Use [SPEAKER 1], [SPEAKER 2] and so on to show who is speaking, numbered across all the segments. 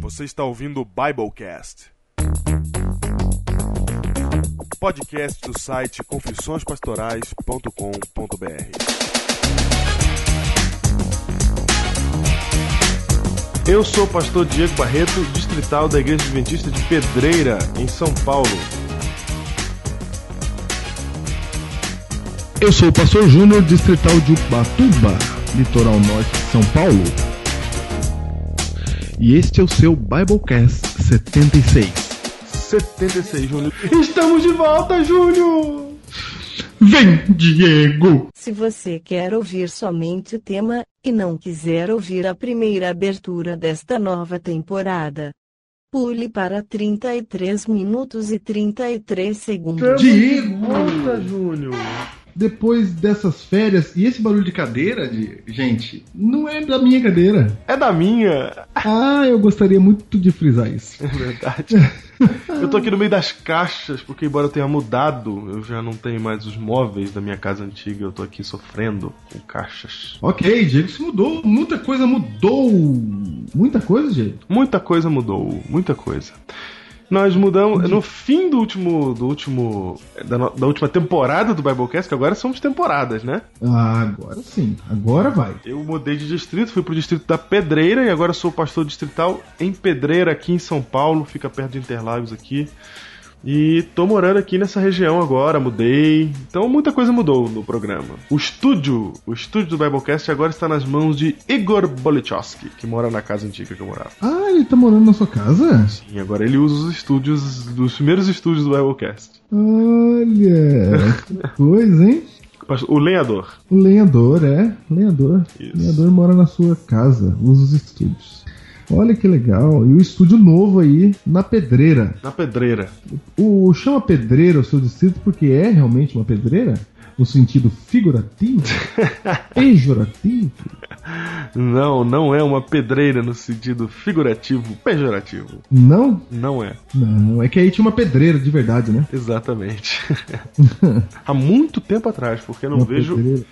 [SPEAKER 1] Você está ouvindo o Biblecast. Podcast do site confissõespastorais.com.br.
[SPEAKER 2] Eu sou o pastor Diego Barreto, distrital da Igreja Adventista de Pedreira, em São Paulo.
[SPEAKER 3] Eu sou o pastor Júnior, distrital de Ubatuba, litoral norte de São Paulo. E este é o seu Biblecast 76.
[SPEAKER 2] 76, Júnior. Estamos de volta, Júnior!
[SPEAKER 3] Vem, Diego!
[SPEAKER 4] Se você quer ouvir somente o tema, e não quiser ouvir a primeira abertura desta nova temporada, pule para 33 minutos e 33
[SPEAKER 2] Diego!
[SPEAKER 4] segundos.
[SPEAKER 3] Diego!
[SPEAKER 2] De volta, Júnior!
[SPEAKER 3] Depois dessas férias, e esse barulho de cadeira, Di- gente, não é da minha cadeira.
[SPEAKER 2] É da minha!
[SPEAKER 3] Ah, eu gostaria muito de frisar isso.
[SPEAKER 2] É verdade. Eu tô aqui no meio das caixas, porque embora eu tenha mudado, eu já não tenho mais os móveis da minha casa antiga, eu tô aqui sofrendo com caixas.
[SPEAKER 3] Ok, Diego se mudou. Muita coisa mudou. Muita coisa, Diego.
[SPEAKER 2] Muita coisa mudou, muita coisa. Nós mudamos no fim do último do último da, no- da última temporada do Biblecast, que agora somos temporadas, né?
[SPEAKER 3] Ah, agora sim. Agora vai.
[SPEAKER 2] Eu mudei de distrito, fui pro distrito da Pedreira e agora sou pastor distrital em Pedreira, aqui em São Paulo, fica perto de Interlagos aqui. E tô morando aqui nessa região agora, mudei. Então muita coisa mudou no programa. O estúdio, o estúdio do Biblecast agora está nas mãos de Igor Bolichowski, que mora na casa antiga que eu morava.
[SPEAKER 3] Ah, ele tá morando na sua casa?
[SPEAKER 2] E agora ele usa os estúdios, dos primeiros estúdios do Biblecast.
[SPEAKER 3] Olha, que coisa, hein?
[SPEAKER 2] O lenhador.
[SPEAKER 3] O lenhador, é. Lenhador.
[SPEAKER 2] Isso.
[SPEAKER 3] Lenhador mora na sua casa, usa os estúdios. Olha que legal. E o estúdio novo aí, na pedreira.
[SPEAKER 2] Na pedreira.
[SPEAKER 3] O chama pedreira o seu distrito porque é realmente uma pedreira? No sentido figurativo? pejorativo?
[SPEAKER 2] Não, não é uma pedreira no sentido figurativo, pejorativo.
[SPEAKER 3] Não?
[SPEAKER 2] Não é.
[SPEAKER 3] Não, é que aí tinha uma pedreira de verdade, né?
[SPEAKER 2] Exatamente. Há muito tempo atrás, porque eu não
[SPEAKER 3] uma
[SPEAKER 2] vejo
[SPEAKER 3] pedreira,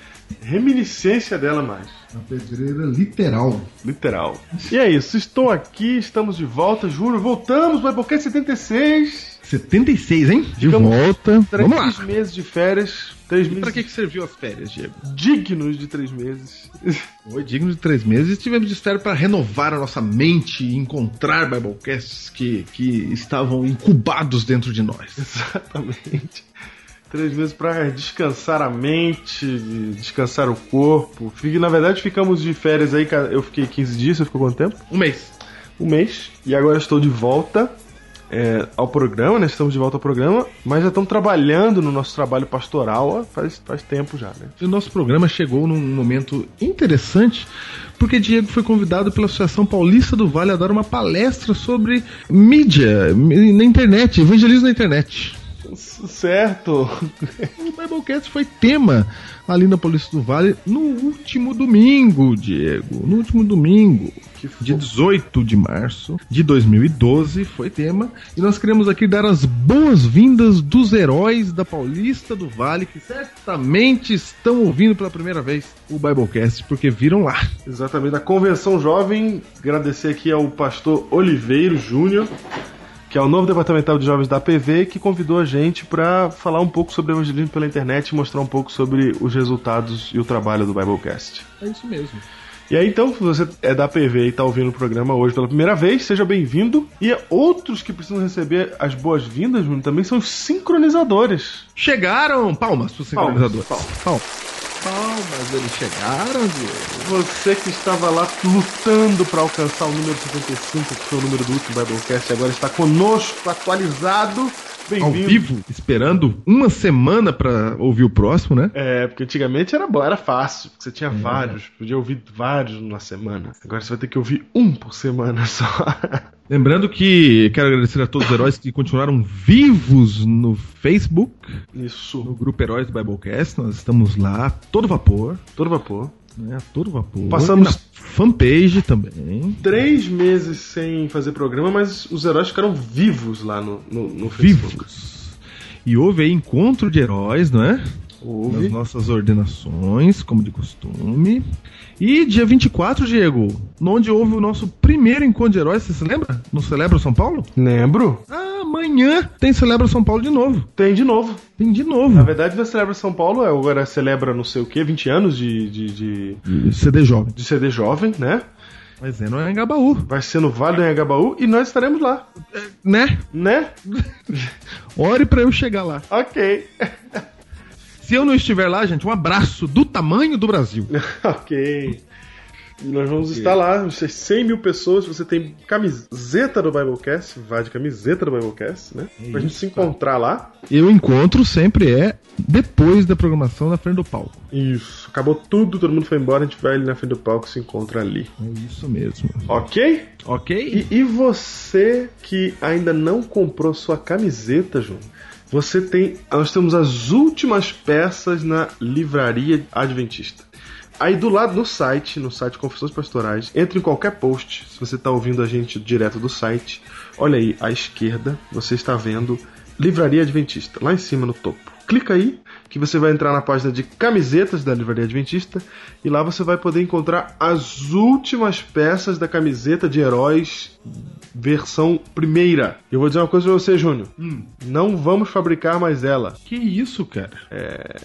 [SPEAKER 2] reminiscência dela mais.
[SPEAKER 3] uma pedreira literal.
[SPEAKER 2] Literal. E é isso, estou aqui, estamos de volta, juro. Voltamos, vai porque 76.
[SPEAKER 3] 76, hein? De
[SPEAKER 2] Ficamos
[SPEAKER 3] volta.
[SPEAKER 2] Três
[SPEAKER 3] Vamos lá.
[SPEAKER 2] meses de férias. Três meses
[SPEAKER 3] serviu as férias, Diego?
[SPEAKER 2] dignos de três meses.
[SPEAKER 3] Foi digno de três meses. Tivemos de espera para renovar a nossa mente e encontrar Biblecasts que, que estavam incubados dentro de nós.
[SPEAKER 2] Exatamente. Três meses para descansar a mente, de- descansar o corpo. Fique- Na verdade, ficamos de férias aí, ca- eu fiquei 15 dias, você ficou quanto tempo?
[SPEAKER 3] Um mês.
[SPEAKER 2] um mês e agora estou de volta é, ao programa, né? Estamos de volta ao programa, mas já estamos trabalhando no nosso trabalho pastoral ó, faz, faz tempo já, né?
[SPEAKER 3] E o nosso programa chegou num momento interessante, porque Diego foi convidado pela Associação Paulista do Vale a dar uma palestra sobre mídia mi- na internet, evangelismo na internet.
[SPEAKER 2] C- Certo.
[SPEAKER 3] O Biblecast foi tema ali na Paulista do Vale no último domingo, Diego. No último domingo.
[SPEAKER 2] Que
[SPEAKER 3] de
[SPEAKER 2] fofo.
[SPEAKER 3] 18 de março de 2012, foi tema, e nós queremos aqui dar as boas-vindas dos heróis da Paulista do Vale, que certamente estão ouvindo pela primeira vez o Biblecast, porque viram lá.
[SPEAKER 2] Exatamente, da Convenção Jovem, agradecer aqui ao pastor Oliveiro Júnior, que é o novo departamental de jovens da PV, que convidou a gente para falar um pouco sobre evangelismo pela internet e mostrar um pouco sobre os resultados e o trabalho do Biblecast.
[SPEAKER 3] É isso mesmo.
[SPEAKER 2] E aí, então, se você é da PV e tá ouvindo o programa hoje pela primeira vez, seja bem-vindo. E outros que precisam receber as boas-vindas, Bruno, também são os sincronizadores.
[SPEAKER 3] Chegaram! Palmas pro sincronizador.
[SPEAKER 2] Palmas,
[SPEAKER 3] Palmas. Palmas, eles chegaram, Diego.
[SPEAKER 2] Você que estava lá lutando para alcançar o número 55, que foi o número do último Biblecast, agora está conosco, atualizado.
[SPEAKER 3] Ao
[SPEAKER 2] Bem-vindo.
[SPEAKER 3] vivo, esperando uma semana pra ouvir o próximo, né?
[SPEAKER 2] É, porque antigamente era bom, era fácil, porque você tinha vários, podia ouvir vários na semana. Agora você vai ter que ouvir um por semana só.
[SPEAKER 3] Lembrando que quero agradecer a todos os heróis que continuaram vivos no Facebook.
[SPEAKER 2] Isso,
[SPEAKER 3] no grupo Heróis do Biblecast, nós estamos lá a todo vapor,
[SPEAKER 2] todo vapor.
[SPEAKER 3] né? A todo vapor.
[SPEAKER 2] Passamos-
[SPEAKER 3] E na fanpage também.
[SPEAKER 2] três meses sem fazer programa, mas os heróis ficaram vivos lá no, no, no Facebook.
[SPEAKER 3] Vivos. E houve aí encontro de heróis, não é? nas
[SPEAKER 2] Houve.
[SPEAKER 3] nossas ordenações, como de costume. E dia 24, Diego, onde houve o nosso primeiro encontro de heróis, você se lembra? No Celebra São Paulo?
[SPEAKER 2] Lembro?
[SPEAKER 3] Amanhã tem Celebra São Paulo de novo.
[SPEAKER 2] Tem de novo.
[SPEAKER 3] Tem de
[SPEAKER 2] Na
[SPEAKER 3] novo.
[SPEAKER 2] verdade, vai celebra São Paulo, é, agora celebra não sei o quê, 20 anos de, de, de,
[SPEAKER 3] CD Jovem.
[SPEAKER 2] de CD jovem, né?
[SPEAKER 3] Mas é no Anhangabaú,
[SPEAKER 2] Vai ser no Vale do Anhangabaú e nós estaremos lá,
[SPEAKER 3] né?
[SPEAKER 2] né?
[SPEAKER 3] Ore pra eu chegar lá.
[SPEAKER 2] ok.
[SPEAKER 3] Se eu não estiver lá, gente, um abraço do tamanho do Brasil.
[SPEAKER 2] ok. E nós vamos estar lá, você- 100 mil pessoas. Se você tem camiseta do Biblecast, vá de camiseta do Biblecast, né? pra gente se encontrar lá.
[SPEAKER 3] Eu encontro sempre é depois da programação na frente do palco.
[SPEAKER 2] Isso, acabou tudo, todo mundo foi embora, a gente vai ali na frente do palco e se encontra ali.
[SPEAKER 3] É isso mesmo.
[SPEAKER 2] Ok?
[SPEAKER 3] Ok?
[SPEAKER 2] E, e você que ainda não comprou sua camiseta, João? Você tem. Nós temos as últimas peças na livraria adventista. Aí do lado no site, no site Confissões Pastorais, entre em qualquer post, se você está ouvindo a gente direto do site, olha aí à esquerda, você está vendo Livraria Adventista, lá em cima no topo. Clica aí que você vai entrar na página de camisetas da Livraria Adventista e lá você vai poder encontrar as últimas peças da camiseta de heróis versão primeira. Eu vou dizer uma coisa pra você, Júnior. Não vamos fabricar mais ela.
[SPEAKER 3] Que isso, cara? É.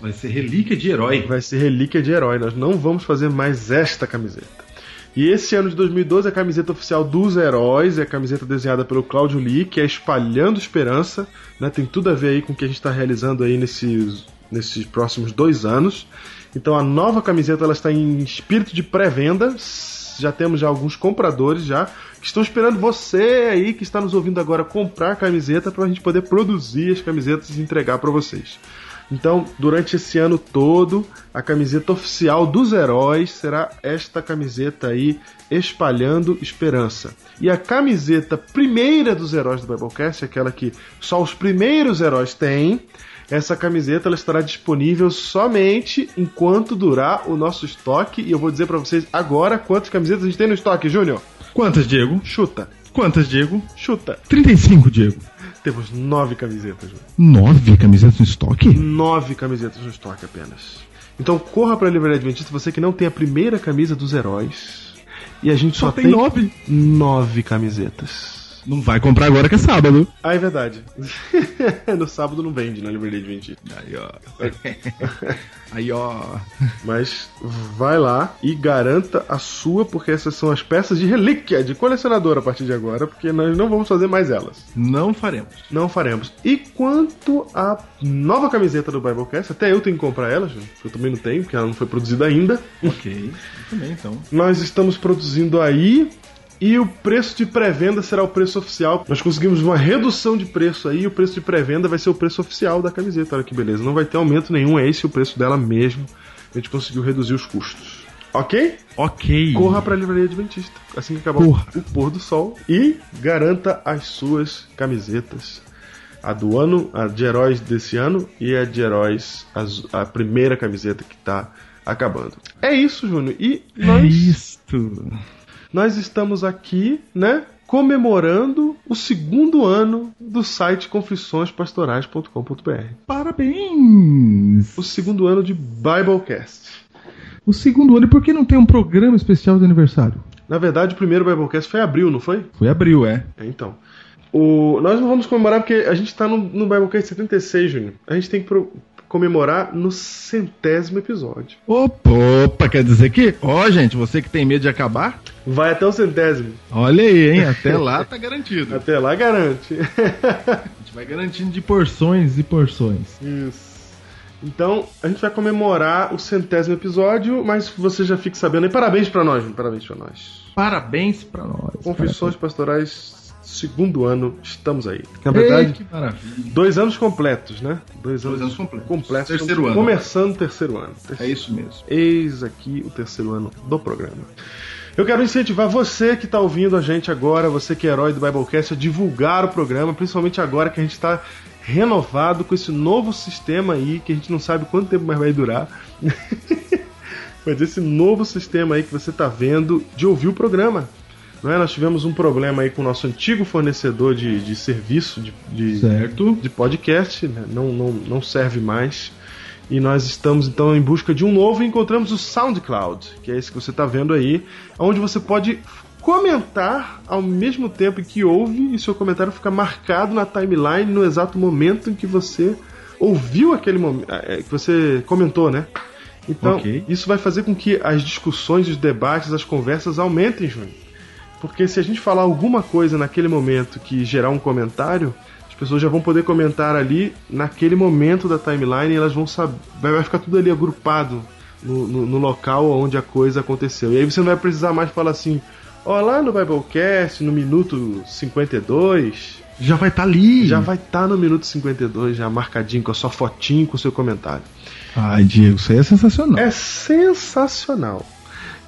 [SPEAKER 3] Vai ser relíquia de herói.
[SPEAKER 2] Vai ser relíquia de herói. Nós não vamos fazer mais esta camiseta. E esse ano de 2012 a camiseta oficial dos heróis é a camiseta desenhada pelo Cláudio Lee, que é Espalhando Esperança. né? Tem tudo a ver aí com o que a gente está realizando aí nesses, nesses próximos dois anos. Então a nova camiseta ela está em espírito de pré-venda. Já temos já alguns compradores já que estão esperando você aí que está nos ouvindo agora comprar a camiseta para a gente poder produzir as camisetas e entregar para vocês. Então, durante esse ano todo, a camiseta oficial dos heróis será esta camiseta aí, espalhando esperança. E a camiseta primeira dos heróis do Biblecast, aquela que só os primeiros heróis têm, essa camiseta ela estará disponível somente enquanto durar o nosso estoque. E eu vou dizer para vocês agora quantas camisetas a gente tem no estoque, Júnior.
[SPEAKER 3] Quantas, Diego?
[SPEAKER 2] Chuta,
[SPEAKER 3] Quantas, Diego?
[SPEAKER 2] chuta.
[SPEAKER 3] 35, Diego.
[SPEAKER 2] Temos nove camisetas, Júnior.
[SPEAKER 3] Nove camisetas no estoque?
[SPEAKER 2] nove camisetas no estoque apenas. Então corra pra Livraria Adventista, você que não tem a primeira camisa dos heróis. E a gente só, tem,
[SPEAKER 3] nove.
[SPEAKER 2] nove camisetas.
[SPEAKER 3] Não vai comprar agora que é sábado.
[SPEAKER 2] Ah, é verdade. no sábado não vende na Livraria Adventista.
[SPEAKER 3] Aí, ó. Aí, ó.
[SPEAKER 2] Mas vai lá e garanta a sua, porque essas são as peças de relíquia de colecionador a partir de agora, porque nós não vamos fazer mais elas.
[SPEAKER 3] Não faremos.
[SPEAKER 2] Não faremos. E quanto à nova camiseta do Biblecast, até eu tenho que comprar ela, Ju, porque eu também não tenho, porque ela não foi produzida ainda.
[SPEAKER 3] Ok. Também, então.
[SPEAKER 2] Nós estamos produzindo aí e o preço de pré-venda será o preço oficial. Nós conseguimos uma redução de preço aí, e o preço de pré-venda vai ser o preço oficial da camiseta. Olha que beleza, não vai ter aumento nenhum, é esse o preço dela mesmo. A gente conseguiu reduzir os custos. Ok?
[SPEAKER 3] Ok.
[SPEAKER 2] Corra pra Livraria Adventista assim que acabar
[SPEAKER 3] Corra.
[SPEAKER 2] o pôr do sol e garanta as suas camisetas. A do ano, a de heróis desse ano e a de heróis, az- a primeira camiseta que tá acabando. É isso, Júnior. E
[SPEAKER 3] É
[SPEAKER 2] nós
[SPEAKER 3] isto.
[SPEAKER 2] nós estamos aqui, né? Comemorando o segundo ano do site confissõespastorais.com.br.
[SPEAKER 3] Parabéns.
[SPEAKER 2] O segundo ano de Biblecast.
[SPEAKER 3] O segundo ano, e por que não tem um programa especial de aniversário?
[SPEAKER 2] Na verdade, o primeiro Biblecast foi em abril, não foi?
[SPEAKER 3] Foi abril, é.
[SPEAKER 2] É, então. O... Nós não vamos comemorar porque a gente está no, no Biblecast 76, Júnior. A gente tem que pro- comemorar no centésimo episódio.
[SPEAKER 3] Opa, opa, quer dizer que, ó, gente, você que tem medo de acabar,
[SPEAKER 2] Vai até o centésimo.
[SPEAKER 3] olha aí, hein? Até lá tá garantido.
[SPEAKER 2] Até lá, garante.
[SPEAKER 3] A gente vai garantindo de porções e porções.
[SPEAKER 2] Isso. Então, a gente vai comemorar o centésimo episódio, mas você já fica sabendo. E parabéns pra nós, Júnior, parabéns pra nós.
[SPEAKER 3] Parabéns pra nós.
[SPEAKER 2] Confissões Pastorais, segundo ano, estamos aí. Na
[SPEAKER 3] Na
[SPEAKER 2] verdade,
[SPEAKER 3] verdade, que maravilha.
[SPEAKER 2] dois anos completos, né? Dois anos,
[SPEAKER 3] anos completos.
[SPEAKER 2] Terceiro
[SPEAKER 3] Terceiro ano.
[SPEAKER 2] Começando o terceiro ano.
[SPEAKER 3] É isso mesmo.
[SPEAKER 2] Eis aqui o terceiro ano do programa. Eu quero incentivar você que está ouvindo a gente agora, você que é herói do Biblecast, a divulgar o programa, principalmente agora que a gente está renovado com esse novo sistema aí, que a gente não sabe quanto tempo mais vai durar. Mas esse novo sistema aí que você está vendo de ouvir o programa. Não é? Nós tivemos um problema aí com o nosso antigo fornecedor de, de serviço, de, de,
[SPEAKER 3] Certo?
[SPEAKER 2] de podcast, né? não, não, não serve mais. E nós estamos então em busca de um novo e encontramos o SoundCloud, que é esse que você está vendo aí, onde você pode comentar ao mesmo tempo que ouve e seu comentário fica marcado na timeline no exato momento em que você ouviu aquele momento que você comentou, né? Então,
[SPEAKER 3] Ok.
[SPEAKER 2] isso vai fazer com que as discussões, os debates, as conversas aumentem, Júnior. Porque se a gente falar alguma coisa naquele momento que gerar um comentário, as pessoas já vão poder comentar ali naquele momento da timeline e elas vão saber. Vai vai ficar tudo ali agrupado no, no- no local onde a coisa aconteceu. E aí você não vai precisar mais falar assim, ó, lá no Biblecast, no minuto 52,
[SPEAKER 3] Já vai estar ali.
[SPEAKER 2] já vai estar no minuto 52, já marcadinho com a sua fotinho, com o seu comentário.
[SPEAKER 3] Ai, Diego, isso aí é sensacional.
[SPEAKER 2] É sensacional.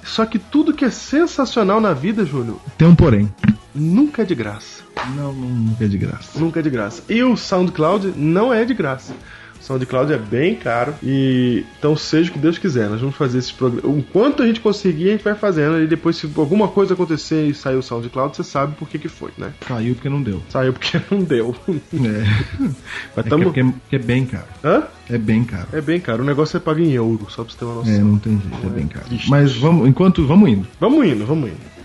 [SPEAKER 2] Só que tudo que é sensacional na vida, Júlio,
[SPEAKER 3] Tem um porém.
[SPEAKER 2] nunca é de graça.
[SPEAKER 3] Não, não, nunca é de graça.
[SPEAKER 2] Nunca é de graça. E o SoundCloud não é de graça. O SoundCloud é bem caro. E então seja o que Deus quiser. Nós vamos fazer esse programa. Enquanto a gente conseguir, a gente vai fazendo. E depois, se alguma coisa acontecer e sair o SoundCloud, você sabe por que, que foi, né?
[SPEAKER 3] Caiu porque não deu.
[SPEAKER 2] Saiu porque não deu.
[SPEAKER 3] É,
[SPEAKER 2] Mas
[SPEAKER 3] é
[SPEAKER 2] tamo...
[SPEAKER 3] que- porque, porque é bem caro.
[SPEAKER 2] Hã?
[SPEAKER 3] É bem caro.
[SPEAKER 2] É bem caro. O negócio é pago em euro, só pra você ter uma noção.
[SPEAKER 3] É, não tem jeito, é bem caro.
[SPEAKER 2] Triste.
[SPEAKER 3] Mas vamos, enquanto vamos indo.
[SPEAKER 2] Vamos indo, vamos indo.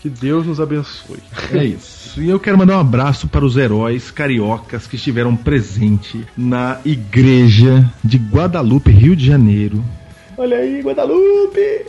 [SPEAKER 2] Que Deus nos abençoe.
[SPEAKER 3] É isso. E eu quero mandar um abraço para os heróis cariocas que estiveram presente na igreja de Guadalupe, Rio de Janeiro.
[SPEAKER 2] Olha aí, Guadalupe!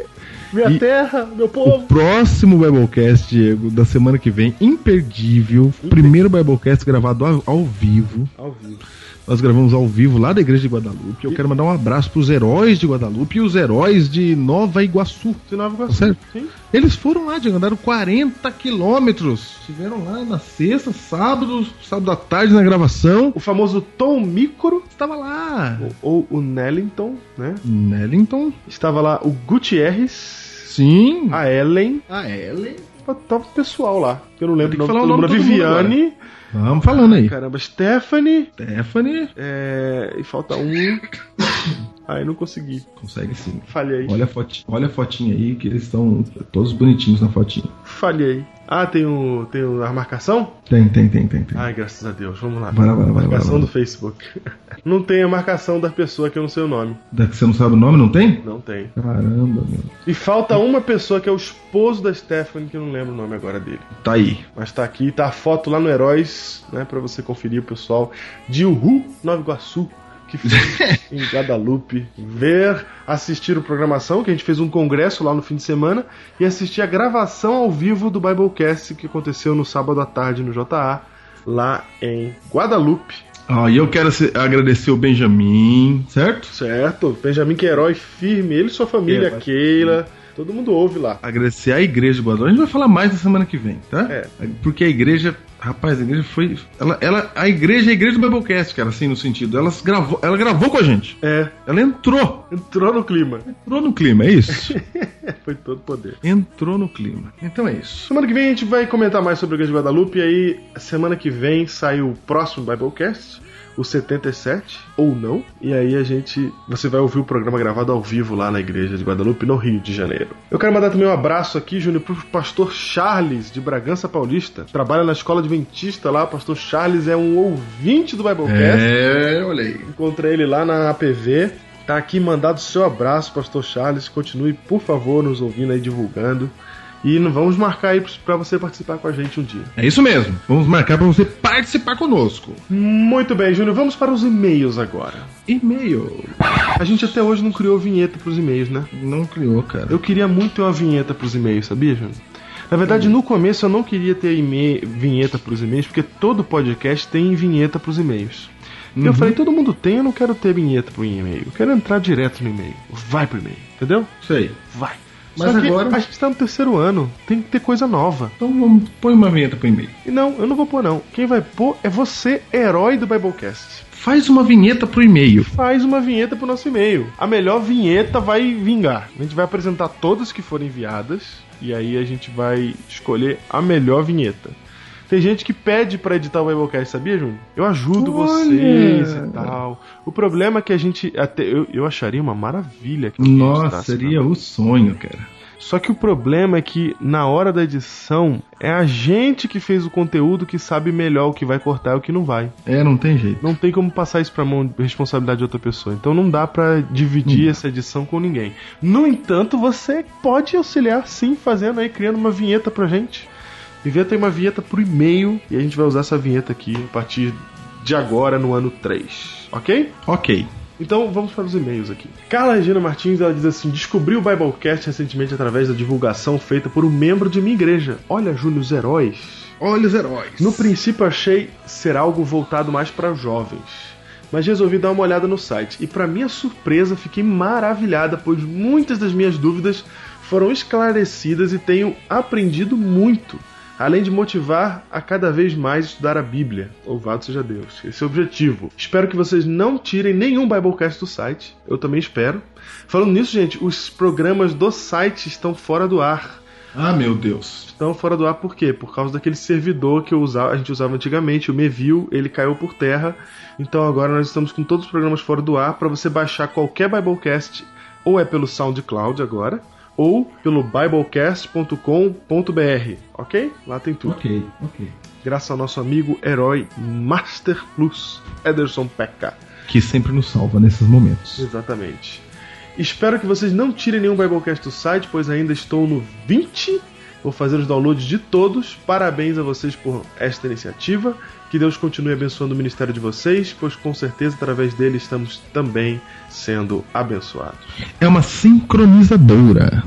[SPEAKER 2] Minha
[SPEAKER 3] E-
[SPEAKER 2] terra, meu
[SPEAKER 3] O
[SPEAKER 2] povo!
[SPEAKER 3] próximo Biblecast, Diego, da semana que vem, imperdível. Primeiro Biblecast gravado ao, ao vivo.
[SPEAKER 2] Ao vivo.
[SPEAKER 3] Nós gravamos ao vivo lá da igreja de Guadalupe. Eu quero mandar um abraço para os heróis de Guadalupe e os heróis de Nova Iguaçu.
[SPEAKER 2] De Nova
[SPEAKER 3] Tá
[SPEAKER 2] Iguaçu.
[SPEAKER 3] certo?
[SPEAKER 2] Sim.
[SPEAKER 3] Eles foram lá, Diego, andaram 40 quilômetros. Estiveram lá na sexta, sábado, sábado à tarde na gravação.
[SPEAKER 2] O famoso Tom Micro,
[SPEAKER 3] Estava lá.
[SPEAKER 2] ou o Nellington, né?
[SPEAKER 3] Nellington.
[SPEAKER 2] Estava lá o Gutierrez,
[SPEAKER 3] Sim.
[SPEAKER 2] a Ellen,
[SPEAKER 3] A Ellen.
[SPEAKER 2] tava o pessoal lá. Que eu não lembro
[SPEAKER 3] Tem que
[SPEAKER 2] o
[SPEAKER 3] falar o
[SPEAKER 2] nome,
[SPEAKER 3] nome
[SPEAKER 2] todo
[SPEAKER 3] de
[SPEAKER 2] mundo.
[SPEAKER 3] todo mundo
[SPEAKER 2] Viviane,
[SPEAKER 3] Vamos falando aí.
[SPEAKER 2] caramba, Stephanie,
[SPEAKER 3] Stephanie.
[SPEAKER 2] é, e falta um. Aí não consegui.
[SPEAKER 3] Consegue sim.
[SPEAKER 2] Falhei.
[SPEAKER 3] Olha a, foti- olha a fotinha aí, que eles estão todos bonitinhos na fotinha.
[SPEAKER 2] Falhei. Ah, tem o, tem o, a marcação?
[SPEAKER 3] Tem, tem, tem, tem. tem.
[SPEAKER 2] Ai, graças a Deus, vamos lá.
[SPEAKER 3] Bora, bora, bora,
[SPEAKER 2] marcação
[SPEAKER 3] bora, bora.
[SPEAKER 2] do Facebook. Não tem a marcação da pessoa que eu não sei o nome.
[SPEAKER 3] Da que você não sabe o nome, não tem?
[SPEAKER 2] Não tem.
[SPEAKER 3] Caramba, meu.
[SPEAKER 2] E falta uma pessoa que é o esposo da Stephanie, que eu não lembro o nome agora dele.
[SPEAKER 3] Tá aí.
[SPEAKER 2] Mas tá aqui, tá a foto lá no Heróis, né? Pra você conferir, pessoal. De Uhu, Nova Iguaçu, que foi em Guadalupe. Ver, assistir a programação, que a gente fez um congresso lá no fim de semana. E assistir a gravação ao vivo do Biblecast, que aconteceu no sábado à tarde no JA, lá em Guadalupe.
[SPEAKER 3] Ah, e eu quero se- agradecer o Benjamin, certo?
[SPEAKER 2] Certo? Benjamin que é herói firme, ele e sua família,
[SPEAKER 3] Herói.
[SPEAKER 2] Keila. Todo mundo ouve lá.
[SPEAKER 3] Agradecer a igreja de Guadalupe. A gente vai falar mais na semana que vem, tá?
[SPEAKER 2] É.
[SPEAKER 3] Porque a igreja. Rapaz, a igreja foi. Ela, ela, a igreja é a igreja do Biblecast, cara, assim, no sentido. Ela gravou, ela gravou com a gente.
[SPEAKER 2] É,
[SPEAKER 3] Ela entrou.
[SPEAKER 2] entrou no clima.
[SPEAKER 3] Entrou no clima, é isso?
[SPEAKER 2] Foi todo poder.
[SPEAKER 3] entrou no clima. Então é isso.
[SPEAKER 2] Semana que vem a gente vai comentar mais sobre a Igreja de Guadalupe. E aí, semana que vem sai o próximo Biblecast, o 77, ou não. E aí a gente. Você vai ouvir o programa gravado ao vivo lá na Igreja de Guadalupe, no Rio de Janeiro. Eu quero mandar também um abraço aqui, Júnior, pro pastor Charles, de Bragança Paulista. Trabalha na escola adventista lá. O pastor Charles é um ouvinte do Biblecast.
[SPEAKER 3] É, olha aí.
[SPEAKER 2] Encontrei ele lá na APV. Tá aqui mandado seu abraço, Pastor Charles. Continue, por favor, nos ouvindo aí, divulgando. E não- vamos marcar aí pra você participar com a gente um dia.
[SPEAKER 3] É isso mesmo. Vamos marcar para você participar conosco.
[SPEAKER 2] Muito bem, Júnior, vamos para os e-mails agora.
[SPEAKER 3] E-mail.
[SPEAKER 2] A gente até hoje não criou vinheta pros e-mails, né?
[SPEAKER 3] Não criou, cara.
[SPEAKER 2] Eu queria muito ter uma vinheta pros e-mails, sabia, Júnior? Na verdade, no começo eu não queria ter e-mail- vinheta pros e-mails, porque todo podcast tem vinheta pros e-mails. E eu falei, todo mundo tem, eu não quero ter vinheta pro e-mail. Eu quero entrar direto no e-mail. Vai pro e-mail, entendeu?
[SPEAKER 3] Sei.
[SPEAKER 2] Vai.
[SPEAKER 3] Mas
[SPEAKER 2] Só que
[SPEAKER 3] agora-
[SPEAKER 2] a gente tá no terceiro ano, tem que ter coisa nova.
[SPEAKER 3] Então vamos, põe uma vinheta pro e-mail.
[SPEAKER 2] E não, eu não vou pôr não. Quem vai pôr é você, herói do Biblecast.
[SPEAKER 3] Faz uma vinheta pro e-mail.
[SPEAKER 2] Faz uma vinheta pro nosso e-mail. A melhor vinheta vai vingar. A gente vai apresentar todas que foram enviadas e aí a gente vai escolher a melhor vinheta. Tem gente que pede pra editar o Biblecast, sabia, Júnior? Eu ajudo
[SPEAKER 3] Olha!
[SPEAKER 2] vocês e tal. O problema é que a gente até eu, eu acharia uma maravilha que alguém editasse,
[SPEAKER 3] Nossa,
[SPEAKER 2] né?
[SPEAKER 3] seria o sonho, cara.
[SPEAKER 2] Só que o problema é que na hora da edição é a gente que fez o conteúdo que sabe melhor o que vai cortar e o que não vai.
[SPEAKER 3] É, não tem jeito.
[SPEAKER 2] Não tem como passar isso pra mão responsabilidade de outra pessoa. Então não dá pra dividir essa edição com ninguém. No entanto, você pode auxiliar sim fazendo aí criando uma vinheta pra gente. Inventa aí uma vinheta por e-mail e a gente vai usar essa vinheta aqui a partir de agora no ano 3, OK?
[SPEAKER 3] Ok.
[SPEAKER 2] Então vamos para os e-mails aqui. Carla Regina Martins ela diz assim: descobri o Biblecast recentemente através da divulgação feita por um membro de minha igreja. Olha, Júlio, os heróis.
[SPEAKER 3] Olha os heróis.
[SPEAKER 2] No princípio achei ser algo voltado mais para jovens, mas resolvi dar uma olhada no site e para minha surpresa fiquei maravilhada, pois muitas das minhas dúvidas foram esclarecidas e tenho aprendido muito. Além de motivar a cada vez mais estudar a Bíblia. Louvado seja Deus. Esse é o objetivo. Espero que vocês não tirem nenhum Biblecast do site. Eu também espero. Falando nisso, gente, os programas do site estão fora do ar.
[SPEAKER 3] Ah, meu Deus.
[SPEAKER 2] Estão fora do ar por quê? Por causa daquele servidor que eu usava, a gente usava antigamente, o Meview, ele caiu por terra. Então agora nós estamos com todos os programas fora do ar para você baixar qualquer Biblecast, ou é pelo SoundCloud agora, ou pelo biblecast.com.br, ok? Lá tem tudo.
[SPEAKER 3] Ok, ok.
[SPEAKER 2] Graças ao nosso amigo herói Master Plus, Ederson Pekka.
[SPEAKER 3] Que sempre nos salva nesses momentos.
[SPEAKER 2] Exatamente. Espero que vocês não tirem nenhum Biblecast do site, pois ainda estou no 20. Vou fazer os downloads de todos. Parabéns a vocês por esta iniciativa. Que Deus continue abençoando o ministério de vocês, pois com certeza através dele estamos também sendo abençoados.
[SPEAKER 3] É uma sincronizadora.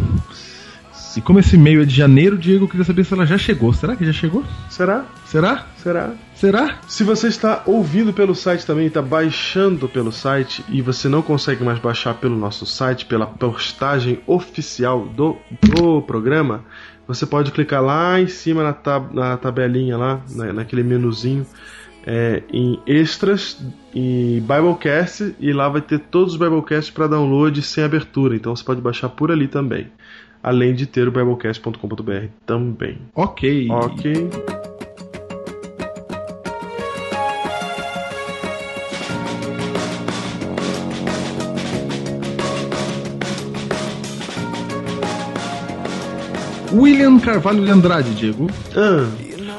[SPEAKER 3] E como esse e-mail é de janeiro, Diego, eu queria saber se ela já chegou. Será que já chegou?
[SPEAKER 2] Será?
[SPEAKER 3] Será?
[SPEAKER 2] Será?
[SPEAKER 3] Será?
[SPEAKER 2] Se você está ouvindo pelo site também, está baixando pelo site e você não consegue mais baixar pelo nosso site, pela postagem oficial do, do programa, você pode clicar lá em cima na, tab na tabelinha lá, na- naquele menuzinho, é, em extras e Biblecast e lá vai ter todos os Biblecasts para download sem abertura. Então você pode baixar por ali também. Além de ter o biblecast.com.br também.
[SPEAKER 3] Ok.
[SPEAKER 2] Ok.
[SPEAKER 3] William Carvalho de Andrade, Diego.
[SPEAKER 2] Ah,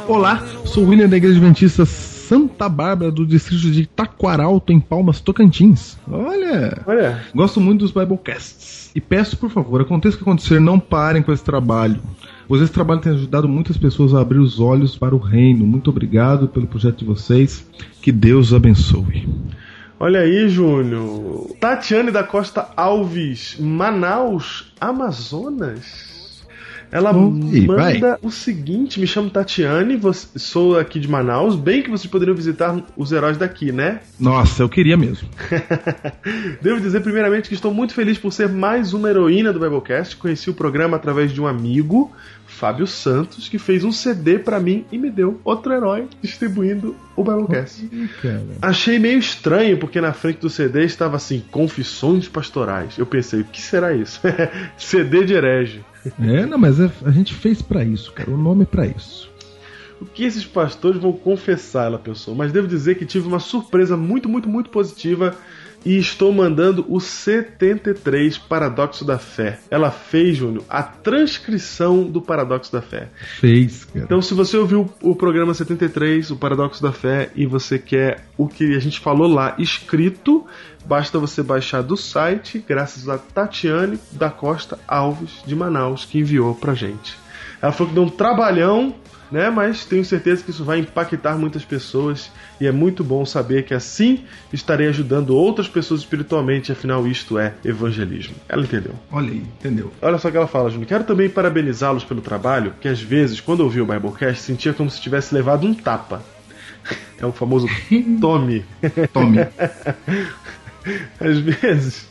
[SPEAKER 3] Olá, sou William da Igreja Adventista Santa Bárbara do distrito de Taquaralto, em Palmas, Tocantins. Olha,
[SPEAKER 2] olha.
[SPEAKER 3] gosto muito dos Biblecasts. E peço, por favor, aconteça o que acontecer, não parem com esse trabalho. Pois esse trabalho tem ajudado muitas pessoas a abrir os olhos para o reino. Muito obrigado pelo projeto de vocês. Que Deus os abençoe.
[SPEAKER 2] Olha aí, Júnior. Tatiane da Costa Alves, Manaus, Amazonas. Ela
[SPEAKER 3] Oi, vai.
[SPEAKER 2] manda o seguinte: me chamo Tatiane, você- sou aqui de Manaus. Bem que vocês poderiam visitar os heróis daqui, né?
[SPEAKER 3] Nossa, eu queria mesmo.
[SPEAKER 2] Devo dizer primeiramente que estou muito feliz por ser mais uma heroína do Biblecast. Conheci o programa através de um amigo, Fábio Santos, que fez um CD pra mim e me deu outro herói distribuindo o Biblecast. Achei meio estranho, porque na frente do CD estava assim, confissões pastorais. Eu pensei, o que será isso? CD de herege.
[SPEAKER 3] É, não, mas é- a gente fez pra isso, cara. O nome é pra isso.
[SPEAKER 2] O que esses pastores vão confessar, ela pensou. Mas devo dizer que tive uma surpresa muito, muito, muito positiva e estou mandando o 73 Paradoxo da Fé. Ela fez, Júnior, a transcrição do Paradoxo da Fé.
[SPEAKER 3] Fez, cara.
[SPEAKER 2] Então, se você ouviu o programa 73, o Paradoxo da Fé, e você quer o que a gente falou lá escrito, basta você baixar do site, graças a Tatiane da Costa Alves de Manaus, que enviou pra gente. Ela falou que deu um trabalhão, né? Mas tenho certeza que isso vai impactar muitas pessoas e é muito bom saber que assim estarei ajudando outras pessoas espiritualmente, afinal isto é evangelismo. Ela entendeu.
[SPEAKER 3] Olha aí, entendeu?
[SPEAKER 2] Olha só o que ela fala, Júnior. Quero também parabenizá-los pelo trabalho, que às vezes, quando eu ouvi o Biblecast, sentia como se tivesse levado um tapa. É o famoso tome.
[SPEAKER 3] Tome.
[SPEAKER 2] Às vezes,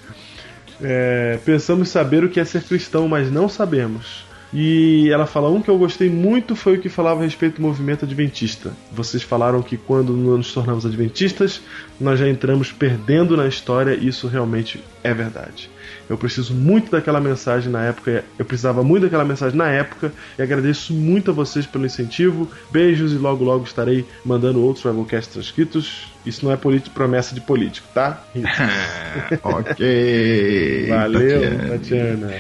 [SPEAKER 2] é, pensamos saber o que é ser cristão, mas não sabemos. E ela fala: um que eu gostei muito foi o que falava a respeito do movimento adventista. Vocês falaram que quando nos tornamos adventistas, nós já entramos perdendo na história, e isso realmente é verdade. Eu preciso muito daquela mensagem na época, eu precisava muito daquela mensagem na época, e agradeço muito a vocês pelo incentivo. Beijos e logo logo estarei mandando outros Rebelcasts transcritos. Isso não é polit- promessa de político, tá? Rita?
[SPEAKER 3] Ah, ok.
[SPEAKER 2] Valeu,
[SPEAKER 3] Tatiana.
[SPEAKER 2] Tatiana.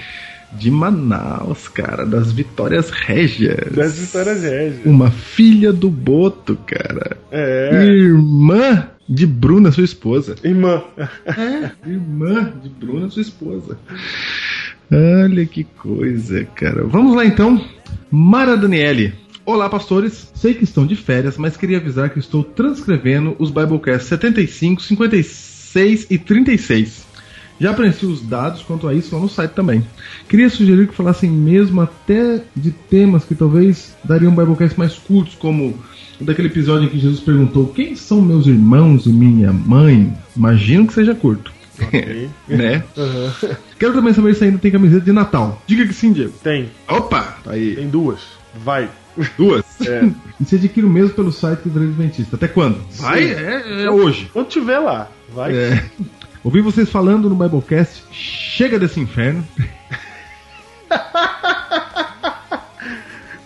[SPEAKER 3] de Manaus, cara, das Vitórias Régias.
[SPEAKER 2] Das Vitórias Régias.
[SPEAKER 3] Uma filha do Boto, cara.
[SPEAKER 2] É.
[SPEAKER 3] Irmã de Bruna, sua esposa.
[SPEAKER 2] Irmã.
[SPEAKER 3] É, irmã de Bruna, sua esposa. Olha que coisa, cara. Vamos lá então. Mara Daniele. Olá, pastores. Sei que estão de férias, mas queria avisar que estou transcrevendo os Biblecasts 75, 56 e 36. Já preenchi os dados quanto a isso lá no site também. Queria sugerir que falassem mesmo até de temas que talvez dariam Biblecasts mais curtos, como o daquele episódio em que Jesus perguntou: Quem são meus irmãos e minha mãe? Imagino que seja curto,
[SPEAKER 2] Ok.
[SPEAKER 3] né?
[SPEAKER 2] Aham.
[SPEAKER 3] Quero também saber se ainda tem camiseta de Natal. Diga que sim, Diego.
[SPEAKER 2] Tem,
[SPEAKER 3] Opa! Tá aí,
[SPEAKER 2] tem duas. Vai.
[SPEAKER 3] duas.
[SPEAKER 2] É.
[SPEAKER 3] E se adquire o mesmo pelo site do Adventista. Até quando? Vai, é, é hoje.
[SPEAKER 2] Quando tiver lá, vai.
[SPEAKER 3] É. Ouvi vocês falando no Biblecast, chega desse inferno.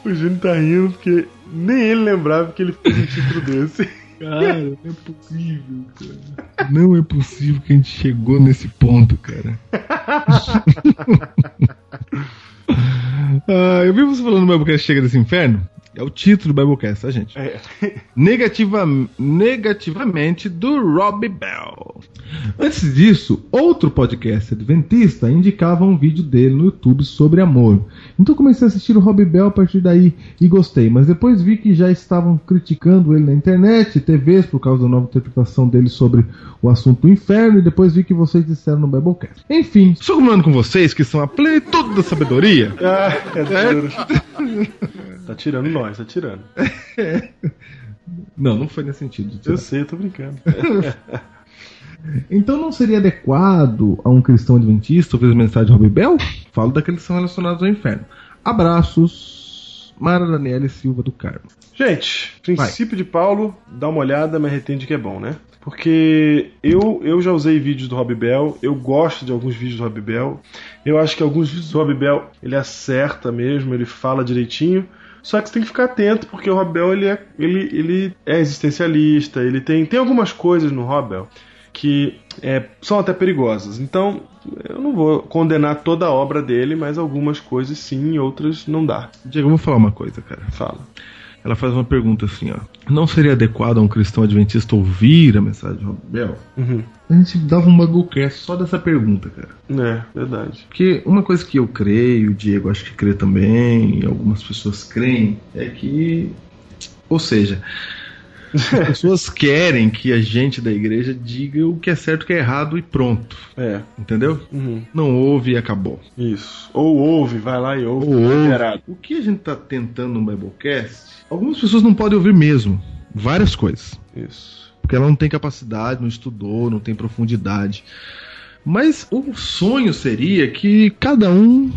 [SPEAKER 2] O Júnior tá rindo porque nem ele lembrava que ele fez um título desse.
[SPEAKER 3] Cara, não é possível, cara. Não é possível que a gente chegou nesse ponto, cara. Ah, eu vi você falando no Biblecast Chega desse Inferno. É o título do Biblecast, tá, gente?
[SPEAKER 2] É.
[SPEAKER 3] Negativa, negativamente do Rob Bell. Antes disso, outro podcast adventista indicava um vídeo dele no YouTube sobre amor. Então comecei a assistir o Rob Bell a partir daí e gostei, mas depois vi que já estavam criticando ele na internet, TVs, por causa da nova interpretação dele sobre o assunto inferno, e depois vi que vocês disseram no Biblecast. Enfim, estou combinando com vocês que são a plenitude da sabedoria.
[SPEAKER 2] Ah, é duro. Tá tirando nós, tá tirando.
[SPEAKER 3] Não, não foi nesse sentido.
[SPEAKER 2] Eu sei, eu tô brincando.
[SPEAKER 3] Então não seria adequado a um cristão adventista ouvir as mensagens de Robbie Bell? Falo daqueles que são relacionados ao inferno. Abraços, Mara Daniele Silva do Carmo.
[SPEAKER 2] Gente, princípio de Paulo, dá uma olhada, mas retende que é bom, né? Porque eu, eu já usei vídeos do Rob Bell, eu gosto de alguns vídeos do Rob Bell. Eu acho que alguns vídeos do Rob Bell ele acerta mesmo, ele fala direitinho. Só que você tem que ficar atento, porque o Rob Bell ele é, ele, ele é existencialista, ele tem, tem algumas coisas no Rob Bell que é, são até perigosas. Então, eu não vou condenar toda a obra dele, mas algumas coisas sim, outras não dá.
[SPEAKER 3] Diego, eu vou falar uma coisa, cara.
[SPEAKER 2] Fala.
[SPEAKER 3] Ela faz uma pergunta assim, ó. Não seria adequado a um cristão adventista ouvir a mensagem de Robbie Bell?
[SPEAKER 2] Uhum.
[SPEAKER 3] A gente dava um bagulcast só dessa pergunta, cara.
[SPEAKER 2] É, verdade.
[SPEAKER 3] Porque uma coisa que eu creio, o Diego acho que crê também, e algumas pessoas creem, é que. Ou seja, as pessoas querem que a gente da igreja diga o que é certo, o que é errado e pronto.
[SPEAKER 2] É.
[SPEAKER 3] Entendeu?
[SPEAKER 2] Uhum.
[SPEAKER 3] Não houve e acabou.
[SPEAKER 2] Isso. Ou ouve, vai lá e ouve.
[SPEAKER 3] Ou ouve. O que a gente tá tentando no Biblecast, algumas pessoas não podem ouvir mesmo. Várias coisas.
[SPEAKER 2] Isso.
[SPEAKER 3] Porque ela não tem capacidade, não estudou, não tem profundidade. Mas o sonho seria que cada um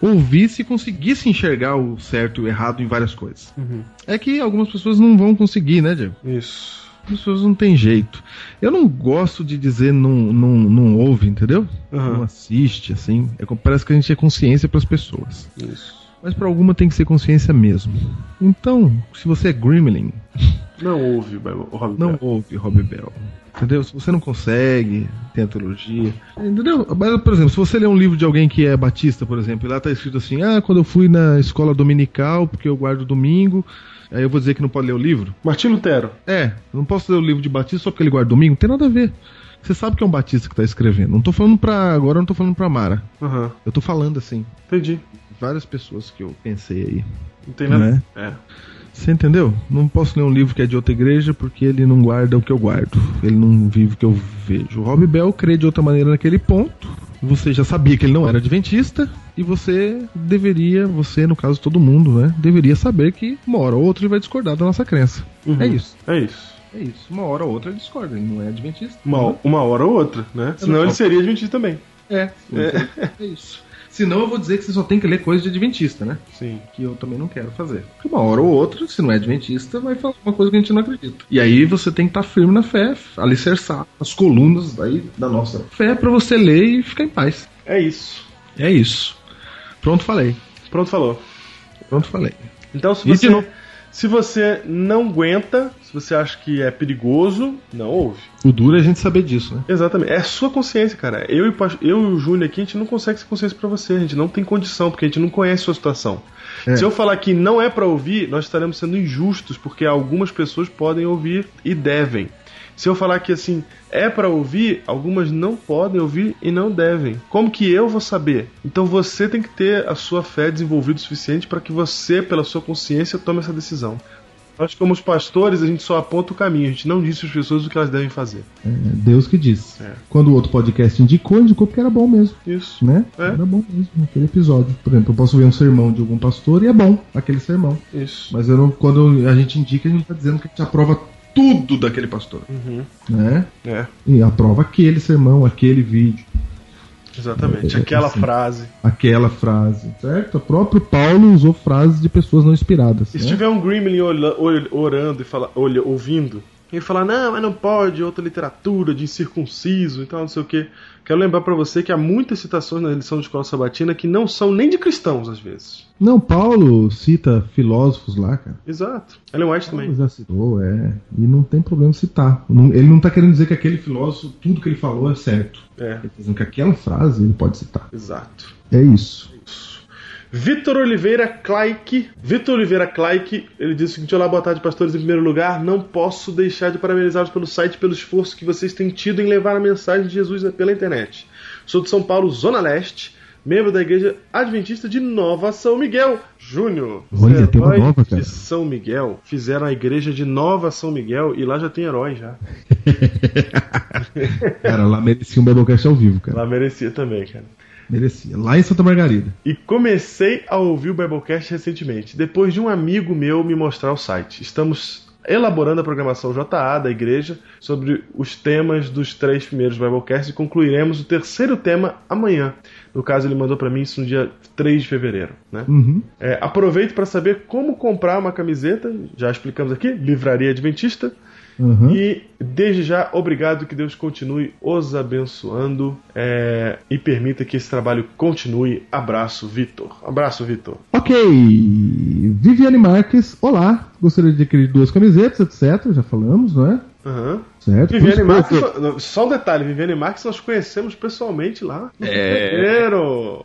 [SPEAKER 3] ouvisse e conseguisse enxergar o certo e o errado em várias coisas.
[SPEAKER 2] Uhum.
[SPEAKER 3] É que algumas pessoas não vão conseguir, né, Diego?
[SPEAKER 2] Isso.
[SPEAKER 3] As pessoas não tem jeito. Eu não gosto de dizer não, não, não ouve, entendeu?
[SPEAKER 2] Aham.
[SPEAKER 3] Não assiste, assim. É como- parece que a gente é consciência para as pessoas.
[SPEAKER 2] Isso.
[SPEAKER 3] Mas para alguma tem que ser consciência mesmo. Então, se você é gremlin,
[SPEAKER 2] Não ouve, Bible- o Rob
[SPEAKER 3] não
[SPEAKER 2] Bell.
[SPEAKER 3] ouve Rob Bell. Entendeu? Se você não consegue, tem a teologia. Entendeu? Mas, por exemplo, se você ler um livro de alguém que é batista, por exemplo, e lá tá escrito assim: ah, quando eu fui na escola dominical, porque eu guardo domingo, aí eu vou dizer que não pode ler o livro?
[SPEAKER 2] Martim Lutero.
[SPEAKER 3] É, eu não posso ler o livro de Batista só porque ele guarda domingo? Não tem nada a ver. Você sabe que é um Batista que tá escrevendo. Não tô falando pra. Agora eu não tô falando pra Mara.
[SPEAKER 2] Aham.
[SPEAKER 3] Eu tô falando assim.
[SPEAKER 2] Entendi.
[SPEAKER 3] Várias pessoas que eu pensei aí.
[SPEAKER 2] Não tem nada.
[SPEAKER 3] Né?
[SPEAKER 2] É.
[SPEAKER 3] Você entendeu? Não posso ler um livro que é de outra igreja porque ele não guarda o que eu guardo. Ele não vive o que eu vejo. O Rob Bell crê de outra maneira naquele ponto. Você já sabia que ele não era adventista. E você deveria, você, no caso todo mundo, né? Deveria saber que uma hora ou outra ele vai discordar da nossa crença.
[SPEAKER 2] Uhum.
[SPEAKER 3] É isso.
[SPEAKER 2] É isso.
[SPEAKER 3] É isso. Uma hora ou outra ele discorda. Ele não é adventista.
[SPEAKER 2] Uma, uma hora ou outra, né? Senão ele seria admitido também.
[SPEAKER 3] É. É, é isso. Senão eu vou dizer que você só tem que ler coisa de adventista, né?
[SPEAKER 2] Sim.
[SPEAKER 3] que eu também não quero fazer. Porque uma hora ou outra, se não é adventista, vai falar uma coisa que a gente não acredita. E aí você tem que estar firme na fé, alicerçar as colunas aí da nossa fé pra você ler e ficar em paz.
[SPEAKER 2] É isso.
[SPEAKER 3] É isso. Pronto, falei.
[SPEAKER 2] Pronto, falou.
[SPEAKER 3] Pronto, falei.
[SPEAKER 2] Então, se
[SPEAKER 3] E de
[SPEAKER 2] você,
[SPEAKER 3] novo.
[SPEAKER 2] Se você não aguenta, se você acha que é perigoso, não ouve.
[SPEAKER 3] O duro é a gente saber disso, né?
[SPEAKER 2] Exatamente. É a sua consciência, cara. Eu e, o Pas- eu e o Júnior aqui, a gente não consegue essa consciência pra você. A gente não tem condição, porque a gente não conhece a sua situação.
[SPEAKER 3] É.
[SPEAKER 2] Se eu falar que não é pra ouvir, nós estaremos sendo injustos, porque algumas pessoas podem ouvir e devem. Se eu falar que assim é pra ouvir, algumas não podem ouvir e não devem. Como que eu vou saber? Então você tem que ter a sua fé desenvolvida o suficiente pra que você, pela sua consciência, tome essa decisão. Nós, como os pastores, a gente só aponta o caminho, a gente não diz às pessoas o que elas devem fazer.
[SPEAKER 3] É Deus que diz.
[SPEAKER 2] É.
[SPEAKER 3] Quando o outro podcast indicou, indicou porque era bom mesmo.
[SPEAKER 2] Isso.
[SPEAKER 3] Né?
[SPEAKER 2] É.
[SPEAKER 3] Era bom mesmo, aquele episódio. Por exemplo, eu posso ver um sermão de algum pastor e é bom aquele sermão.
[SPEAKER 2] Isso.
[SPEAKER 3] Mas eu não- quando a gente indica, a gente tá dizendo que a gente aprova tudo daquele pastor. Né?
[SPEAKER 2] É,
[SPEAKER 3] E aprova aquele sermão, aquele vídeo,
[SPEAKER 2] exatamente.
[SPEAKER 3] É,
[SPEAKER 2] Aquela
[SPEAKER 3] assim.
[SPEAKER 2] frase.
[SPEAKER 3] aquela frase, certo? O próprio Paulo usou frases de pessoas não inspiradas.
[SPEAKER 2] E
[SPEAKER 3] né?
[SPEAKER 2] se tiver um Gremlin olha- ol- orando e fala, olha, ouvindo, e falar, não, mas não pode, outra literatura de incircunciso e tal, não sei o quê. Quero lembrar pra você que há muitas citações na lição de escola sabatina que não são nem de cristãos, às vezes.
[SPEAKER 3] Não, Paulo cita filósofos lá, cara.
[SPEAKER 2] Exato. Ellen White também.
[SPEAKER 3] Paulo já citou, é. E não tem problema citar. Não- Ele não tá querendo dizer que aquele filósofo, tudo que ele falou é certo.
[SPEAKER 2] É,
[SPEAKER 3] Ele tá dizendo que aquela frase ele pode citar.
[SPEAKER 2] exato.
[SPEAKER 3] É isso.
[SPEAKER 2] Vitor Oliveira Claik. Vitor Oliveira Claik, ele disse o seguinte: Olá, boa tarde, pastores. Em primeiro lugar, não posso deixar de parabenizá-los pelo site pelo esforço que vocês têm tido em levar a mensagem de Jesus pela internet. Sou de São Paulo, Zona Leste, membro da Igreja Adventista de Nova São Miguel. Júnior, os
[SPEAKER 3] Olha, tem uma
[SPEAKER 2] heróis
[SPEAKER 3] nova, cara.
[SPEAKER 2] de São Miguel fizeram a igreja de Nova São Miguel e lá já tem herói já.
[SPEAKER 3] Cara, lá merecia um Biblecast ao vivo, cara.
[SPEAKER 2] Lá merecia também, cara.
[SPEAKER 3] Merecia. Lá em Santa Margarida.
[SPEAKER 2] E comecei a ouvir o Biblecast recentemente, depois de um amigo meu me mostrar o site. Estamos elaborando a programação JA da igreja sobre os temas dos três primeiros Biblecasts e concluiremos o terceiro tema amanhã. No caso, ele mandou pra mim isso no dia 3 de fevereiro, né?
[SPEAKER 3] Uhum.
[SPEAKER 2] É, aproveito para saber como comprar uma camiseta, já explicamos aqui, Livraria Adventista.
[SPEAKER 3] Uhum.
[SPEAKER 2] E desde já, obrigado, que Deus continue os abençoando é, e permita que esse trabalho continue. Abraço, Vitor. Abraço, Vitor.
[SPEAKER 3] Ok, Viviane Marques, olá. Gostaria de adquirir duas camisetas, etc. Já falamos, não é?
[SPEAKER 2] Aham.
[SPEAKER 3] Certo.
[SPEAKER 2] Viviane
[SPEAKER 3] Por isso-
[SPEAKER 2] Marques, só- só um detalhe, Viviane Marques nós conhecemos pessoalmente lá.
[SPEAKER 3] É.
[SPEAKER 2] Primeiro,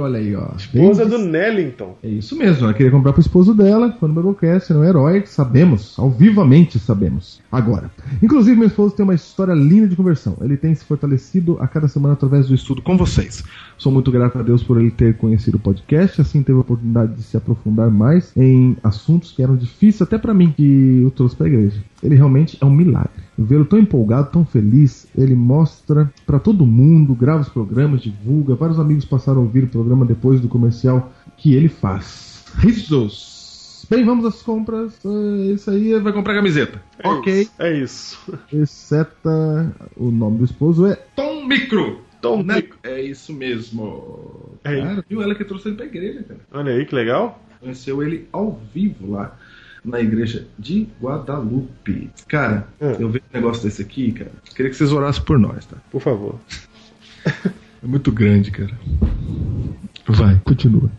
[SPEAKER 3] Olha aí, ó.
[SPEAKER 2] esposa
[SPEAKER 3] Bem-
[SPEAKER 2] do Nellington.
[SPEAKER 3] É isso mesmo, ela queria comprar pro esposo dela, foi no Biblecast, não é um herói, sabemos, ao vivamente sabemos. Agora. Inclusive, meu esposo tem uma história linda de conversão. Ele tem se fortalecido a cada semana através do estudo com vocês. Sou muito grato a Deus por ele ter conhecido o podcast, assim teve a oportunidade de se aprofundar mais em assuntos que eram difíceis até pra mim, que o trouxe pra igreja. Ele realmente é um milagre. Vê-lo tão empolgado, tão feliz, ele mostra pra todo mundo, grava os programas, divulga. Vários amigos passaram a ouvir o programa depois do comercial que ele faz. Risos! Bem, vamos às compras. É isso aí, vai comprar camiseta.
[SPEAKER 2] É
[SPEAKER 3] ok.
[SPEAKER 2] isso, É isso.
[SPEAKER 3] Exceto o nome do esposo é Tom Micro.
[SPEAKER 2] Tom
[SPEAKER 3] Né?
[SPEAKER 2] Pico.
[SPEAKER 3] É isso mesmo.
[SPEAKER 2] É
[SPEAKER 3] Cara, viu ela que trouxe ele pra igreja, cara.
[SPEAKER 2] Olha aí que legal.
[SPEAKER 3] Conheceu ele ao vivo lá na igreja de Guadalupe. Cara,
[SPEAKER 2] É.
[SPEAKER 3] eu vejo um negócio desse aqui, cara. Queria que vocês orassem por nós, tá?
[SPEAKER 2] Por favor.
[SPEAKER 3] É muito grande, cara. Vai, continua.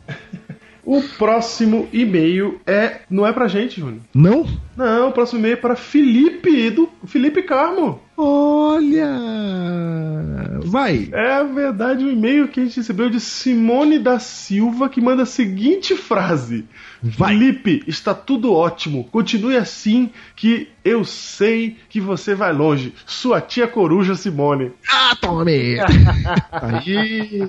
[SPEAKER 2] O próximo e-mail é. Não é pra gente, Júnior.
[SPEAKER 3] Não?
[SPEAKER 2] Não, o próximo e-mail é para Felipe, do Felipe Carmo.
[SPEAKER 3] Olha! Vai!
[SPEAKER 2] É verdade, o e-mail que a gente recebeu é de Simone da Silva que manda a seguinte frase: Felipe, está tudo ótimo. Continue assim que eu sei que você vai longe. Sua tia coruja Simone.
[SPEAKER 3] Ah, tome! aí!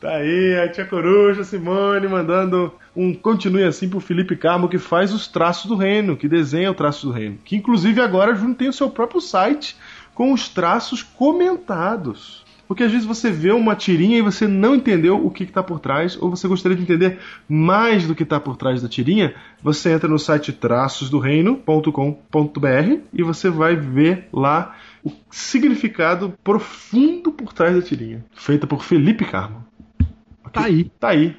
[SPEAKER 2] Tá aí, a tia coruja Simone mandando um continue assim pro Felipe Carmo que faz os traços do reino, que desenha o traço do reino. Que inclusive agora Júnior tem o seu próprio site com os traços comentados. Porque às vezes você vê uma tirinha e você não entendeu o que está por trás, ou você gostaria de entender mais do que está por trás da tirinha, você entra no site traçosdoreino.com.br e você vai ver lá o significado profundo por trás da tirinha, feita por Felipe Carmo.
[SPEAKER 3] Tá aí.
[SPEAKER 2] Tá aí.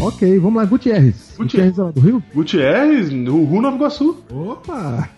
[SPEAKER 3] Ok, vamos lá, Gutierrez.
[SPEAKER 2] Gutierrez.
[SPEAKER 3] Gutierrez é lá do Rio?
[SPEAKER 2] Gutierrez, o Ru Nova Iguaçu.
[SPEAKER 3] Opa!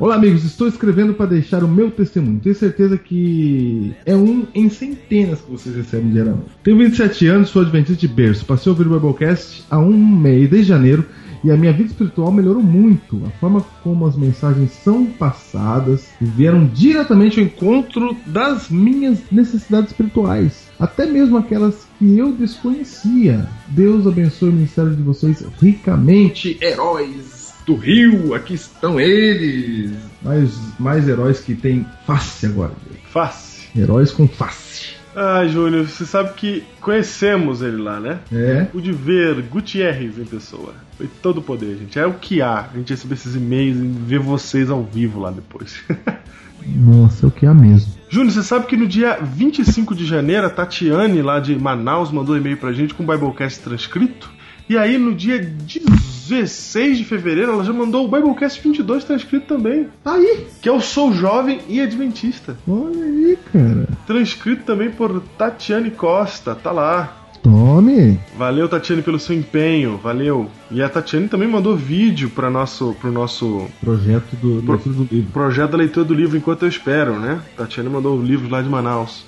[SPEAKER 3] Olá, amigos. Estou escrevendo para deixar o meu testemunho. Tenho certeza que é um em centenas que vocês recebem diariamente. Tenho 27 anos, sou adventista de berço. Passei a ouvir o Biblecast há um mês, desde janeiro, e a minha vida espiritual melhorou muito. A forma como as mensagens são passadas vieram diretamente ao encontro das minhas necessidades espirituais, até mesmo aquelas que eu desconhecia. Deus abençoe o ministério de vocês ricamente, heróis do Rio, aqui estão eles. Mais, mais heróis que têm face agora.
[SPEAKER 2] Face.
[SPEAKER 3] Heróis com face.
[SPEAKER 2] Ah, Júnior, você sabe que conhecemos ele lá, né?
[SPEAKER 3] É.
[SPEAKER 2] O de ver Gutierrez em pessoa. Foi todo o poder, gente. É o que há. A gente receber esses e-mails e ver vocês ao vivo lá depois.
[SPEAKER 3] Nossa, é o que há mesmo.
[SPEAKER 2] Júnior, você sabe que no dia 25 de janeiro, a Tatiane, lá de Manaus, mandou um e-mail pra gente com o Biblecast transcrito. E aí, no dia 16 de fevereiro, ela já mandou o Biblecast 22 transcrito também.
[SPEAKER 3] Tá Aí,
[SPEAKER 2] Que é o Sou Jovem e Adventista.
[SPEAKER 3] olha aí, cara.
[SPEAKER 2] Transcrito também por Tatiane Costa. Tá lá.
[SPEAKER 3] Tome.
[SPEAKER 2] Valeu, Tatiane, pelo seu empenho. Valeu. E a Tatiane também mandou vídeo para nosso, pro nosso
[SPEAKER 3] Projeto do
[SPEAKER 2] Pro-
[SPEAKER 3] Leitura do Livro.
[SPEAKER 2] projeto da leitura do livro Enquanto Eu Espero, né? Tatiane mandou o livro lá de Manaus.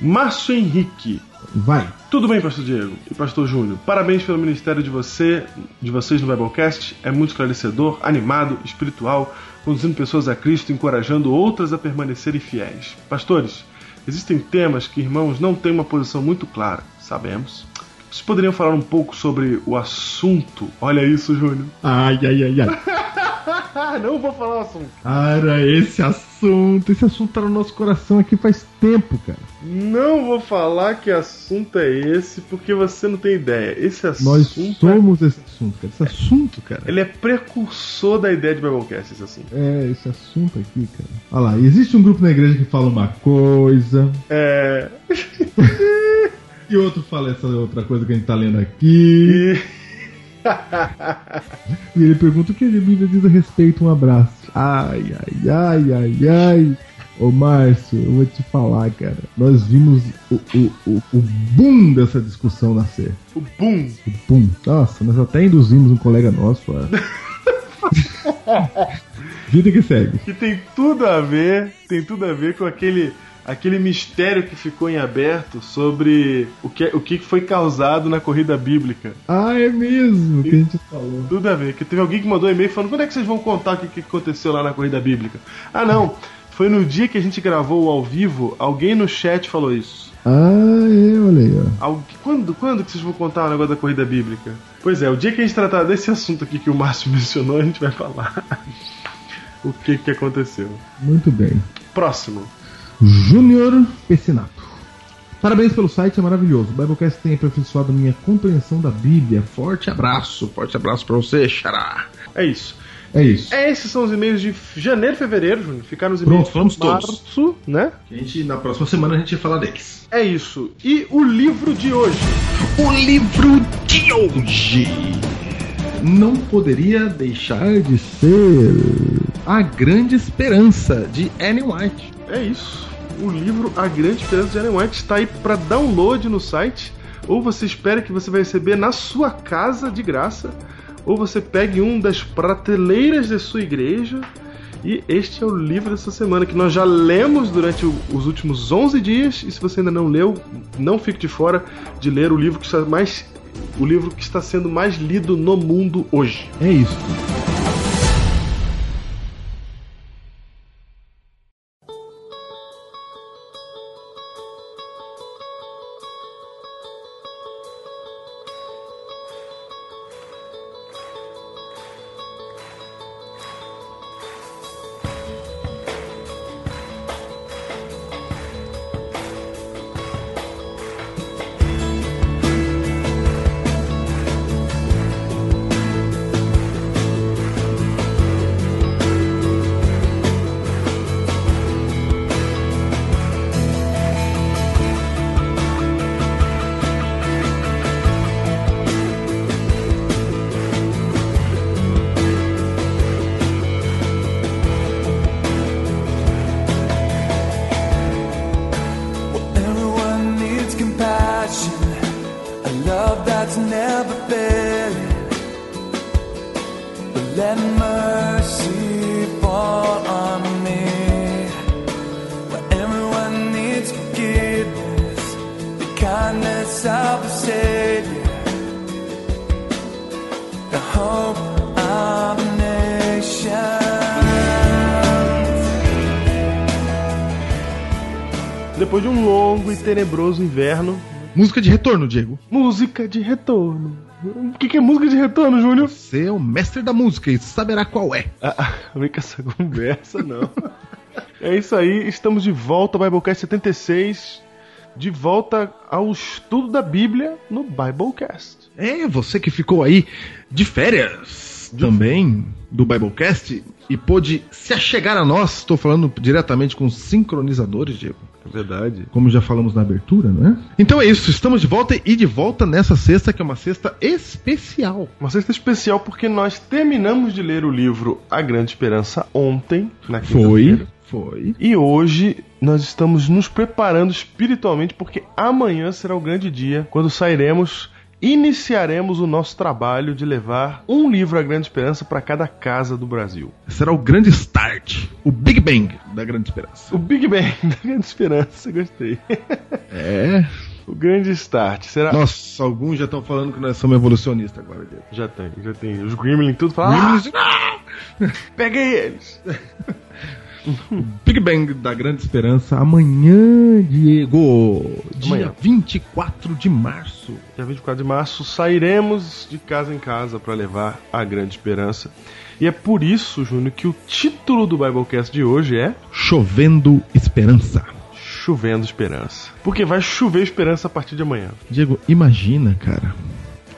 [SPEAKER 2] Márcio Henrique.
[SPEAKER 3] Vai.
[SPEAKER 2] Tudo bem, Pastor Diego e Pastor Júnior. Parabéns pelo ministério de você, de vocês no Biblecast. É muito esclarecedor, animado, espiritual, conduzindo pessoas a Cristo, encorajando outras a permanecerem fiéis. Pastores, existem temas que irmãos não têm uma posição muito clara, sabemos. Vocês poderiam falar um pouco sobre o assunto? Olha isso, Júnior.
[SPEAKER 3] Ai, ai, ai, ai.
[SPEAKER 2] Ah, não vou falar o assunto.
[SPEAKER 3] Cara, esse assunto, esse assunto tá no nosso coração aqui faz tempo, cara.
[SPEAKER 2] Não vou falar que assunto é esse, porque você não tem ideia. Esse assunto
[SPEAKER 3] Nós
[SPEAKER 2] é-
[SPEAKER 3] somos esse assunto, cara. Esse assunto, cara.
[SPEAKER 2] ele é precursor da ideia de Biblecast, esse assunto.
[SPEAKER 3] É, esse assunto aqui, cara. Olha lá, existe um grupo na igreja que fala uma coisa,
[SPEAKER 2] É.
[SPEAKER 3] e outro fala essa outra coisa que a gente tá lendo aqui.
[SPEAKER 2] E.
[SPEAKER 3] E ele pergunta o que a Bíblia diz a respeito, um abraço. Ai, ai, ai, ai, ai. Ô Márcio, eu vou te falar, cara. Nós vimos o, o, o, o boom dessa discussão nascer.
[SPEAKER 2] O boom!
[SPEAKER 3] O boom. Nossa, nós até induzimos um colega nosso a. Vida que segue.
[SPEAKER 2] Que tem tudo a ver, tem tudo a ver com aquele. Aquele mistério que ficou em aberto sobre o que, o que foi causado na corrida bíblica.
[SPEAKER 3] Ah, é mesmo que a gente falou.
[SPEAKER 2] Tudo a ver. Que teve alguém que mandou um e-mail falando: quando é que vocês vão contar o que, que aconteceu lá na corrida bíblica? Ah, não. Foi no dia que a gente gravou o ao vivo, alguém no chat falou isso.
[SPEAKER 3] Ah, é, olha aí, ó.
[SPEAKER 2] Algu- Quando, quando que vocês vão contar o negócio da corrida bíblica? Pois é, o dia que a gente tratar desse assunto aqui que o Márcio mencionou, a gente vai falar o que que aconteceu.
[SPEAKER 3] Muito bem.
[SPEAKER 2] Próximo.
[SPEAKER 3] Júnior Pessinato. Parabéns pelo site, é maravilhoso. O Biblecast tem aperfeiçoado minha compreensão da Bíblia. Forte abraço, forte abraço pra você, Xará.
[SPEAKER 2] É isso.
[SPEAKER 3] É isso.
[SPEAKER 2] É, esses são os e-mails de f- janeiro e fevereiro, Júnior. Ficaram os
[SPEAKER 3] Pronto,
[SPEAKER 2] e-mails
[SPEAKER 3] falamos
[SPEAKER 2] de março,
[SPEAKER 3] todos.
[SPEAKER 2] né?
[SPEAKER 3] A gente, na próxima semana a gente fala deles.
[SPEAKER 2] É isso. E o livro de hoje.
[SPEAKER 3] O livro de hoje não poderia deixar de ser A Grande Esperança de Annie White.
[SPEAKER 2] É isso. O livro A Grande Esperança de Ellen White está aí para download no site. Ou você espera que você vai receber na sua casa de graça. Ou você pegue um das prateleiras da sua igreja. E este é o livro dessa semana que nós já lemos durante o- os últimos 11 dias. E se você ainda não leu, não fique de fora de ler o livro que está mais o livro que está sendo mais lido no mundo hoje.
[SPEAKER 3] É isso.
[SPEAKER 5] Everyone needs compassion, a love that's never failing. But let mercy fall. hope of a nation.
[SPEAKER 2] Depois de um longo e tenebroso inverno,
[SPEAKER 3] Música de retorno, Diego.
[SPEAKER 2] música de retorno. O que, que é música de retorno, Júnior?
[SPEAKER 3] Você é o mestre da música e saberá qual é.
[SPEAKER 2] Ah, ah, vem com essa conversa, não. é isso aí, estamos de volta ao Biblecast 76, de volta ao estudo da Bíblia no Biblecast.
[SPEAKER 3] É, você que ficou aí de férias também do Biblecast e pôde se achegar a nós. Estou falando diretamente com os sincronizadores, Diego.
[SPEAKER 2] É verdade.
[SPEAKER 3] Como já falamos na abertura, né? Então é isso, estamos de volta e de volta nessa sexta, que é uma sexta especial.
[SPEAKER 2] Uma sexta especial porque nós terminamos de ler o livro A Grande Esperança ontem, na quinta-feira.
[SPEAKER 3] foi.
[SPEAKER 2] E hoje nós estamos nos preparando espiritualmente porque amanhã será o grande dia quando sairemos iniciaremos o nosso trabalho de levar um livro A Grande Esperança para cada casa do Brasil.
[SPEAKER 3] Será o grande start, o Big Bang da Grande Esperança.
[SPEAKER 2] O Big Bang da Grande Esperança, gostei.
[SPEAKER 3] É.
[SPEAKER 2] O grande start. Será.
[SPEAKER 3] Nossa, alguns já estão falando que nós somos evolucionistas agora, Diego.
[SPEAKER 2] Já tem, já tem. Os Gremlin tudo fala.
[SPEAKER 3] Gremlins- Ah!
[SPEAKER 2] Ah, peguei eles!
[SPEAKER 3] Big Bang da Grande Esperança amanhã, Diego. Dia
[SPEAKER 2] Amanhã.
[SPEAKER 3] 24 de março.
[SPEAKER 2] Dia 24 de março sairemos de casa em casa para levar a grande esperança. E é por isso, Júnior, que o título do Biblecast de hoje é
[SPEAKER 3] Chovendo Esperança.
[SPEAKER 2] Chovendo Esperança. Porque vai chover esperança a partir de amanhã.
[SPEAKER 3] Diego, imagina, cara.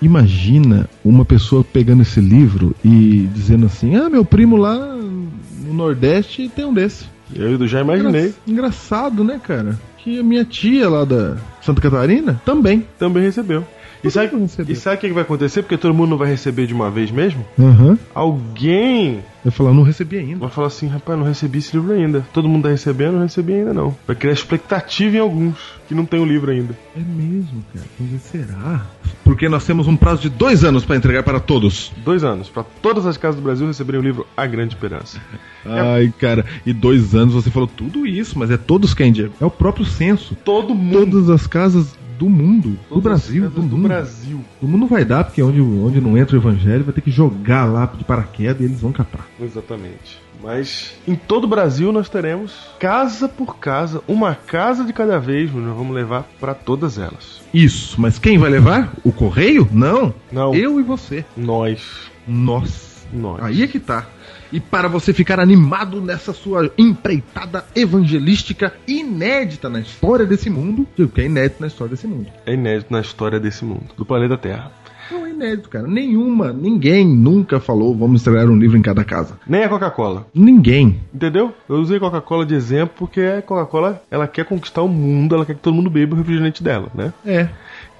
[SPEAKER 3] Imagina uma pessoa pegando esse livro e dizendo assim: Ah, meu primo lá no Nordeste tem um desse.
[SPEAKER 2] Eu já imaginei.
[SPEAKER 3] Engra- Engraçado, né, cara? Que a minha tia lá da Santa Catarina também.
[SPEAKER 2] Também recebeu. E
[SPEAKER 3] Todo
[SPEAKER 2] sabe,
[SPEAKER 3] mundo recebeu.
[SPEAKER 2] e sabe o que vai acontecer? Porque todo mundo não vai receber de uma vez mesmo?
[SPEAKER 3] Aham.
[SPEAKER 2] Alguém
[SPEAKER 3] Eu falar, não recebi ainda.
[SPEAKER 2] vai falar assim, rapaz, não recebi esse livro ainda. Todo mundo tá recebendo, não recebi ainda não. Vai criar expectativa em alguns que não tem o livro ainda.
[SPEAKER 3] É mesmo, cara. Mas será? Porque nós temos um prazo de dois anos pra entregar para todos.
[SPEAKER 2] Dois anos, para todas as casas do Brasil receberem o livro A Grande Esperança.
[SPEAKER 3] Ai, cara, e dois anos você falou tudo isso, mas é todos quem, Diego? É o próprio censo.
[SPEAKER 2] Todo mundo.
[SPEAKER 3] Todas as casas do mundo, do
[SPEAKER 2] Todas
[SPEAKER 3] Brasil,
[SPEAKER 2] as
[SPEAKER 3] do
[SPEAKER 2] casas
[SPEAKER 3] mundo.
[SPEAKER 2] do Brasil.
[SPEAKER 3] Do mundo vai dar, porque onde, onde não entra o evangelho vai ter que jogar lá de paraquedas e eles vão capar.
[SPEAKER 2] Exatamente. Mas em todo o Brasil nós teremos casa por casa, uma casa de cada vez, nós vamos levar para todas elas.
[SPEAKER 3] Isso, mas quem vai levar? O correio? Não.
[SPEAKER 2] Não.
[SPEAKER 3] Eu e você.
[SPEAKER 2] Nós.
[SPEAKER 3] Nós.
[SPEAKER 2] Nós.
[SPEAKER 3] Aí é que tá. E para você ficar animado nessa sua empreitada evangelística inédita na história desse mundo, digo que é inédito na história desse mundo.
[SPEAKER 2] É inédito na história desse mundo, do planeta Terra.
[SPEAKER 3] Não é inédito, cara. Nenhuma, ninguém nunca falou vamos estrear um livro em cada casa.
[SPEAKER 2] Nem a Coca-Cola.
[SPEAKER 3] Ninguém.
[SPEAKER 2] Entendeu? Eu usei Coca-Cola de exemplo porque a Coca-Cola, ela quer conquistar o mundo, ela quer que todo mundo beba o refrigerante dela, né?
[SPEAKER 3] É.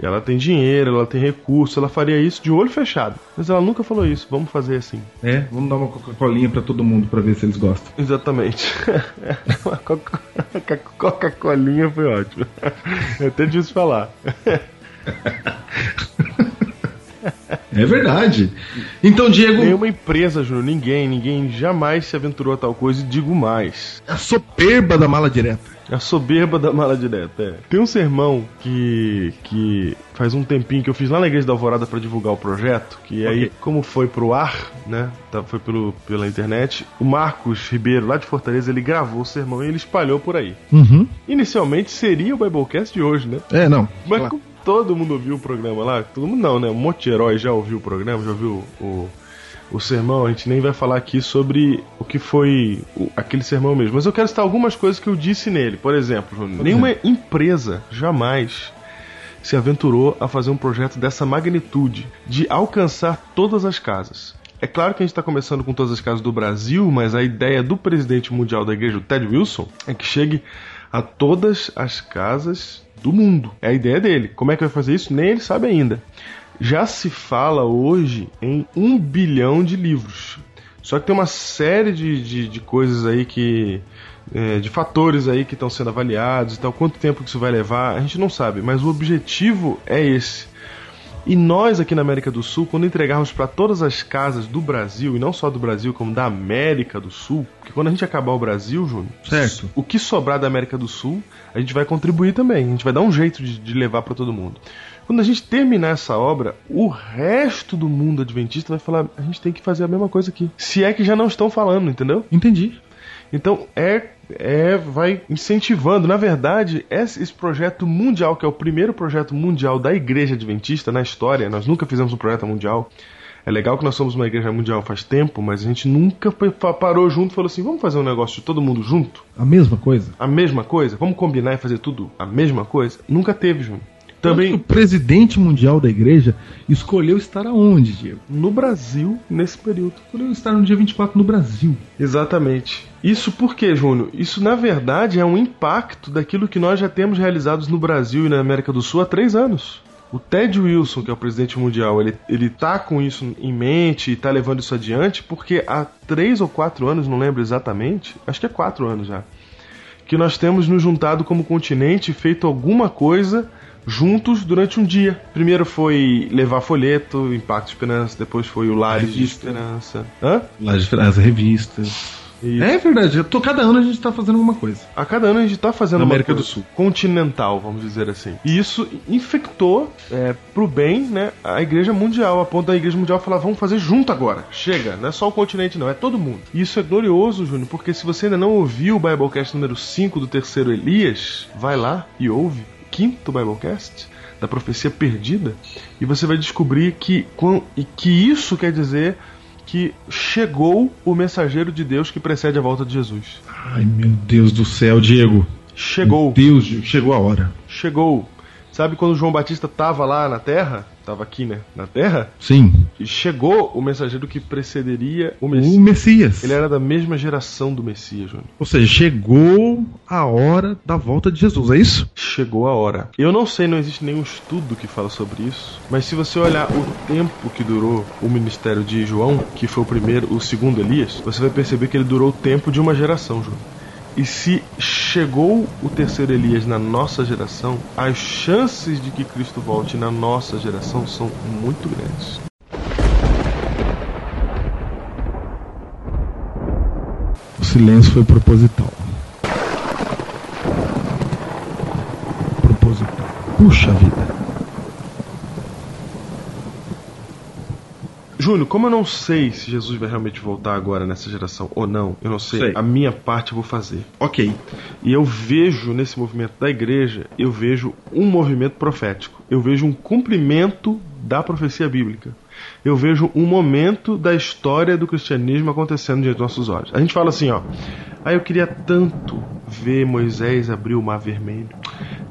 [SPEAKER 2] E Ela tem dinheiro, ela tem recurso, ela faria isso de olho fechado. Mas ela nunca falou isso, vamos fazer assim.
[SPEAKER 3] É, vamos dar uma Coca-Colinha pra todo mundo pra ver se eles gostam.
[SPEAKER 2] Exatamente. A Coca- a Coca-Colinha foi ótima. É até difícil falar.
[SPEAKER 3] É verdade. Então, Diego,
[SPEAKER 2] Nenhuma empresa, Júnior, ninguém, ninguém jamais se aventurou a tal coisa e digo mais.
[SPEAKER 3] a soberba da mala direta.
[SPEAKER 2] A soberba da mala direta, é. Tem um sermão que. que faz um tempinho que eu fiz lá na igreja da Alvorada pra divulgar o projeto, que é aí,
[SPEAKER 3] Ok.
[SPEAKER 2] como foi pro ar, né? tá- Foi pelo, pela internet, o Marcos Ribeiro, lá de Fortaleza, ele gravou o sermão e ele espalhou por aí.
[SPEAKER 3] Uhum.
[SPEAKER 2] Inicialmente seria o Biblecast de hoje, né?
[SPEAKER 3] É, não.
[SPEAKER 2] Mas
[SPEAKER 3] Fala.
[SPEAKER 2] como todo mundo ouviu o programa lá, todo mundo não, né? Um monte de herói já ouviu o programa, já ouviu o, o sermão, a gente nem vai falar aqui sobre o que foi o- aquele sermão mesmo. Mas eu quero citar algumas coisas que eu disse nele. Por exemplo, Júnior, nenhuma empresa jamais se aventurou a fazer um projeto dessa magnitude, de alcançar todas as casas. É claro que a gente está começando com todas as casas do Brasil, mas a ideia do presidente mundial da igreja, o Ted Wilson, é que chegue a todas as casas do mundo. É a ideia dele. Como é que vai fazer isso? Nem ele sabe ainda. Já se fala hoje em um bilhão de livros. Só que tem uma série de, de, de coisas aí que. é, de fatores aí que estão sendo avaliados e tal. Quanto tempo que isso vai levar, a gente não sabe. Mas o objetivo é esse. E nós aqui na América do Sul, quando entregarmos para todas as casas do Brasil, e não só do Brasil, como da América do Sul, porque quando a gente acabar o Brasil, Júnior,
[SPEAKER 3] Certo.
[SPEAKER 2] o que sobrar da América do Sul, a gente vai contribuir também. A gente vai dar um jeito de, de levar para todo mundo. Quando a gente terminar essa obra, o resto do mundo adventista vai falar: a gente tem que fazer a mesma coisa aqui. Se é que já não estão falando, entendeu?
[SPEAKER 3] Entendi.
[SPEAKER 2] Então é, é vai incentivando. Na verdade, esse, esse projeto mundial, que é o primeiro projeto mundial da Igreja Adventista na história, nós nunca fizemos um projeto mundial. É legal que nós somos uma igreja mundial faz tempo, mas a gente nunca foi- fa- parou junto e falou assim: vamos fazer um negócio de todo mundo junto?
[SPEAKER 3] A mesma coisa.
[SPEAKER 2] A mesma coisa? Vamos combinar e fazer tudo a mesma coisa? Nunca teve, Júnior. Também.
[SPEAKER 3] Tanto que O presidente mundial da igreja escolheu estar aonde, Diego?
[SPEAKER 2] no Brasil nesse período.
[SPEAKER 3] Escolheu estar no dia 24 no Brasil.
[SPEAKER 2] Exatamente. Isso por quê, Júnior? Isso, na verdade, é um impacto daquilo que nós já temos realizados no Brasil e na América do Sul há três anos. O Ted Wilson, que é o presidente mundial, ele, ele tá com isso em mente e tá levando isso adiante, porque há três ou quatro anos, não lembro exatamente, acho que é quatro anos já, que nós temos nos juntado como continente e feito alguma coisa juntos durante um dia. Primeiro foi levar folheto, Impacto Esperança, depois foi o Lares de
[SPEAKER 3] Revista.
[SPEAKER 2] Esperança. Hã?
[SPEAKER 3] Lá de as revistas.
[SPEAKER 2] E-
[SPEAKER 3] É verdade. Eu tô, cada ano a gente tá fazendo alguma coisa.
[SPEAKER 2] A cada ano a gente está fazendo
[SPEAKER 3] Na
[SPEAKER 2] uma
[SPEAKER 3] América
[SPEAKER 2] coisa
[SPEAKER 3] do Sul.
[SPEAKER 2] continental, vamos dizer assim. E isso infectou é, pro bem né, a Igreja Mundial, a ponto da Igreja Mundial falar, vamos fazer junto agora. Chega, não é só o continente não, é todo mundo. E isso é glorioso, Júnior, porque se você ainda não ouviu o Biblecast número 5 do terceiro Elias, vai lá e ouve. Quinto Biblecast da profecia perdida e você vai descobrir que quan- e que isso quer dizer que chegou o mensageiro de Deus que precede a volta de Jesus.
[SPEAKER 3] Ai, meu Deus do céu, Diego.
[SPEAKER 2] Chegou.
[SPEAKER 3] Meu Deus, Diego, chegou a hora.
[SPEAKER 2] chegou. Sabe quando João Batista tava lá na terra? Tava aqui, né? Na terra?
[SPEAKER 3] Sim.
[SPEAKER 2] E chegou o mensageiro que precederia o
[SPEAKER 3] O
[SPEAKER 2] Messias.
[SPEAKER 3] Messias.
[SPEAKER 2] Ele era da mesma geração do Messias, Júnior.
[SPEAKER 3] Ou seja, chegou a hora da volta de Jesus, é isso?
[SPEAKER 2] Chegou a hora. Eu não sei, não existe nenhum estudo que fala sobre isso, mas se você olhar o tempo que durou o ministério de João, que foi o primeiro, o segundo Elias, você vai perceber que ele durou o tempo de uma geração, João. E se chegou o terceiro Elias na nossa geração, as chances de que Cristo volte na nossa geração são muito grandes.
[SPEAKER 3] O silêncio foi proposital. Proposital. Puxa vida.
[SPEAKER 2] Júnior, como eu não sei se Jesus vai realmente voltar agora nessa geração ou não, eu não sei,
[SPEAKER 3] Sei.
[SPEAKER 2] a minha parte eu vou fazer.
[SPEAKER 3] Ok.
[SPEAKER 2] E eu vejo nesse movimento da igreja, eu vejo um movimento profético. Eu vejo um cumprimento da profecia bíblica. Eu vejo um momento da história do cristianismo acontecendo diante dos nossos olhos. A gente fala assim, ó. Ah, eu queria tanto ver Moisés abrir o mar vermelho.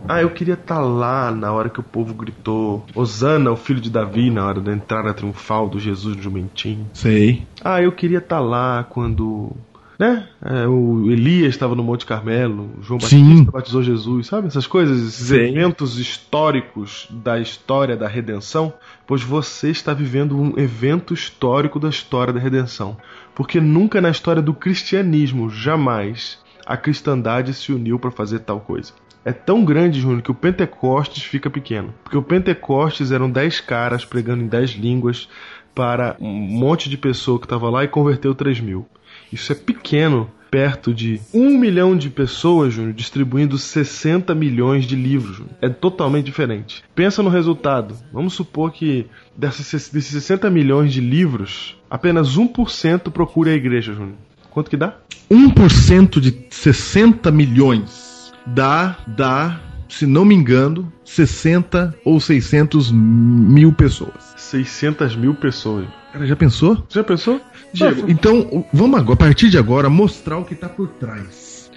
[SPEAKER 2] Ah, eu queria estar lá na hora que o povo gritou Osana, o filho de Davi, na hora da entrada triunfal do Jesus jumentinho.
[SPEAKER 3] Sei.
[SPEAKER 2] Ah, eu queria estar lá quando. Né? É, o Elias estava no Monte Carmelo, o João Batista
[SPEAKER 3] Sim.
[SPEAKER 2] batizou Jesus, sabe? Essas coisas, esses
[SPEAKER 3] Sim.
[SPEAKER 2] eventos históricos da história da redenção. Pois você está vivendo um evento histórico da história da redenção. Porque nunca na história do cristianismo, jamais, a cristandade se uniu para fazer tal coisa. É tão grande, Júnior, que o Pentecostes fica pequeno. Porque o Pentecostes eram 10 caras pregando em 10 línguas para um monte de pessoa que estava lá e converteu 3 mil. Isso é pequeno, perto de 1 milhão de pessoas, Júnior, distribuindo 60 milhões de livros. Júnior. É totalmente diferente. Pensa no resultado. Vamos supor que desses, ses- desses 60 milhões de livros, apenas 1% procure a igreja, Júnior. Quanto que dá?
[SPEAKER 3] 1% de 60 milhões dá, dá, se não me engano, 60 ou 600 mil pessoas.
[SPEAKER 2] 600 mil pessoas.
[SPEAKER 3] Cara, já pensou?
[SPEAKER 2] Você já pensou?
[SPEAKER 3] Diego, então o- vamos agora, a partir de agora mostrar o que tá por trás.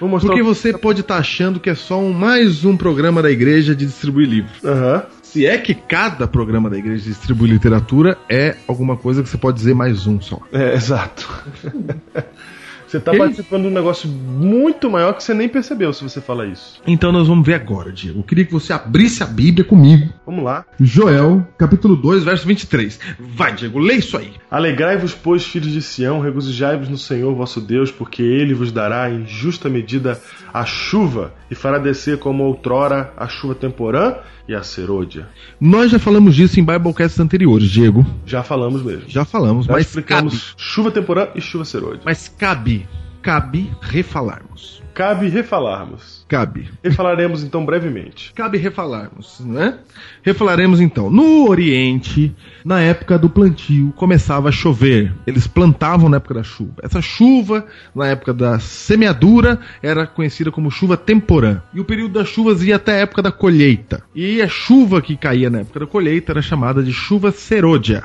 [SPEAKER 2] Vou mostrar
[SPEAKER 3] Porque
[SPEAKER 2] o-
[SPEAKER 3] você pode estar achando que é só um, mais um programa da igreja de distribuir livros.
[SPEAKER 2] Aham.
[SPEAKER 3] Se é que cada programa da igreja distribui literatura, é alguma coisa que você pode dizer mais um só.
[SPEAKER 2] É, exato. você tá
[SPEAKER 3] Ele-
[SPEAKER 2] participando de um negócio muito maior que você nem percebeu se você fala isso.
[SPEAKER 3] Então nós vamos ver agora, Diego. Eu queria que você abrisse a Bíblia comigo.
[SPEAKER 2] Vamos lá.
[SPEAKER 3] Joel, capítulo 2, verso 23. Vai, Diego, lê isso aí.
[SPEAKER 2] Alegrai-vos, pois, filhos de Sião, regozijai-vos no Senhor vosso Deus, porque ele vos dará em justa medida a chuva e fará descer como outrora a chuva temporã e a serôdia.
[SPEAKER 3] Nós já falamos disso em Biblecasts anteriores, Diego.
[SPEAKER 2] Já falamos mesmo.
[SPEAKER 3] Já falamos,
[SPEAKER 2] Já
[SPEAKER 3] mas
[SPEAKER 2] explicamos chuva temporã e chuva serôdia.
[SPEAKER 3] Mas cabe, cabe refalarmos.
[SPEAKER 2] cabe refalarmos.
[SPEAKER 3] Cabe.
[SPEAKER 2] Refalaremos então brevemente.
[SPEAKER 3] Cabe refalarmos, né? Refalaremos então. No Oriente, na época do plantio, começava a chover. Eles plantavam na época da chuva. Essa chuva, na época da semeadura, era conhecida como chuva temporã. E o período das chuvas ia até a época da colheita. E a chuva que caía na época da colheita era chamada de chuva serôdia.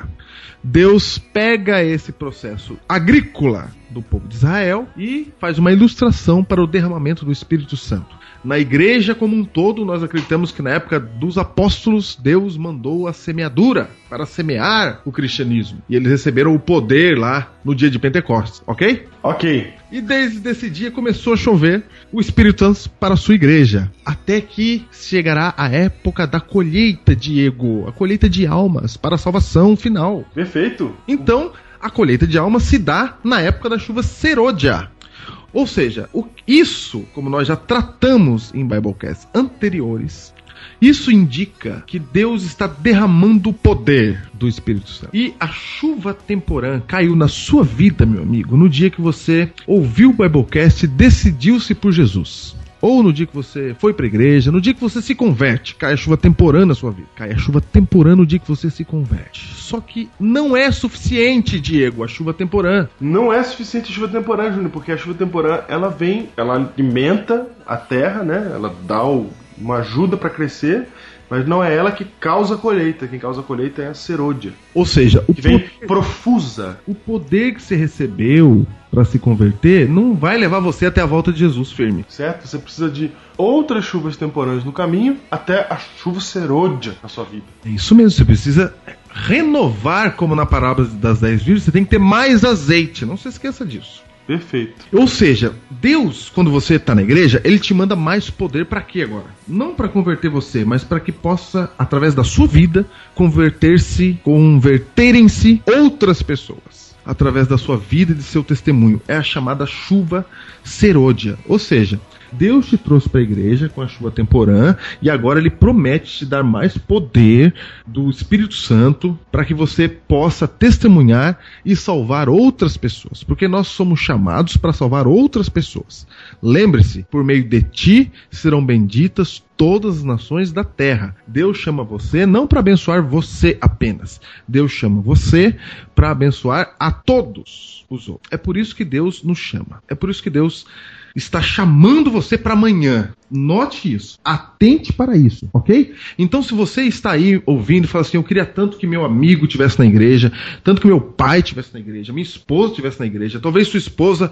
[SPEAKER 3] Deus pega esse processo agrícola do povo de Israel e faz uma ilustração para o derramamento do Espírito Santo. Na igreja como um todo, nós acreditamos que na época dos apóstolos, Deus mandou a semeadura para semear o cristianismo. E eles receberam o poder lá no dia de Pentecostes, ok?
[SPEAKER 2] Ok.
[SPEAKER 3] E desde esse dia começou a chover o Espírito Santo para a sua igreja. Até que chegará a época da colheita, Diego. A colheita de almas para a salvação final.
[SPEAKER 2] Perfeito.
[SPEAKER 3] Então, a colheita de almas se dá na época da chuva serôdia. Ou seja, o- isso, como nós já tratamos em Biblecasts anteriores, isso indica que Deus está derramando o poder do Espírito Santo. E a chuva temporã caiu na sua vida, meu amigo, no dia que você ouviu o Biblecast e decidiu-se por Jesus. Ou no dia que você foi pra igreja, no dia que você se converte, cai a chuva temporã na sua vida. Cai a chuva temporã no dia que você se converte. Só que não é suficiente, Diego, a chuva temporã.
[SPEAKER 2] Não é suficiente chuva temporã, Júnior, porque a chuva temporã ela vem, ela alimenta a terra, né? Ela dá o- uma ajuda para crescer, mas não é ela que causa a colheita. Quem causa a colheita é a serôdia,
[SPEAKER 3] Ou seja, o
[SPEAKER 2] que vem profusa.
[SPEAKER 3] o poder que você recebeu para se converter não vai levar você até a volta de Jesus firme.
[SPEAKER 2] Certo? Você precisa de outras chuvas temporãs no caminho até a chuva serôdia na sua vida.
[SPEAKER 3] É isso mesmo, você precisa renovar, como na parábola das dez virgens, você tem que ter mais azeite. Não se esqueça disso.
[SPEAKER 2] Perfeito.
[SPEAKER 3] Ou seja, Deus, quando você está na igreja, ele te manda mais poder para quê agora? Não para converter você, mas para que possa, através da sua vida, converter-se, converterem-se outras pessoas. Através da sua vida e de seu testemunho. É a chamada chuva serôdia. Ou seja, Deus te trouxe para a igreja com a chuva temporã e agora ele promete te dar mais poder do Espírito Santo para que você possa testemunhar e salvar outras pessoas, porque nós somos chamados para salvar outras pessoas. Lembre-se, por meio de ti serão benditas todas as nações da terra. Deus chama você não para abençoar você apenas. Deus chama você para abençoar a todos os outros. É por isso que Deus nos chama. É por isso que Deus está chamando você para amanhã. Note isso. Atente para isso, ok? Então, se você está aí ouvindo e fala assim: Eu queria tanto que meu amigo tivesse na igreja, tanto que meu pai tivesse na igreja, minha esposa tivesse na igreja, talvez sua esposa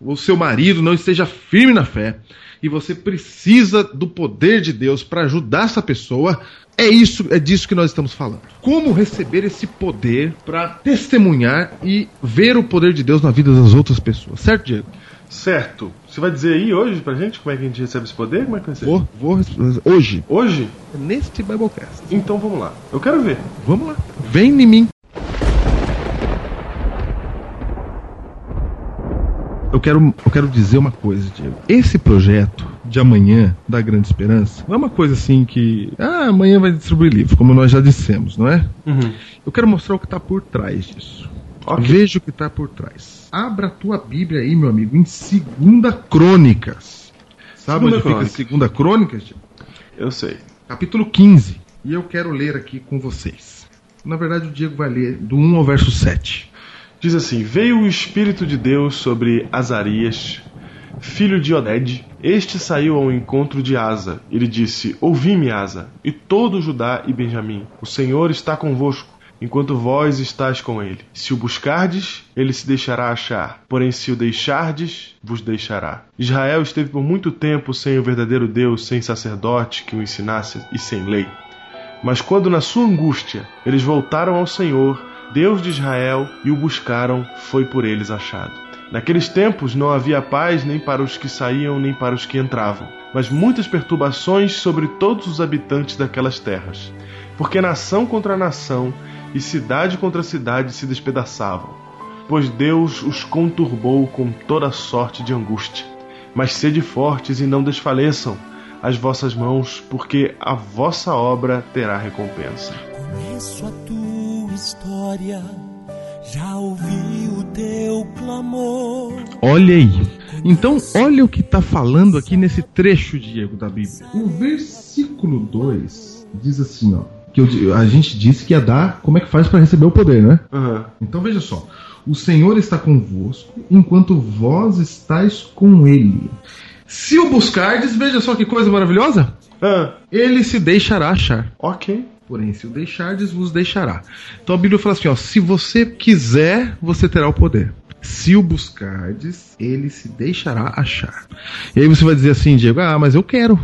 [SPEAKER 3] ou seu marido não esteja firme na fé, e você precisa do poder de Deus para ajudar essa pessoa. É isso, é disso que nós estamos falando. Como receber esse poder para testemunhar e ver o poder de Deus na vida das outras pessoas, certo, Diego?
[SPEAKER 2] Certo. Você vai dizer aí hoje pra gente como é que a gente recebe esse poder? Como é que vai ser?
[SPEAKER 3] Vou, vou hoje,
[SPEAKER 2] Hoje?
[SPEAKER 3] neste Biblecast.
[SPEAKER 2] Então vamos lá. Eu quero ver.
[SPEAKER 3] Vamos lá. Vem em mim. Eu quero, eu quero dizer uma coisa, Diego. Esse projeto de amanhã da Grande Esperança não é uma coisa assim que. Ah, amanhã vai distribuir livro, como nós já dissemos, não é? Eu quero mostrar o que está por trás disso.
[SPEAKER 2] Uhum. Ok.
[SPEAKER 3] Veja o que está por trás. Abra a tua Bíblia aí, meu amigo, em Segunda Crônicas. Sabe
[SPEAKER 2] Segunda
[SPEAKER 3] onde
[SPEAKER 2] Crônicas.
[SPEAKER 3] fica Segunda Crônicas, Diego?
[SPEAKER 2] Eu sei.
[SPEAKER 3] capítulo 15. E eu quero ler aqui com vocês. Na verdade, o Diego vai ler do 1 ao verso 7.
[SPEAKER 2] Diz assim: Veio o Espírito de Deus sobre Azarias, filho de Oded. Este saiu ao encontro de Asa. e lhe disse: Ouvi-me, Asa, e todo Judá e Benjamim. O Senhor está convosco, enquanto vós estáis com ele. Se o buscardes, ele se deixará achar. Porém, se o deixardes, vos deixará. Israel esteve por muito tempo sem o verdadeiro Deus, sem sacerdote que o ensinasse e sem lei. Mas quando na sua angústia eles voltaram ao Senhor, Deus de Israel, e o buscaram, foi por eles achado. Naqueles tempos não havia paz nem para os que saíam nem para os que entravam, mas muitas perturbações sobre todos os habitantes daquelas terras. Porque nação contra nação e cidade contra cidade se despedaçavam, pois Deus os conturbou com toda sorte de angústia. Mas sede fortes e não desfaleçam as vossas mãos, porque a vossa obra terá recompensa.
[SPEAKER 5] Conheço a tua história, já ouvi o teu clamor.
[SPEAKER 3] Olha aí. Então, olha o que está falando aqui nesse trecho, Diego, da Bíblia. O versículo 2 diz assim, ó. Que eu- a gente disse que ia dar como é que faz para receber o poder, né?
[SPEAKER 2] Aham.
[SPEAKER 3] Então veja só. O Senhor está convosco, enquanto vós estáis com ele. Se o buscardes, veja só que coisa maravilhosa.
[SPEAKER 2] Ah,
[SPEAKER 3] Ele se deixará achar.
[SPEAKER 2] ok.
[SPEAKER 3] Porém, se o deixardes, vos deixará. Então a Bíblia fala assim: ó, se você quiser, você terá o poder. Se o buscardes, ele se deixará achar. E aí você vai dizer assim, Diego, ah, mas eu quero.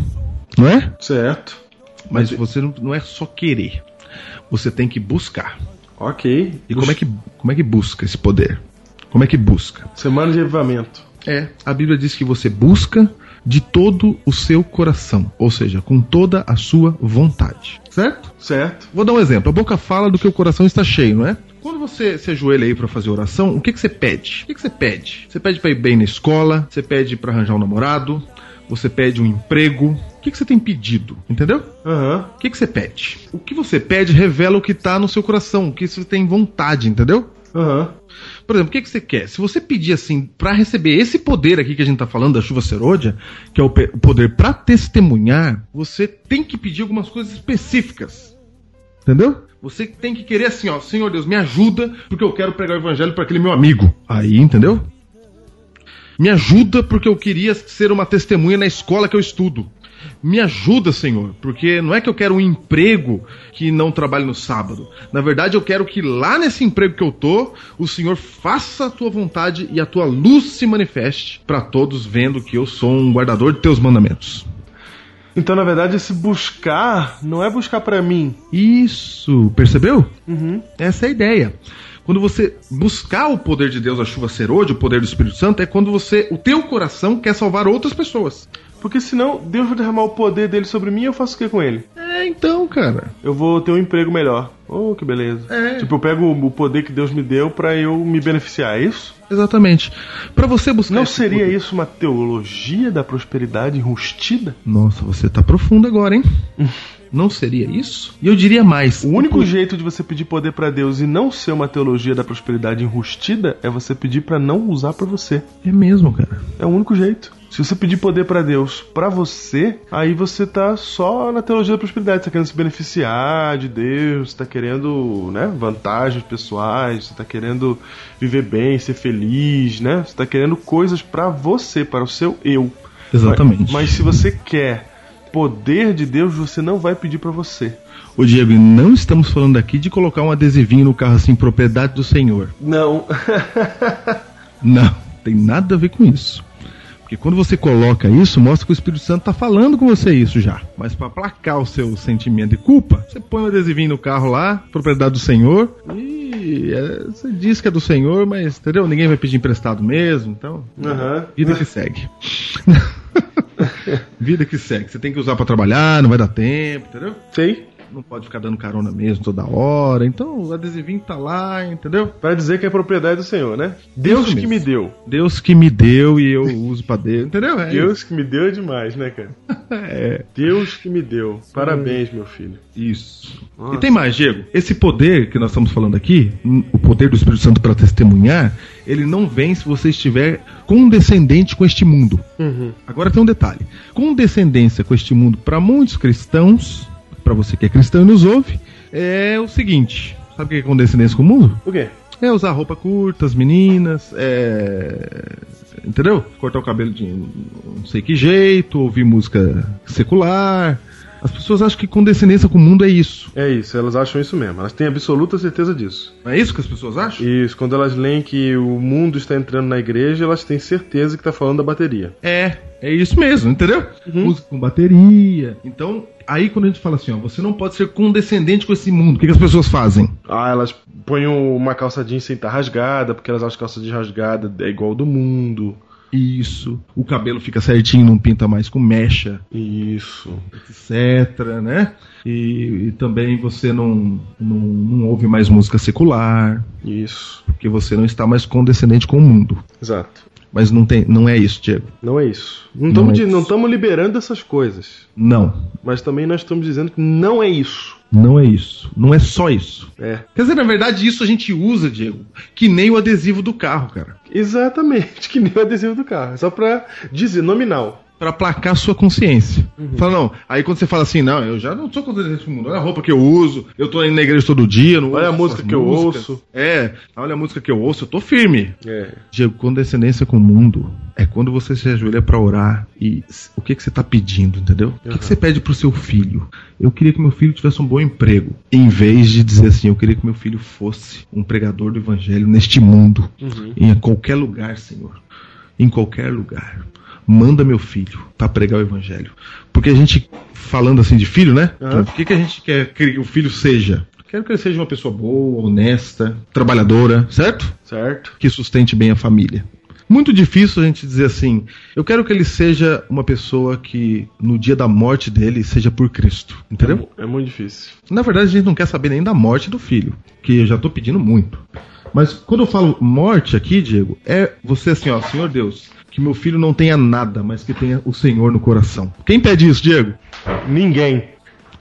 [SPEAKER 3] Não é?
[SPEAKER 2] Certo.
[SPEAKER 3] Mas você não, não é só querer. Você tem que buscar.
[SPEAKER 2] Ok.
[SPEAKER 3] E como é, que, como é que busca esse poder? Como é que busca?
[SPEAKER 2] Semana de avivamento.
[SPEAKER 3] É, a Bíblia diz que você busca de todo o seu coração, ou seja, com toda a sua vontade. Certo?
[SPEAKER 2] Certo.
[SPEAKER 3] Vou dar um exemplo. A boca fala do que o coração está cheio, não é? Quando você se ajoelha aí pra fazer oração, o que, que você pede? O que, que você pede? Você pede pra ir bem na escola, você pede pra arranjar um namorado, você pede um emprego. O que, que você tem pedido? Entendeu?
[SPEAKER 2] Aham.
[SPEAKER 3] O que, que você pede? O que você pede revela o que tá no seu coração, o que você tem vontade, entendeu?
[SPEAKER 2] Aham.
[SPEAKER 3] Por exemplo, o que, que você quer? Se você pedir assim, pra receber esse poder aqui que a gente tá falando, da chuva serôdia, que é o pe- o poder pra testemunhar, você tem que pedir algumas coisas específicas. Entendeu? Você tem que querer assim, ó, Senhor Deus, me ajuda, porque eu quero pregar o evangelho pra aquele meu amigo. Aí, entendeu? Me ajuda porque eu queria ser uma testemunha na escola que eu estudo. Me ajuda, Senhor, porque não é que eu quero um emprego que não trabalhe no sábado. Na verdade, eu quero que lá nesse emprego que eu tô, o Senhor faça a tua vontade e a tua luz se manifeste para todos vendo que eu sou um guardador de teus mandamentos.
[SPEAKER 2] Então, na verdade, esse buscar não é buscar pra mim.
[SPEAKER 3] Isso, percebeu?
[SPEAKER 2] Uhum.
[SPEAKER 3] Essa é a ideia. Quando você buscar o poder de Deus, a chuva serôdia, o poder do Espírito Santo, é quando você, o teu coração quer salvar outras pessoas.
[SPEAKER 2] Porque senão Deus vai derramar o poder dele sobre mim e eu faço o que com ele?
[SPEAKER 3] É, então, cara.
[SPEAKER 2] Eu vou ter um emprego melhor. Oh, que beleza.
[SPEAKER 3] É.
[SPEAKER 2] Tipo, eu pego o poder que Deus me deu pra eu me beneficiar, é isso?
[SPEAKER 3] Exatamente. Pra você buscar.
[SPEAKER 2] Não
[SPEAKER 3] esse
[SPEAKER 2] seria
[SPEAKER 3] poder-
[SPEAKER 2] isso uma teologia da prosperidade enrustida?
[SPEAKER 3] Nossa, você tá profundo agora, hein? Não seria isso? E eu diria mais.
[SPEAKER 2] O único jeito de você pedir poder pra Deus e não ser uma teologia da prosperidade enrustida é você pedir pra não usar pra você.
[SPEAKER 3] É mesmo, cara.
[SPEAKER 2] É o único jeito. Se você pedir poder pra Deus pra você, aí você tá só na teologia da prosperidade. Você tá querendo se beneficiar de Deus, você tá querendo, né, vantagens pessoais, você tá querendo viver bem, ser feliz, né? Você tá querendo coisas pra você, para o seu eu. Mas,
[SPEAKER 3] Exatamente.
[SPEAKER 2] mas se você quer poder de Deus, você não vai pedir pra você.
[SPEAKER 3] Ô, Diego, não estamos falando aqui de colocar um adesivinho no carro assim, propriedade do senhor.
[SPEAKER 2] Não.
[SPEAKER 3] Não, tem nada a ver com isso. Porque quando você coloca isso, mostra que o Espírito Santo tá falando com você isso já. Mas pra aplacar o seu sentimento de culpa, você põe um adesivinho no carro lá, propriedade do Senhor, e é, você diz que é do Senhor, mas entendeu? Ninguém vai pedir emprestado mesmo, então.
[SPEAKER 2] Aham.
[SPEAKER 3] Vida que segue. Vida que segue. Você tem que usar pra trabalhar, não vai dar tempo, entendeu?
[SPEAKER 2] Sei.
[SPEAKER 3] Não pode ficar dando carona mesmo toda hora. Então o adesivinho tá lá, entendeu?
[SPEAKER 2] Pra dizer que é propriedade do Senhor, né? Deus que
[SPEAKER 3] mesmo.
[SPEAKER 2] me deu.
[SPEAKER 3] Deus que me deu e eu uso pra Deus, entendeu? É
[SPEAKER 2] Deus que me deu é demais, né, cara?
[SPEAKER 3] É,
[SPEAKER 2] Deus que me deu. Parabéns, meu filho.
[SPEAKER 3] isso.
[SPEAKER 2] Nossa.
[SPEAKER 3] E tem mais, Diego. Esse poder que nós estamos falando aqui, n- o poder do Espírito Santo para testemunhar, ele não vem se você estiver condescendente com este mundo. Agora tem um detalhe. Condescendência com este mundo para muitos cristãos, para você que é cristão e nos ouve, é o seguinte. Sabe o que é condescendência com o mundo?
[SPEAKER 2] O quê?
[SPEAKER 3] É usar roupa curta, as meninas, é. Entendeu? Cortar o cabelo de não sei que jeito, ouvir música secular. As pessoas acham que condescendência com o mundo é isso.
[SPEAKER 2] É isso, elas acham isso mesmo. Elas têm absoluta certeza disso.
[SPEAKER 3] Não é isso que as pessoas acham?
[SPEAKER 2] Isso, quando elas leem que o mundo está entrando na igreja, elas têm certeza que tá falando da bateria.
[SPEAKER 3] É, é isso mesmo, entendeu? Música com bateria. Então, aí quando a gente fala assim, ó, você não pode ser condescendente com esse mundo, o que, que as pessoas fazem?
[SPEAKER 2] Ah, elas põem uma calça jeans sem estar rasgada, porque elas acham que calça jeans rasgada é igual ao do mundo.
[SPEAKER 3] Isso. O cabelo fica certinho, não pinta mais com mecha.
[SPEAKER 2] Isso.
[SPEAKER 3] etc, né? E, e também você não, não, não ouve mais música secular,
[SPEAKER 2] Isso.
[SPEAKER 3] porque você não está mais condescendente com o mundo.
[SPEAKER 2] Exato.
[SPEAKER 3] Mas não, tem, não é isso, Diego.
[SPEAKER 2] Não é isso. Não
[SPEAKER 3] Não é
[SPEAKER 2] estamos
[SPEAKER 3] isso.
[SPEAKER 2] não estamos liberando essas coisas.
[SPEAKER 3] Não.
[SPEAKER 2] Mas também nós estamos dizendo que não é isso.
[SPEAKER 3] Não é isso. Não é só isso.
[SPEAKER 2] É.
[SPEAKER 3] Quer dizer, na verdade, isso a gente usa, Diego, que nem o adesivo do carro, cara.
[SPEAKER 2] Exatamente, que nem o adesivo do carro. É Só pra dizer, nominal.
[SPEAKER 3] Pra placar sua consciência.
[SPEAKER 2] Uhum.
[SPEAKER 3] Fala, não. Aí quando você fala assim, não, eu já não sou contra esse mundo. Olha a roupa que eu uso, eu tô indo na igreja todo dia, não
[SPEAKER 2] Olha a
[SPEAKER 3] ouço
[SPEAKER 2] música
[SPEAKER 3] essas
[SPEAKER 2] que eu
[SPEAKER 3] músicas.
[SPEAKER 2] ouço.
[SPEAKER 3] É, olha a música que eu ouço, eu tô firme.
[SPEAKER 2] É.
[SPEAKER 3] Diego, condescendência com o mundo é quando você se ajoelha pra orar e s- o que, que você tá pedindo, entendeu? O que, que você pede pro seu filho? Eu queria que meu filho tivesse um bom emprego. Em vez de dizer assim, eu queria que meu filho fosse um pregador do evangelho neste mundo, em qualquer lugar, Senhor. Em qualquer lugar. Manda meu filho pra pregar o evangelho. Porque a gente, falando assim de filho, né?
[SPEAKER 2] Aham.
[SPEAKER 3] O que, que a gente quer que o filho seja? Quero que ele seja uma pessoa boa, honesta, trabalhadora, certo?
[SPEAKER 2] Certo?
[SPEAKER 3] que sustente bem a família. Muito difícil a gente dizer assim, eu quero que ele seja uma pessoa que no dia da morte dele seja por Cristo, entendeu?
[SPEAKER 2] É muito difícil.
[SPEAKER 3] Na verdade a gente não quer saber nem da morte do filho, que eu já tô pedindo muito. Mas quando eu falo morte aqui, Diego, é você assim, ó, Senhor Deus, que meu filho não tenha nada, mas que tenha o Senhor no coração. Quem pede isso, Diego?
[SPEAKER 2] Ninguém.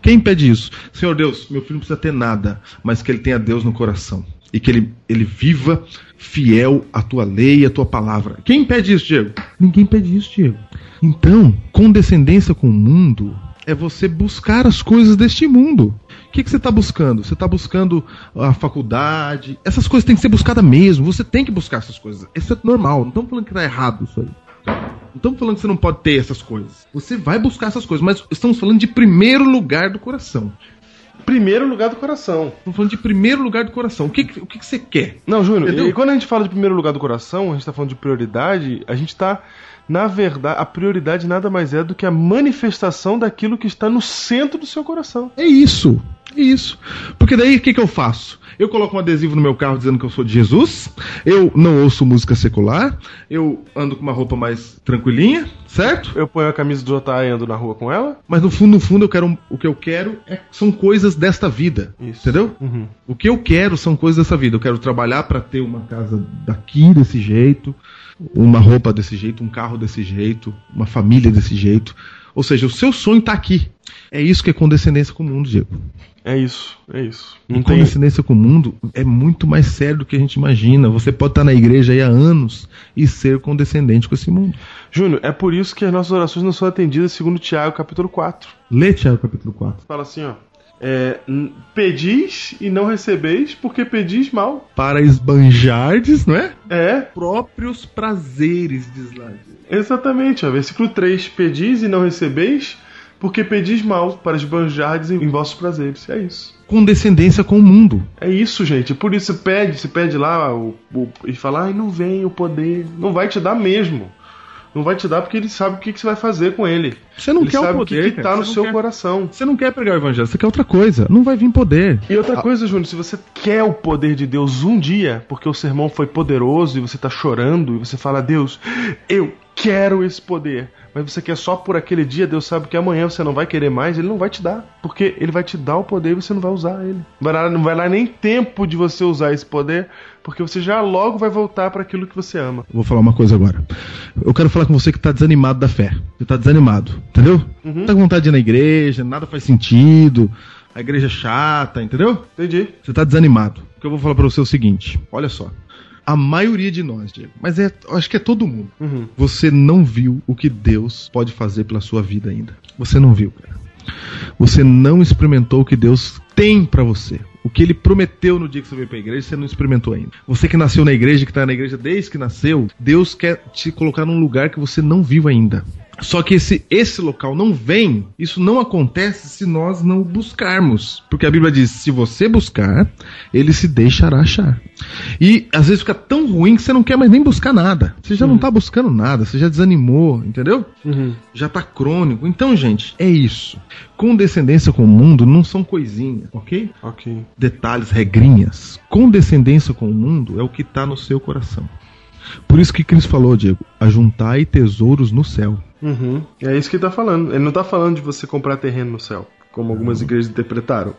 [SPEAKER 3] Quem pede isso? Senhor Deus, meu filho não precisa ter nada, mas que ele tenha Deus no coração. E que ele, ele viva fiel à tua lei e à tua palavra. Quem pede isso, Diego? Ninguém pede isso, Diego. Então, condescendência com o mundo é você buscar as coisas deste mundo. O que, que você está buscando? Você está buscando a faculdade? Essas coisas têm que ser buscadas mesmo. Você tem que buscar essas coisas. Isso é normal. Não estamos falando que está errado isso aí. Não estamos falando que você não pode ter essas coisas. Você vai buscar essas coisas, mas estamos falando de primeiro lugar do coração.
[SPEAKER 2] Primeiro lugar do coração.
[SPEAKER 3] Estamos falando de primeiro lugar do coração. O que, que- o que, que você quer?
[SPEAKER 2] Não, Júnior,
[SPEAKER 3] Entendeu?
[SPEAKER 2] e quando a gente fala de primeiro lugar do coração, a gente tá falando de prioridade, a gente tá. Na verdade, a prioridade nada mais é do que a manifestação daquilo que está no centro do seu coração.
[SPEAKER 3] É isso. É isso. Porque daí o que, que eu faço? Eu coloco um adesivo no meu carro dizendo que eu sou de Jesus, eu não ouço música secular, eu ando com uma roupa mais tranquilinha, certo?
[SPEAKER 2] Eu ponho a camisa do Otá e ando na rua com ela?
[SPEAKER 3] Mas no fundo, no fundo, eu quero um- o que eu quero é- são coisas desta vida.
[SPEAKER 2] Isso.
[SPEAKER 3] Entendeu?
[SPEAKER 2] Uhum.
[SPEAKER 3] O que eu quero são coisas dessa vida. Eu quero trabalhar para ter uma casa daqui desse jeito, uma roupa desse jeito, um carro desse jeito, uma família desse jeito. Ou seja, o seu sonho tá aqui. É isso que é condescendência com o mundo, Diego.
[SPEAKER 2] É isso, é isso.
[SPEAKER 3] E
[SPEAKER 2] Não tem.
[SPEAKER 3] condescendência com o mundo é muito mais sério do que a gente imagina. Você pode estar na igreja aí há anos e ser condescendente com esse mundo.
[SPEAKER 2] Júnior, é por isso que as nossas orações não são atendidas segundo Tiago, capítulo 4.
[SPEAKER 3] Lê Tiago capítulo 4.
[SPEAKER 2] Fala assim, ó. É, n- pedis e não recebeis, porque pedis mal.
[SPEAKER 3] Para esbanjardes, não é?
[SPEAKER 2] É,
[SPEAKER 3] Próprios prazeres, diz lá.
[SPEAKER 2] exatamente, ó. Versículo 3. Pedis e não recebeis, porque pedis mal, para esbanjardes em, em vossos prazeres. É isso.
[SPEAKER 3] Condescendência com o mundo.
[SPEAKER 2] É isso, gente. Por isso se pede, se pede lá o, o- e fala, ai, não vem o poder. Não vai te dar mesmo. Não vai te dar porque ele sabe o que, que você vai fazer com ele.
[SPEAKER 3] Você não
[SPEAKER 2] ele
[SPEAKER 3] quer
[SPEAKER 2] sabe
[SPEAKER 3] o poder,
[SPEAKER 2] que, que tá
[SPEAKER 3] cara. Você
[SPEAKER 2] no
[SPEAKER 3] não
[SPEAKER 2] seu
[SPEAKER 3] quer-
[SPEAKER 2] coração.
[SPEAKER 3] Você não quer pregar o evangelho, você quer outra coisa. Não vai vir poder.
[SPEAKER 2] E outra coisa, Júnior, se você quer o poder de Deus um dia, porque o sermão foi poderoso e você tá chorando e você fala, Deus, eu quero esse poder. Mas você quer só por aquele dia, Deus sabe que amanhã você não vai querer mais, ele não vai te dar. Porque ele vai te dar o poder e você não vai usar ele. Vai lá- não vai lá nem tempo de você usar esse poder, porque você já logo vai voltar para aquilo que você ama.
[SPEAKER 3] Vou falar uma coisa agora. Eu quero falar com você que tá desanimado da fé. Você tá desanimado, entendeu? Não Tá com vontade de ir na igreja, nada faz sentido, a igreja é chata, entendeu?
[SPEAKER 2] Entendi?
[SPEAKER 3] Você tá desanimado. O que eu vou falar pra você é o seguinte: olha só. A maioria de nós, Diego, mas é, eu acho que é todo mundo.
[SPEAKER 2] Uhum.
[SPEAKER 3] Você não viu o que Deus pode fazer pela sua vida ainda. Você não viu, cara. Você não experimentou o que Deus tem pra você. O que ele prometeu no dia que você veio pra igreja, você não experimentou ainda. Você que nasceu na igreja, que tá na igreja desde que nasceu, Deus quer te colocar num lugar que você não viu ainda. Só que esse, esse local não vem, isso não acontece se nós não buscarmos. Porque a Bíblia diz: se você buscar, ele se deixará achar. E às vezes fica tão ruim que você não quer mais nem buscar nada. Você já não tá buscando nada, você já desanimou, entendeu? já tá crônico. Então, gente, é isso. Condescendência com o mundo não são coisinhas, ok?
[SPEAKER 2] Ok.
[SPEAKER 3] Detalhes, regrinhas. Condescendência com o mundo é o que tá no seu coração. Por isso que Cristo falou, Diego, ajuntai tesouros no céu.
[SPEAKER 2] Uhum. É isso que ele tá falando. Ele não tá falando de você comprar terreno no céu. como algumas igrejas interpretaram.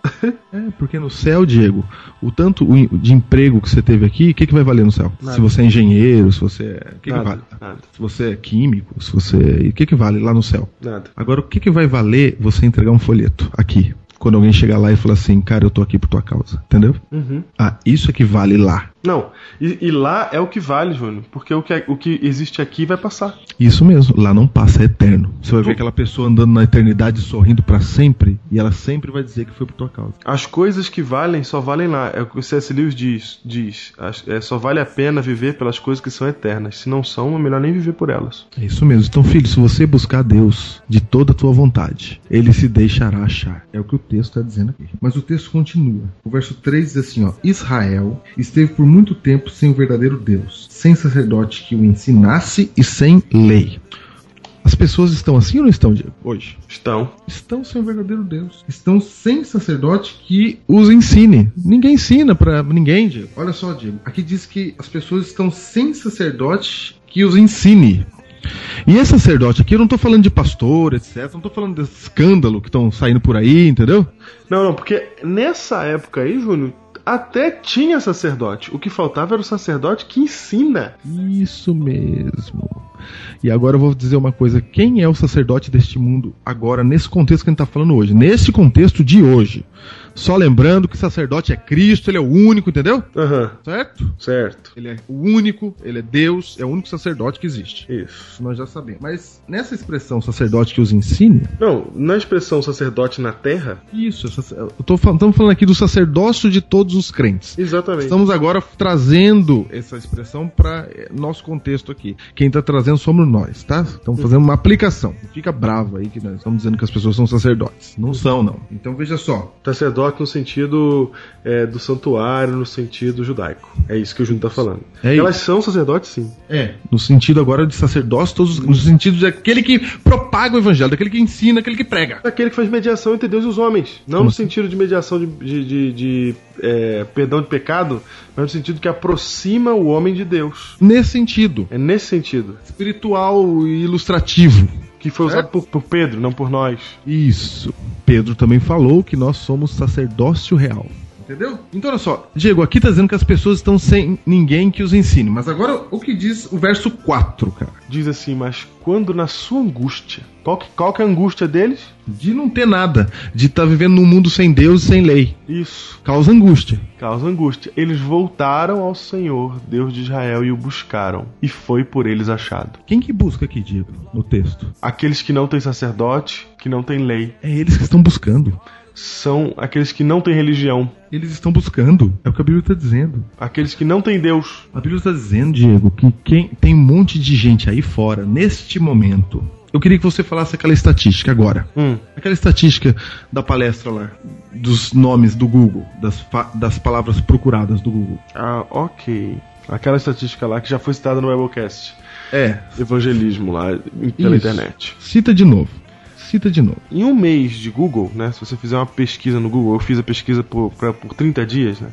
[SPEAKER 3] É, porque no céu, Diego, o tanto o em- de emprego que você teve aqui, o que, que vai valer no céu?
[SPEAKER 2] Nada.
[SPEAKER 3] Se você é engenheiro, se você é. O que, que
[SPEAKER 2] nada,
[SPEAKER 3] vale?
[SPEAKER 2] nada,
[SPEAKER 3] Se você é químico, se você. e O que, que vale lá no céu?
[SPEAKER 2] nada.
[SPEAKER 3] Agora, o que, que vai valer você entregar um folheto aqui? Quando alguém chegar lá e falar assim, cara, eu tô aqui por tua causa, entendeu?
[SPEAKER 2] Uhum.
[SPEAKER 3] Ah, isso é que vale lá.
[SPEAKER 2] Não, e, e lá é o que vale, Júnior, porque o que, é, o que existe aqui vai passar.
[SPEAKER 3] Isso mesmo, lá não passa, é eterno. Você vai ver aquela pessoa andando na eternidade sorrindo pra sempre, e ela sempre vai dizer que foi por tua causa.
[SPEAKER 2] As coisas que valem só valem lá. É o que o C.S. Lewis diz. diz As- é, só vale a pena viver pelas coisas que são eternas. Se não são, é melhor nem viver por elas.
[SPEAKER 3] É isso mesmo. Então, filho, se você buscar a Deus de toda a tua vontade, ele se deixará achar. É o que o texto está dizendo aqui. Mas o texto continua. O verso 3 diz assim, ó: Israel esteve por muito tempo sem o verdadeiro Deus, sem sacerdote que o ensinasse e sem lei. As pessoas estão assim ou não estão, Diego? Hoje.
[SPEAKER 2] Estão.
[SPEAKER 3] estão sem o verdadeiro Deus. Estão sem sacerdote que os ensine. Ninguém ensina pra ninguém, Diego. Olha só, Diego. Aqui diz que as pessoas estão sem sacerdote que os ensine. E esse sacerdote aqui, eu não tô falando de pastor, etc. Não tô falando desse escândalo que estão saindo por aí, entendeu?
[SPEAKER 2] Não, não, porque nessa época aí, Júnior, até tinha sacerdote. O que faltava era o sacerdote que ensina.
[SPEAKER 3] Isso mesmo. E agora eu vou dizer uma coisa: quem é o sacerdote deste mundo agora, nesse contexto que a gente está falando hoje? Nesse contexto de hoje. Só lembrando que sacerdote é Cristo, ele é o único, entendeu?
[SPEAKER 2] Aham,
[SPEAKER 3] Certo?
[SPEAKER 2] certo.
[SPEAKER 3] Ele é o único, ele é Deus, é o único sacerdote que existe.
[SPEAKER 2] Isso.
[SPEAKER 3] Isso nós já sabemos. Mas nessa expressão sacerdote que os ensina,
[SPEAKER 2] Não, na expressão sacerdote na terra,
[SPEAKER 3] isso, é estamos falando, aqui do sacerdócio de todos os crentes.
[SPEAKER 2] exatamente.
[SPEAKER 3] Estamos agora trazendo essa expressão para nosso contexto aqui. Quem está trazendo somos nós, tá? Estamos fazendo uma aplicação. Fica bravo aí que nós estamos dizendo que as pessoas são sacerdotes. Não são, não. Então veja só.
[SPEAKER 2] Sacerdote no sentido é, do santuário, no sentido judaico. É isso que o Júnior tá falando.
[SPEAKER 3] É
[SPEAKER 2] Elas são sacerdotes, sim.
[SPEAKER 3] É, no sentido agora de sacerdócio, todos, os- no sentido de aquele que propaga o evangelho, daquele que ensina, aquele que prega.
[SPEAKER 2] É Aquele que faz mediação entre Deus e os homens. Não
[SPEAKER 3] Como
[SPEAKER 2] no
[SPEAKER 3] assim?
[SPEAKER 2] sentido de mediação de, de- de- de, é, perdão de pecado, mas no sentido que aproxima o homem de Deus.
[SPEAKER 3] Nesse sentido,
[SPEAKER 2] É nesse sentido.
[SPEAKER 3] espiritual e ilustrativo.
[SPEAKER 2] Que foi usado por, por Pedro, não por nós.
[SPEAKER 3] Isso. Pedro também falou que nós somos sacerdócio real. Entendeu? Então olha só, Diego, aqui tá dizendo que as pessoas estão sem ninguém que os ensine. Mas agora o que diz o verso 4, cara?
[SPEAKER 2] Diz assim, mas quando na sua angústia. Qual que, qual que é a angústia deles?
[SPEAKER 3] De não ter nada, de estar vivendo num mundo sem Deus e sem lei.
[SPEAKER 2] Isso,
[SPEAKER 3] Causa angústia.
[SPEAKER 2] causa angústia. Eles voltaram ao Senhor, Deus de Israel, e o buscaram. E foi por eles achado.
[SPEAKER 3] Quem que busca aqui, Diego, no texto?
[SPEAKER 2] Aqueles que não têm sacerdote, que não têm lei,
[SPEAKER 3] É eles que estão buscando.
[SPEAKER 2] são aqueles que não têm religião.
[SPEAKER 3] Eles estão buscando. É o que a Bíblia está dizendo.
[SPEAKER 2] Aqueles que não têm Deus.
[SPEAKER 3] A Bíblia está dizendo, Diego, que quem tem um monte de gente aí fora, neste momento. Eu queria que você falasse aquela estatística agora.
[SPEAKER 2] Hum.
[SPEAKER 3] Aquela estatística da palestra lá, dos nomes do Google, das, fa- das palavras procuradas do Google.
[SPEAKER 2] Ah, ok. Aquela estatística lá que já foi citada no Biblecast.
[SPEAKER 3] É,
[SPEAKER 2] Evangelismo lá em- pela
[SPEAKER 3] Isso.
[SPEAKER 2] internet.
[SPEAKER 3] cita de novo. Cita de novo.
[SPEAKER 2] Em um mês de Google, né? Se você fizer uma pesquisa no Google, eu fiz a pesquisa por, pra- por 30 dias, né?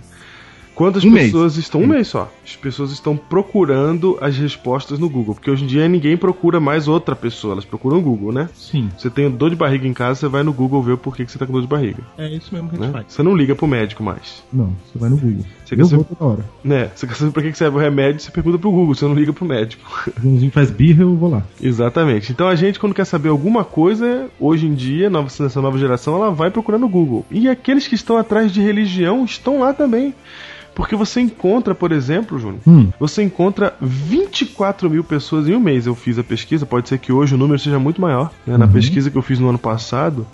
[SPEAKER 2] Quantas
[SPEAKER 3] Um mês.
[SPEAKER 2] pessoas estão. Um mês só. As pessoas estão procurando as respostas no Google. Porque hoje em dia ninguém procura mais outra pessoa, elas procuram o Google, né?
[SPEAKER 3] Sim,
[SPEAKER 2] Você tem dor de barriga em casa, você vai no Google ver por que que você tá com dor de barriga.
[SPEAKER 3] é isso mesmo que
[SPEAKER 2] Né? Você não liga pro médico mais.
[SPEAKER 3] Não, você vai no Google.
[SPEAKER 2] Você
[SPEAKER 3] eu
[SPEAKER 2] quer
[SPEAKER 3] vou toda hora.
[SPEAKER 2] Né? Você quer saber pra que que serve o remédio, você pergunta pro Google, você não liga pro médico.
[SPEAKER 3] O Joãozinho faz birra, eu vou lá.
[SPEAKER 2] Exatamente. Então a gente, quando quer saber alguma coisa, hoje em dia, nova, essa nova geração, ela vai procurar no Google. E aqueles que estão atrás de religião estão lá também. Porque você encontra, por exemplo, Júnior,
[SPEAKER 3] Hum.
[SPEAKER 2] você encontra 24 mil pessoas em um mês. Eu fiz a pesquisa, pode ser que hoje o número seja muito maior. né? Na pesquisa que eu fiz no ano passado,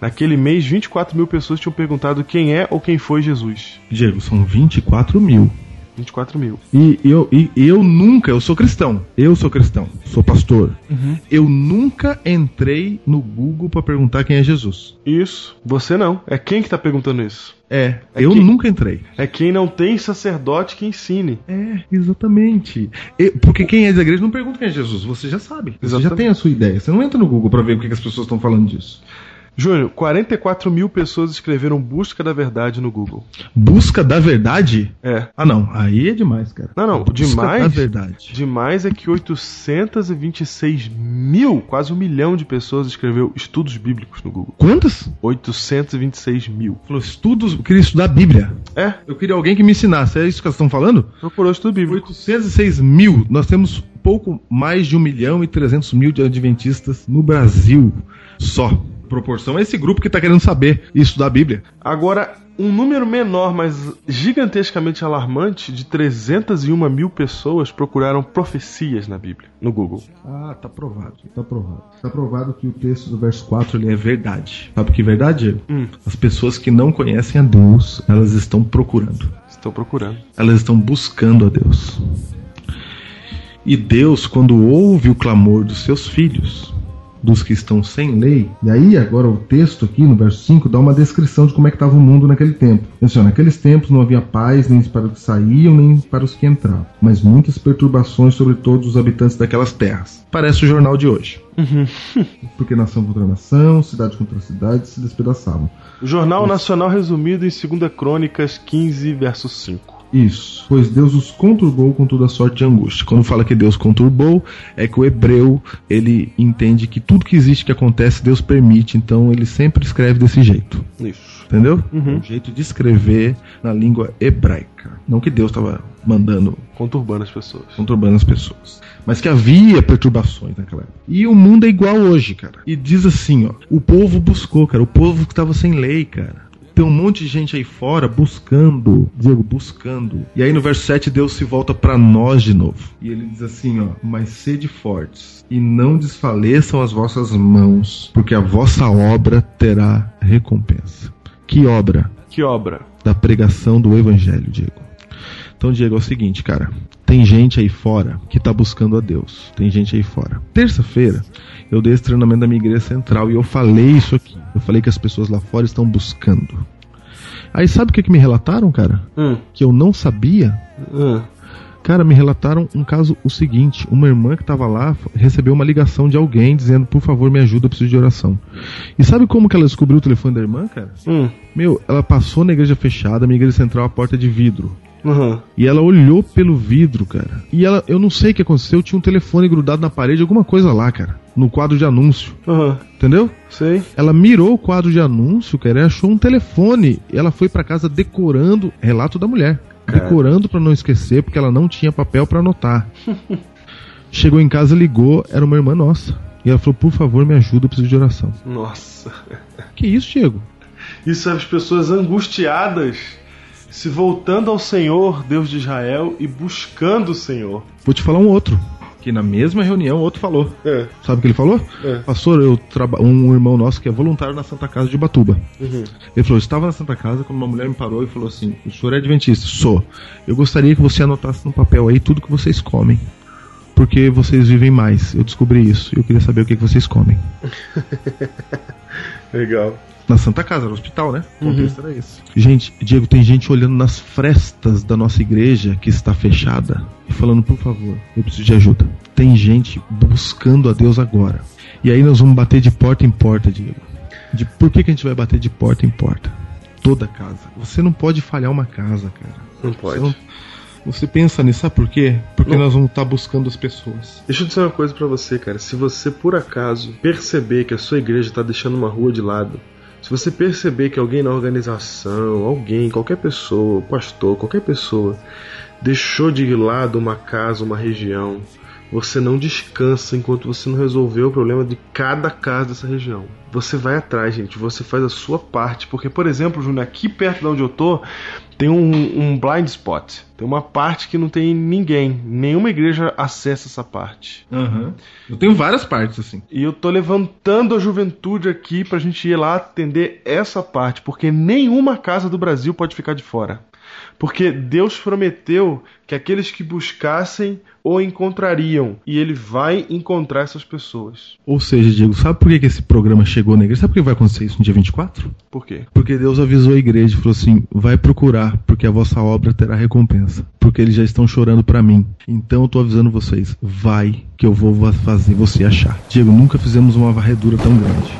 [SPEAKER 2] naquele mês, 24 mil pessoas tinham perguntado quem é ou quem foi Jesus.
[SPEAKER 3] Diego, são 24 mil.
[SPEAKER 2] 24 mil.
[SPEAKER 3] E eu, e eu nunca, eu sou cristão. Eu sou cristão, sou pastor.
[SPEAKER 2] Uhum.
[SPEAKER 3] Eu nunca entrei no Google pra perguntar quem é Jesus.
[SPEAKER 2] Isso. Você não. É quem que tá perguntando isso?
[SPEAKER 3] É,
[SPEAKER 2] É
[SPEAKER 3] eu
[SPEAKER 2] que-
[SPEAKER 3] nunca entrei.
[SPEAKER 2] É quem não tem sacerdote que ensine.
[SPEAKER 3] É, exatamente. E- porque quem é da igreja não pergunta quem é Jesus, você já sabe. Você já
[SPEAKER 2] Exatamente.
[SPEAKER 3] tem a sua ideia. Você não entra no Google pra ver o que, que as pessoas estão falando disso.
[SPEAKER 2] Júnior, 44 mil pessoas escreveram busca da verdade no Google.
[SPEAKER 3] Busca da verdade?
[SPEAKER 2] É.
[SPEAKER 3] Ah, não. Aí é demais, cara.
[SPEAKER 2] Não, não, demais-
[SPEAKER 3] Busca da verdade.
[SPEAKER 2] Demais é que 826 mil, quase um milhão de pessoas escreveu estudos bíblicos no Google.
[SPEAKER 3] Quantas?
[SPEAKER 2] 826 mil.
[SPEAKER 3] Falou, estudos. Eu queria estudar a Bíblia.
[SPEAKER 2] É,
[SPEAKER 3] Eu queria alguém que me ensinasse. É isso que elas estão falando?
[SPEAKER 2] procurou estudo bíblico.
[SPEAKER 3] 806 mil. Nós temos pouco mais de 1 milhão e 300 mil de adventistas no Brasil. Só. Proporção é esse grupo que tá querendo saber e estudar a Bíblia.
[SPEAKER 2] Agora, um número menor, mas gigantescamente alarmante, de 301 mil pessoas procuraram profecias na Bíblia, no Google.
[SPEAKER 3] Ah, tá provado, tá provado. Tá provado que o texto do verso 4 ele é verdade. Sabe o que é verdade?
[SPEAKER 2] Hum.
[SPEAKER 3] As pessoas que não conhecem a Deus, elas estão procurando.
[SPEAKER 2] Estão procurando.
[SPEAKER 3] Elas estão buscando a Deus. E Deus, quando ouve o clamor dos seus filhos, dos que estão sem lei, e aí agora o texto aqui no verso 5 dá uma descrição de como é que estava o mundo naquele tempo. Assim, ó, naqueles tempos não havia paz nem para os que saíam, nem para os que entravam, mas muitas perturbações sobre todos os habitantes daquelas terras. Parece o jornal de hoje. Porque nação contra nação, cidade contra cidade se despedaçavam.
[SPEAKER 2] Jornal Nacional resumido em 2 Crônicas 15, verso 5.
[SPEAKER 3] Isso. Pois Deus os conturbou com toda sorte de angústia. Quando fala que Deus conturbou, é que o hebreu ele entende que tudo que existe, que acontece, Deus permite. Então ele sempre escreve desse jeito.
[SPEAKER 2] Isso.
[SPEAKER 3] Entendeu? Um jeito de escrever na língua hebraica. Não que Deus estava mandando
[SPEAKER 2] Conturbando as pessoas.
[SPEAKER 3] conturbando as pessoas. Mas que havia perturbações naquela época. E o mundo é igual hoje, cara. E diz assim, ó. O povo buscou, cara. O povo que tava sem lei, cara. Tem um monte de gente aí fora buscando, Diego, buscando. E aí no verso 7 Deus se volta pra nós de novo. E ele diz assim, ó: "Mas sede fortes e não desfaleçam as vossas mãos, porque a vossa obra terá recompensa." Que obra?
[SPEAKER 2] Que obra?
[SPEAKER 3] da pregação do evangelho, Diego. Então, Diego, é o seguinte, cara. Tem gente aí fora que tá buscando a Deus. Tem gente aí fora. Terça-feira, eu dei esse treinamento da minha igreja central e eu falei isso aqui. Eu falei que as pessoas lá fora estão buscando. Aí sabe o que, que me relataram, cara?
[SPEAKER 2] Hum,
[SPEAKER 3] Que eu não sabia.
[SPEAKER 2] hum.
[SPEAKER 3] Cara, me relataram um caso o seguinte: uma irmã que estava lá f- recebeu uma ligação de alguém dizendo, por favor, me ajuda, eu preciso de oração. E sabe como que ela descobriu o telefone da irmã, cara?
[SPEAKER 2] Hum,
[SPEAKER 3] Meu, ela passou na igreja fechada, minha igreja central, a porta é de vidro.
[SPEAKER 2] uhum.
[SPEAKER 3] E ela olhou pelo vidro, cara. E ela, eu não sei o que aconteceu, tinha um telefone grudado na parede, alguma coisa lá, cara. No quadro de anúncio,
[SPEAKER 2] Aham,
[SPEAKER 3] entendeu?
[SPEAKER 2] sei.
[SPEAKER 3] Ela mirou o quadro de anúncio, cara, e achou um telefone. E ela foi pra casa decorando, relato da mulher, decorando pra não esquecer, porque ela não tinha papel pra anotar. Chegou em casa, ligou, era uma irmã nossa. E ela falou: "Por favor, me ajuda, eu preciso de oração".
[SPEAKER 2] Nossa.
[SPEAKER 3] Que isso, Diego?
[SPEAKER 2] Isso é as pessoas angustiadas se voltando ao Senhor, Deus de Israel, e buscando o Senhor.
[SPEAKER 3] Vou te falar um outro. Que na mesma reunião, outro falou.
[SPEAKER 2] É.
[SPEAKER 3] Sabe o que ele falou?
[SPEAKER 2] É.
[SPEAKER 3] Pastor, eu traba... um irmão nosso que é voluntário na Santa Casa de Batuba.
[SPEAKER 2] Uhum.
[SPEAKER 3] Ele falou: eu estava na Santa Casa quando uma mulher me parou e falou assim: o senhor é adventista? Sou. Eu gostaria que você anotasse no papel aí tudo que vocês comem. Porque vocês vivem mais. Eu descobri isso. Eu queria saber o que, que vocês comem.
[SPEAKER 2] Legal.
[SPEAKER 3] Na Santa Casa, no hospital, né?
[SPEAKER 2] Uhum.
[SPEAKER 3] O contexto era esse. Gente, Diego, tem gente olhando nas frestas da nossa igreja que está fechada e falando, por favor, eu preciso de ajuda. Tem gente buscando a Deus agora. E aí nós vamos bater de porta em porta, Diego. De por que, que a gente vai bater de porta em porta? Toda casa. Você não pode falhar uma casa, cara.
[SPEAKER 2] Não
[SPEAKER 3] Você,
[SPEAKER 2] pode.
[SPEAKER 3] não- você pensa nisso, sabe por quê? Porque
[SPEAKER 2] Não.
[SPEAKER 3] nós vamos estar buscando as pessoas.
[SPEAKER 2] Deixa eu dizer uma coisa pra você, cara. Se você por acaso perceber que a sua igreja tá deixando uma rua de lado, se você perceber que alguém na organização, alguém, qualquer pessoa, o pastor, qualquer pessoa, deixou de lado uma casa, uma região, você não descansa enquanto você não resolver o problema de cada casa dessa região. Você vai atrás, gente. Você faz a sua parte. Porque, por exemplo, Júnior, aqui perto de onde eu tô, tem um, um blind spot. Tem uma parte que não tem ninguém. Nenhuma igreja acessa essa parte.
[SPEAKER 3] Eu tenho várias partes, assim.
[SPEAKER 2] E eu tô levantando a juventude aqui pra gente ir lá atender essa parte, porque nenhuma casa do Brasil pode ficar de fora. Porque Deus prometeu que aqueles que buscassem o encontrariam, e ele vai encontrar essas pessoas.
[SPEAKER 3] Ou seja, Diego, sabe por que, que esse programa chegou na igreja? Sabe por que vai acontecer isso no dia 24?
[SPEAKER 2] Por quê?
[SPEAKER 3] Porque Deus avisou a igreja e falou assim: vai procurar, porque a vossa obra terá recompensa. Porque eles já estão chorando pra mim. Então eu tô avisando vocês: vai, que eu vou va- fazer você achar. Diego, nunca fizemos uma varredura tão grande.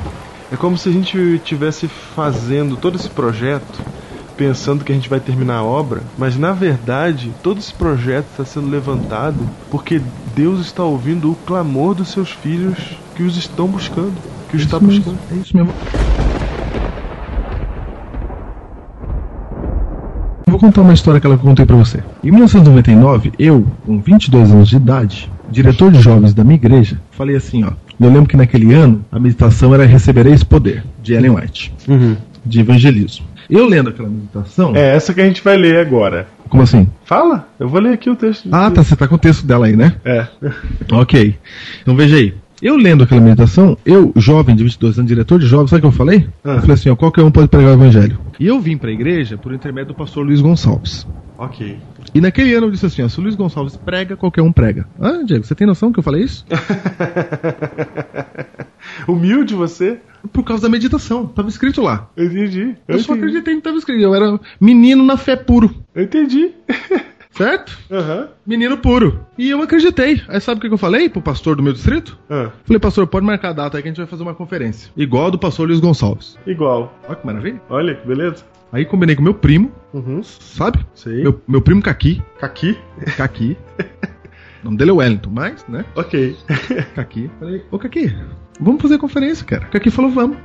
[SPEAKER 2] É como se a gente estivesse fazendo todo esse projeto pensando que a gente vai terminar a obra, mas na verdade todo esse projeto está sendo levantado porque Deus está ouvindo o clamor dos seus filhos que os estão buscando, que os está
[SPEAKER 3] Isso mesmo,
[SPEAKER 2] Tá buscando.
[SPEAKER 3] é isso mesmo. Vou contar uma história que ela contei pra você. Em 1999, eu, com 22 anos de idade, diretor de jovens da minha igreja, falei assim, ó. Eu lembro que naquele ano a meditação era Recebereis Poder, de Ellen White, de evangelismo. Eu lendo aquela meditação.
[SPEAKER 2] É essa que a gente vai ler agora.
[SPEAKER 3] Como assim?
[SPEAKER 2] Fala, eu vou ler aqui o texto.
[SPEAKER 3] Ah, tá, você tá com o texto dela aí, né?
[SPEAKER 2] É.
[SPEAKER 3] Ok. Então veja aí. Eu lendo aquela meditação, eu, jovem de 22 anos, diretor de jovens, sabe o que eu falei?
[SPEAKER 2] Ah.
[SPEAKER 3] Eu falei assim, ó, qualquer um pode pregar o evangelho. E eu vim pra igreja por intermédio do pastor Luiz Gonçalves.
[SPEAKER 2] Ok.
[SPEAKER 3] E naquele ano eu disse assim, ó, se o Luiz Gonçalves prega, qualquer um prega. Ah, Diego, você tem noção que eu falei isso?
[SPEAKER 2] Ah. Humilde você?
[SPEAKER 3] Por causa da meditação, tava escrito lá.
[SPEAKER 2] Eu entendi.
[SPEAKER 3] Eu, só
[SPEAKER 2] entendi.
[SPEAKER 3] acreditei no que tava escrito, eu era menino na fé puro,
[SPEAKER 2] Eu entendi.
[SPEAKER 3] certo?
[SPEAKER 2] Aham.
[SPEAKER 3] Menino puro. E eu acreditei. Aí sabe o que que eu falei pro pastor do meu distrito?
[SPEAKER 2] Ah,
[SPEAKER 3] Falei, pastor, pode marcar a data aí que a gente vai fazer uma conferência. Igual a do pastor Luiz Gonçalves.
[SPEAKER 2] igual.
[SPEAKER 3] Olha que maravilha.
[SPEAKER 2] Olha que beleza.
[SPEAKER 3] Aí combinei com meu primo,
[SPEAKER 2] Uhum.
[SPEAKER 3] sabe?
[SPEAKER 2] Sei.
[SPEAKER 3] Meu, meu primo Kaki.
[SPEAKER 2] Aqui?
[SPEAKER 3] Kaki. o nome dele é Wellington, mas, né?
[SPEAKER 2] Ok.
[SPEAKER 3] Kaki. Falei, ô Kaki, vamos fazer a conferência, cara. Kaki falou, vamos.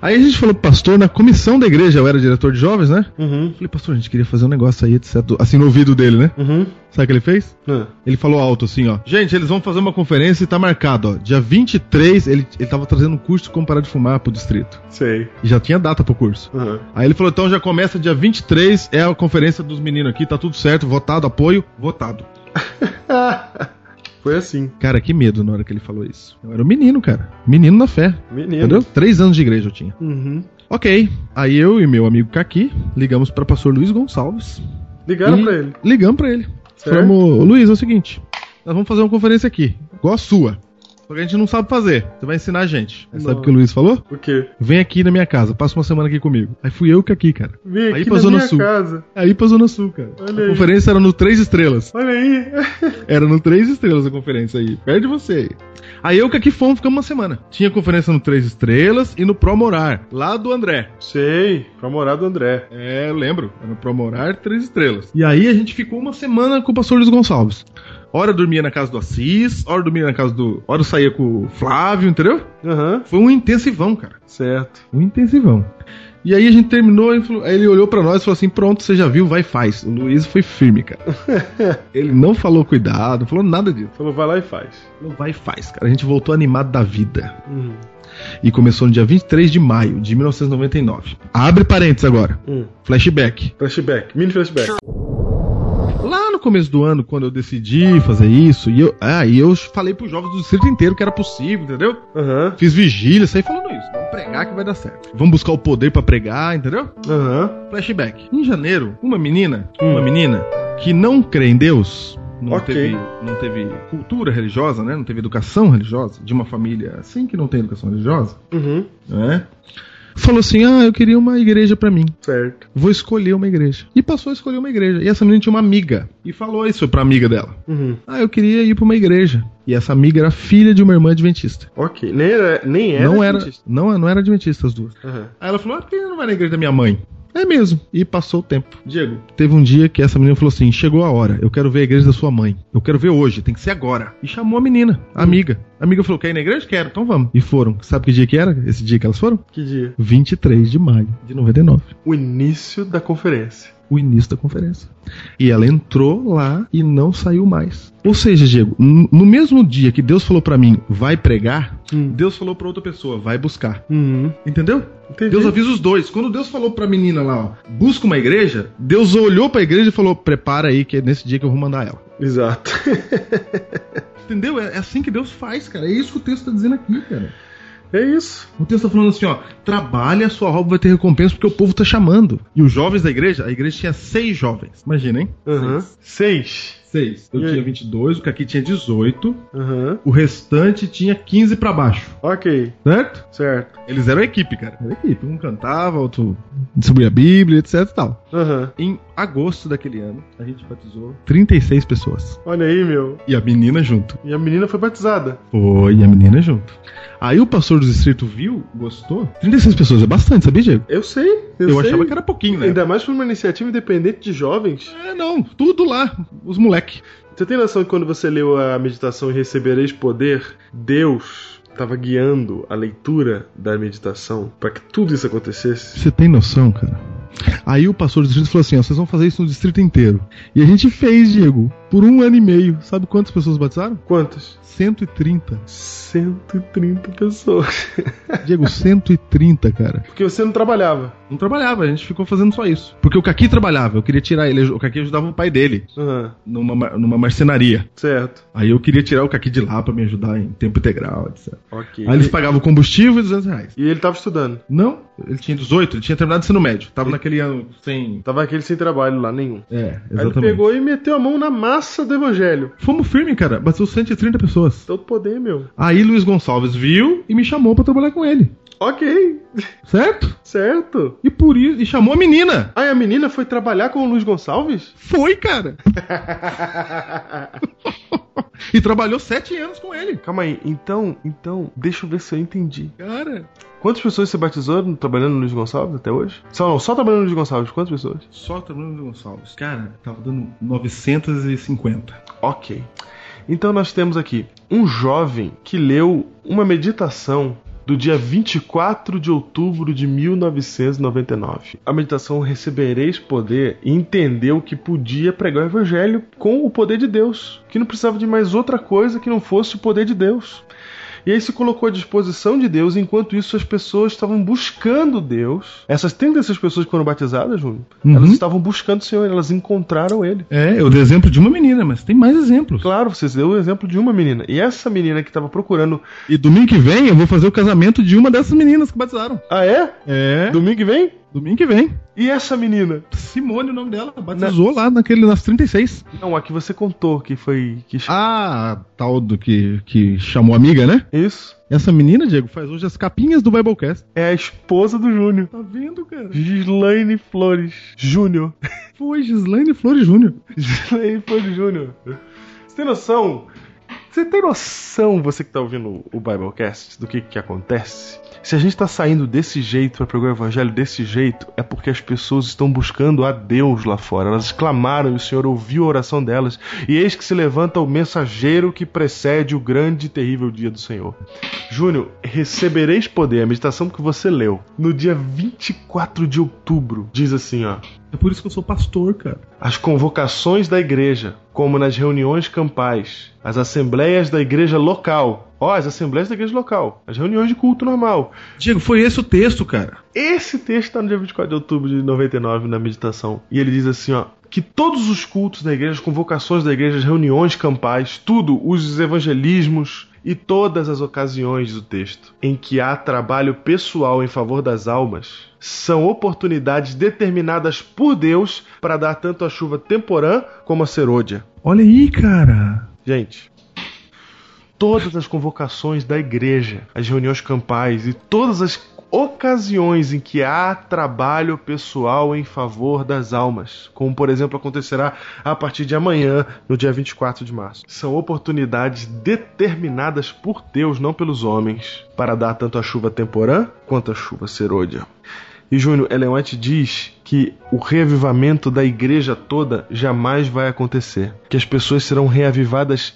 [SPEAKER 3] Aí a gente falou pro pastor na comissão da igreja, eu era diretor de jovens, né?
[SPEAKER 2] Uhum.
[SPEAKER 3] Falei, pastor, a gente queria fazer um negócio aí, etc. Assim, no ouvido dele, né?
[SPEAKER 2] Uhum.
[SPEAKER 3] Sabe o que ele fez?
[SPEAKER 2] Ah,
[SPEAKER 3] Ele falou alto assim, ó. Gente, eles vão fazer uma conferência e tá marcado, ó. Dia 23, ele, ele tava trazendo um curso de como parar de fumar pro distrito.
[SPEAKER 2] sei.
[SPEAKER 3] E já tinha data pro curso.
[SPEAKER 2] Aham.
[SPEAKER 3] Aí ele falou: então já começa dia 23, é a conferência dos meninos aqui, tá tudo certo, votado, apoio, votado.
[SPEAKER 2] Foi assim.
[SPEAKER 3] Cara, que medo na hora que ele falou isso. Eu era um menino, cara. Menino na fé.
[SPEAKER 2] Menino.
[SPEAKER 3] Entendeu? Três anos de igreja eu tinha.
[SPEAKER 2] Uhum.
[SPEAKER 3] Ok. Aí eu e meu amigo Kaki ligamos pra pastor Luiz Gonçalves.
[SPEAKER 2] Ligaram
[SPEAKER 3] e
[SPEAKER 2] pra ele.
[SPEAKER 3] Ligamos pra ele.
[SPEAKER 2] Certo.
[SPEAKER 3] Falamos: "Ô, Luiz, é o seguinte, nós vamos fazer uma conferência aqui, igual a sua. Só que a gente não sabe fazer. Você vai ensinar a gente. Aí sabe
[SPEAKER 2] Não.
[SPEAKER 3] o que o Luiz falou?
[SPEAKER 2] O quê?
[SPEAKER 3] Vem aqui na minha casa, passa uma semana aqui comigo. Aí fui eu e o Kaki, cara.
[SPEAKER 2] Vem
[SPEAKER 3] Aí
[SPEAKER 2] aqui
[SPEAKER 3] pra
[SPEAKER 2] na
[SPEAKER 3] Zona
[SPEAKER 2] minha
[SPEAKER 3] Sul.
[SPEAKER 2] casa.
[SPEAKER 3] Aí pra Zona Sul, cara.
[SPEAKER 2] Olha
[SPEAKER 3] a
[SPEAKER 2] aí.
[SPEAKER 3] conferência era no Três Estrelas.
[SPEAKER 2] Olha aí.
[SPEAKER 3] Era no Três Estrelas a conferência aí. Perto de você aí. Aí eu e o Kaki fomos, ficamos uma semana. Tinha conferência no Três Estrelas e no Promorar, lá do André.
[SPEAKER 2] Sei. Pra morar do André.
[SPEAKER 3] É, eu lembro. Era no Promorar, Três Estrelas. E aí a gente ficou uma semana com o pastor Luiz Gonçalves. Hora eu dormia na casa do Assis, hora eu dormia na casa do. Hora eu saía com o Flávio, entendeu?
[SPEAKER 2] Aham.
[SPEAKER 3] Foi um intensivão, cara.
[SPEAKER 2] Certo.
[SPEAKER 3] Um intensivão. E aí a gente terminou, ele falou- aí ele olhou pra nós e falou assim: pronto, você já viu, vai faz. O Luiz foi firme, cara. ele não falou cuidado, não falou nada disso.
[SPEAKER 2] Falou, vai lá e faz.
[SPEAKER 3] Falou, vai faz, cara. A gente voltou animado da vida.
[SPEAKER 2] Hum.
[SPEAKER 3] E começou no dia 23 de maio de 1999. Abre parênteses agora.
[SPEAKER 2] Hum.
[SPEAKER 3] Flashback.
[SPEAKER 2] Flashback. Mini flashback.
[SPEAKER 3] Lá no começo do ano, quando eu decidi fazer isso, e eu, ah, e eu falei pros jovens do distrito inteiro que era possível, entendeu?
[SPEAKER 2] Aham.
[SPEAKER 3] Fiz vigília, saí falando isso. Vamos pregar que vai dar certo. Vamos buscar o poder pra pregar, entendeu?
[SPEAKER 2] Aham.
[SPEAKER 3] Flashback. Em janeiro, uma menina,
[SPEAKER 2] Hum.
[SPEAKER 3] uma menina que não crê em Deus, não,
[SPEAKER 2] Ok.
[SPEAKER 3] teve, não teve cultura religiosa, né? Não teve educação religiosa, de uma família assim que não tem educação religiosa,
[SPEAKER 2] Uhum.
[SPEAKER 3] né? Falou assim: "Ah, eu queria uma igreja pra mim.
[SPEAKER 2] Certo.
[SPEAKER 3] Vou escolher uma igreja". E passou a escolher uma igreja. E essa menina tinha uma amiga e falou isso pra amiga dela.
[SPEAKER 2] Uhum.
[SPEAKER 3] Ah, eu queria ir pra uma igreja. E essa amiga era filha de uma irmã adventista.
[SPEAKER 2] Ok. Nem era. Nem era.
[SPEAKER 3] não era,
[SPEAKER 2] dentista.
[SPEAKER 3] não, não era adventista as duas.
[SPEAKER 2] Aham.
[SPEAKER 3] Aí ela falou: ah, por que não vai na igreja da minha mãe? É mesmo. E passou o tempo. Diego, teve um dia que essa menina falou assim: chegou a hora, eu quero ver a igreja da sua mãe. Eu quero ver hoje, tem que ser agora. E chamou a menina, a amiga. A amiga falou: quer ir na igreja? Quero, então vamos. E foram. Sabe que dia que era? Esse dia que elas foram?
[SPEAKER 2] Que dia?
[SPEAKER 3] 23 de maio de 99.
[SPEAKER 2] O início da conferência.
[SPEAKER 3] O início da conferência. E ela entrou lá e não saiu mais. Ou seja, Diego, n- no mesmo dia que Deus falou pra mim, vai pregar,
[SPEAKER 2] Hum.
[SPEAKER 3] Deus falou pra outra pessoa, vai buscar.
[SPEAKER 2] Uhum.
[SPEAKER 3] Entendeu?
[SPEAKER 2] Entendi.
[SPEAKER 3] Deus avisa os dois. Quando Deus falou pra menina lá, ó, busca uma igreja, Deus olhou pra igreja e falou: prepara aí, que é nesse dia que eu vou mandar ela.
[SPEAKER 2] Exato.
[SPEAKER 3] Entendeu? É é assim que Deus faz, cara. É isso que o texto tá dizendo aqui, cara.
[SPEAKER 2] É isso.
[SPEAKER 3] O texto tá falando assim, ó, trabalha, sua obra vai ter recompensa porque o povo tá chamando. E os jovens da igreja, a igreja tinha seis jovens. Imagina, hein?
[SPEAKER 2] Aham. Seis.
[SPEAKER 3] 16. Eu
[SPEAKER 2] E aí?
[SPEAKER 3] tinha 22, o Kaki tinha 18,
[SPEAKER 2] Aham.
[SPEAKER 3] o restante tinha 15 pra baixo,
[SPEAKER 2] Ok,
[SPEAKER 3] certo?
[SPEAKER 2] certo.
[SPEAKER 3] Eles eram equipe, cara. Era equipe. Um cantava, outro distribuía a Bíblia, etc e tal.
[SPEAKER 2] Aham.
[SPEAKER 3] Em agosto daquele ano, a gente batizou 36 pessoas.
[SPEAKER 2] Olha aí, meu.
[SPEAKER 3] E a menina junto.
[SPEAKER 2] E a menina foi batizada.
[SPEAKER 3] Foi, e a menina junto. Aí o pastor do distrito viu, gostou. 36 pessoas é bastante, sabia, Diego?
[SPEAKER 2] Eu sei. Eu,
[SPEAKER 3] Eu,
[SPEAKER 2] sei.
[SPEAKER 3] achava que era pouquinho, né?
[SPEAKER 2] Ainda mais por uma iniciativa independente de jovens.
[SPEAKER 3] É, não, tudo lá, os moleque.
[SPEAKER 2] Você tem noção que quando você leu a meditação e recebereis poder, Deus estava guiando a leitura da meditação para que tudo isso acontecesse?
[SPEAKER 3] Você tem noção, cara? Aí o pastor do distrito falou assim: ó, vocês vão fazer isso no distrito inteiro. E a gente fez, Diego, por um ano e meio. Sabe quantas pessoas batizaram?
[SPEAKER 2] Quantas?
[SPEAKER 3] 130.
[SPEAKER 2] 130 pessoas.
[SPEAKER 3] Diego, 130, cara.
[SPEAKER 2] Porque você não trabalhava.
[SPEAKER 3] Não trabalhava, a gente ficou fazendo só isso. Porque o Kaki trabalhava, eu queria tirar ele, o Kaki ajudava o pai dele
[SPEAKER 2] Aham,
[SPEAKER 3] numa, mar- numa marcenaria.
[SPEAKER 2] certo.
[SPEAKER 3] Aí eu queria tirar o Kaki de lá pra me ajudar em tempo integral, etc.
[SPEAKER 2] Ok.
[SPEAKER 3] Aí eles pagavam combustível e 200 reais.
[SPEAKER 2] E ele tava estudando.
[SPEAKER 3] Não, ele tinha 18, ele tinha terminado o ensino médio. Tava naquele ano sem.
[SPEAKER 2] Tava aquele sem trabalho lá nenhum.
[SPEAKER 3] É,
[SPEAKER 2] Aí ele
[SPEAKER 3] exatamente.
[SPEAKER 2] pegou e meteu a mão na massa do evangelho.
[SPEAKER 3] Fomos firme, cara. Bateu 130 pessoas.
[SPEAKER 2] Todo poder, meu.
[SPEAKER 3] Aí Luiz Gonçalves viu e me chamou pra trabalhar com ele.
[SPEAKER 2] Ok,
[SPEAKER 3] Certo?
[SPEAKER 2] certo.
[SPEAKER 3] E por isso. E chamou a menina.
[SPEAKER 2] Aí a menina foi trabalhar com o Luiz Gonçalves?
[SPEAKER 3] Foi, cara. e trabalhou 7 anos com ele.
[SPEAKER 2] Calma aí, então, então, deixa eu ver se eu entendi.
[SPEAKER 3] Cara,
[SPEAKER 2] Quantas pessoas você batizou no- trabalhando no Luiz Gonçalves até hoje? Só não, só trabalhando no Luiz Gonçalves, quantas pessoas?
[SPEAKER 3] só trabalhando com o Luiz Gonçalves. Cara, tava dando 950.
[SPEAKER 2] Ok. Então nós temos aqui um jovem que leu uma meditação do dia 24 de outubro de 1999. A meditação Recebereis Poder e entendeu que podia pregar o evangelho com o poder de Deus, que não precisava de mais outra coisa que não fosse o poder de Deus. E aí se colocou à disposição de Deus, enquanto isso as pessoas estavam buscando Deus. Essas 36 pessoas que foram batizadas, Júnior,
[SPEAKER 3] Uhum.
[SPEAKER 2] elas estavam buscando o Senhor, elas encontraram ele.
[SPEAKER 3] É, eu dei exemplo de uma menina, mas tem mais exemplos.
[SPEAKER 2] Claro, você deu o exemplo de uma menina. E essa menina que tava procurando.
[SPEAKER 3] E domingo que vem eu vou fazer o casamento de uma dessas meninas que batizaram.
[SPEAKER 2] Ah, é?
[SPEAKER 3] É.
[SPEAKER 2] Domingo que vem?
[SPEAKER 3] Domingo que vem.
[SPEAKER 2] E essa menina?
[SPEAKER 3] Simone, o nome dela, batizou lá naquele nas 36.
[SPEAKER 2] Não, a que você contou que foi. Que...
[SPEAKER 3] Ah, a tal do que, que chamou amiga, né?
[SPEAKER 2] Isso.
[SPEAKER 3] Essa menina, Diego, faz hoje as capinhas do Biblecast.
[SPEAKER 2] É a esposa do Júnior.
[SPEAKER 3] Tá vendo, cara?
[SPEAKER 2] Gislaine Flores Júnior.
[SPEAKER 3] Foi Gislaine Flores Júnior.
[SPEAKER 2] Gislaine Flores Júnior. Você tem noção? Você tem noção, você que tá ouvindo o Biblecast, do que que acontece? Se a gente tá saindo desse jeito pra pregar o evangelho desse jeito, é porque as pessoas estão buscando a Deus lá fora. Elas clamaram e o Senhor ouviu a oração delas. E eis que se levanta o mensageiro que precede o grande e terrível dia do Senhor. Júnior, recebereis poder. A meditação que você leu no dia 24 de outubro diz assim, ó.
[SPEAKER 3] É por isso que eu sou pastor, cara.
[SPEAKER 2] As convocações da igreja, como nas reuniões campais, as assembleias da igreja local. Ó, as assembleias da igreja local, as reuniões de culto normal.
[SPEAKER 3] Diego, foi esse o texto, cara.
[SPEAKER 2] Esse texto está no dia 24 de outubro de 99 na meditação. E ele diz assim, ó, que todos os cultos da igreja, as convocações da igreja, as reuniões campais, tudo, os evangelismos e todas as ocasiões do texto em que há trabalho pessoal em favor das almas são oportunidades determinadas por Deus para dar tanto a chuva temporã como a serôdia.
[SPEAKER 3] Olha aí, cara.
[SPEAKER 2] Gente, todas as convocações da igreja, as reuniões campais e todas as ocasiões em que há trabalho pessoal em favor das almas, como por exemplo acontecerá a partir de amanhã, no dia 24 de março, são oportunidades determinadas por Deus, não pelos homens, para dar tanto a chuva temporã quanto a chuva serôdia. E Júnior Eleonte diz que o reavivamento da igreja toda jamais vai acontecer. Que as pessoas serão reavivadas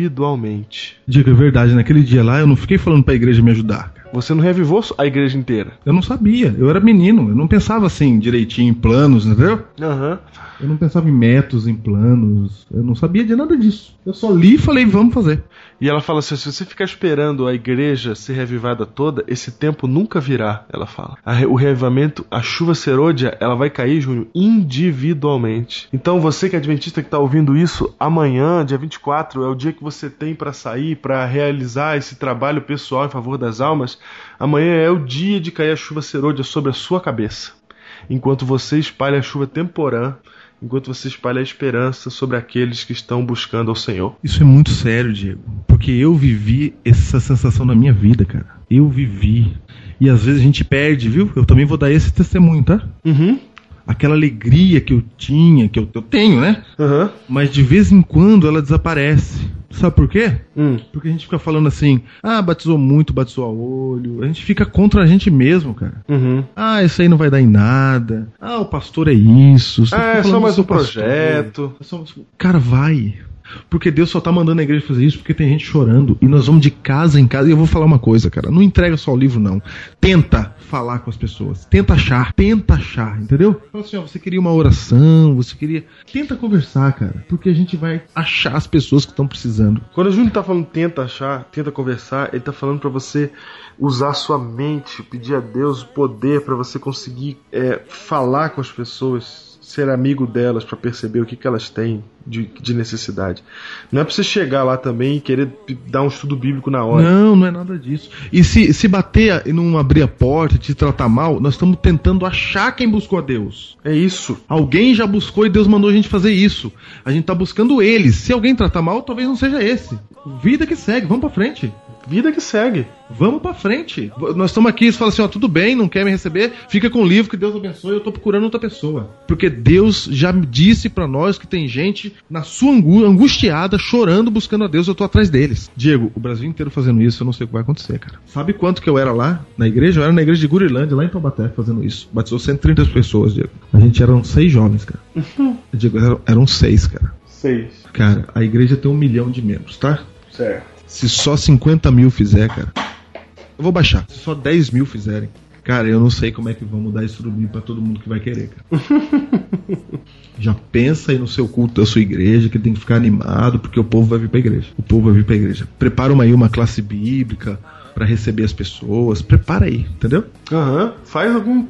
[SPEAKER 2] individualmente.
[SPEAKER 3] Diego, é verdade. Naquele dia lá eu não fiquei falando pra igreja me ajudar, cara.
[SPEAKER 2] Você não reavivou a igreja inteira.
[SPEAKER 3] Eu não sabia. Eu era menino. Eu não pensava assim direitinho em planos, entendeu?
[SPEAKER 2] Aham.
[SPEAKER 3] Eu não pensava em métodos, em planos. Eu não sabia de nada disso. Eu só li e falei, vamos fazer.
[SPEAKER 2] E ela fala assim: se você ficar esperando a igreja ser reavivada toda, esse tempo nunca virá, ela fala. A re- o reavivamento, a chuva serôdia, ela vai cair, Júnior, individualmente. Então você que é adventista que tá ouvindo isso, amanhã, dia 24, é o dia que você tem para sair, para realizar esse trabalho pessoal em favor das almas. Amanhã é o dia de cair a chuva serôdia sobre a sua cabeça enquanto você espalha a chuva temporã enquanto você espalha a esperança sobre aqueles que estão buscando ao Senhor.
[SPEAKER 3] Isso é muito sério, Diego. Porque eu vivi essa sensação na minha vida, cara. Eu vivi. E às vezes a gente perde, viu? Eu também vou dar esse testemunho, tá?
[SPEAKER 2] Uhum.
[SPEAKER 3] Aquela alegria que eu tinha, que eu, eu tenho, né?
[SPEAKER 2] Aham.
[SPEAKER 3] Mas de vez em quando ela desaparece. Sabe por quê?
[SPEAKER 2] Hum.
[SPEAKER 3] Porque a gente fica falando assim, ah, batizou muito, batizou a olho. A gente fica contra a gente mesmo, cara.
[SPEAKER 2] Uhum.
[SPEAKER 3] Ah, isso aí não vai dar em nada. Ah, o pastor é isso. Você
[SPEAKER 2] Ah,
[SPEAKER 3] fica
[SPEAKER 2] é
[SPEAKER 3] falando
[SPEAKER 2] só
[SPEAKER 3] do
[SPEAKER 2] mais
[SPEAKER 3] seu
[SPEAKER 2] um projeto.
[SPEAKER 3] pastor. É só mais um- Cara, vai. Porque Deus só tá mandando a igreja fazer isso porque tem gente chorando. E nós vamos de casa em casa. E eu vou falar uma coisa, cara. Não entrega só o livro, não. Tenta falar com as pessoas. Tenta achar. Tenta achar, entendeu? Fala assim, ó, você queria uma oração, você queria. Tenta conversar, cara. Porque a gente vai achar as pessoas que estão precisando.
[SPEAKER 2] Quando o Júnior tá falando tenta achar, tenta conversar, ele tá falando pra você usar a sua mente, pedir a Deus o poder pra você conseguir é, falar com as pessoas, ser amigo delas pra perceber o que, que elas têm de, de necessidade. Não é pra você chegar lá também e querer p- dar um estudo bíblico na hora.
[SPEAKER 3] Não, não é nada disso. E se, se bater e não abrir a porta, te tratar mal, nós estamos tentando achar quem buscou a Deus.
[SPEAKER 2] É isso.
[SPEAKER 3] Alguém já buscou e Deus mandou a gente fazer isso. A gente tá buscando eles. Se alguém tratar mal, talvez não seja esse. Vida que segue, vamos pra frente.
[SPEAKER 2] Vida que segue.
[SPEAKER 3] Vamos pra frente. V- Nós estamos aqui, você fala assim, ó, tudo bem, não quer me receber, fica com o livro, que Deus abençoe, eu tô procurando outra pessoa. Porque Deus já me disse pra nós que tem gente na sua angu- angustiada, chorando, buscando a Deus, eu tô atrás deles. Diego, o Brasil inteiro fazendo isso, eu não sei o que vai acontecer, cara. Sabe quanto que eu era lá na igreja? Eu era na igreja de Gurilândia, lá em Taubaté, fazendo isso. Batizou 130 pessoas, Diego. A gente eram seis jovens, cara. Diego, eram, eram seis, cara.
[SPEAKER 2] Seis.
[SPEAKER 3] Cara, a igreja tem um milhão de membros, tá?
[SPEAKER 2] Certo.
[SPEAKER 3] Se só 50 mil fizer, cara. Eu vou baixar. Se só 10 mil fizerem. Cara, eu não sei como é que vão mudar isso tudo pra todo mundo que vai querer, cara. Já pensa aí no seu culto da sua igreja, que tem que ficar animado, porque o povo vai vir pra igreja. O povo vai vir pra igreja. Prepara uma aí uma classe bíblica pra receber as pessoas. Prepara aí, entendeu?
[SPEAKER 2] Aham. Faz algum.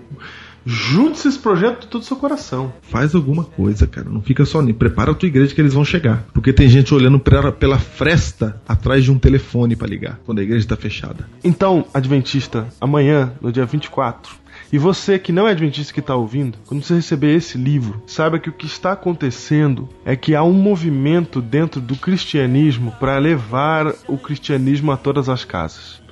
[SPEAKER 2] Junte-se esse projeto de todo o seu coração.
[SPEAKER 3] Faz alguma coisa, cara. Não fica só nisso. Prepara a tua igreja que eles vão chegar. Porque tem gente olhando pra- pela fresta atrás de um telefone pra ligar, quando a igreja tá fechada.
[SPEAKER 2] Então, Adventista, amanhã, no dia 24, e você que não é Adventista que está ouvindo, quando você receber esse livro, saiba que o que está acontecendo é que há um movimento dentro do cristianismo para levar o cristianismo a todas as casas.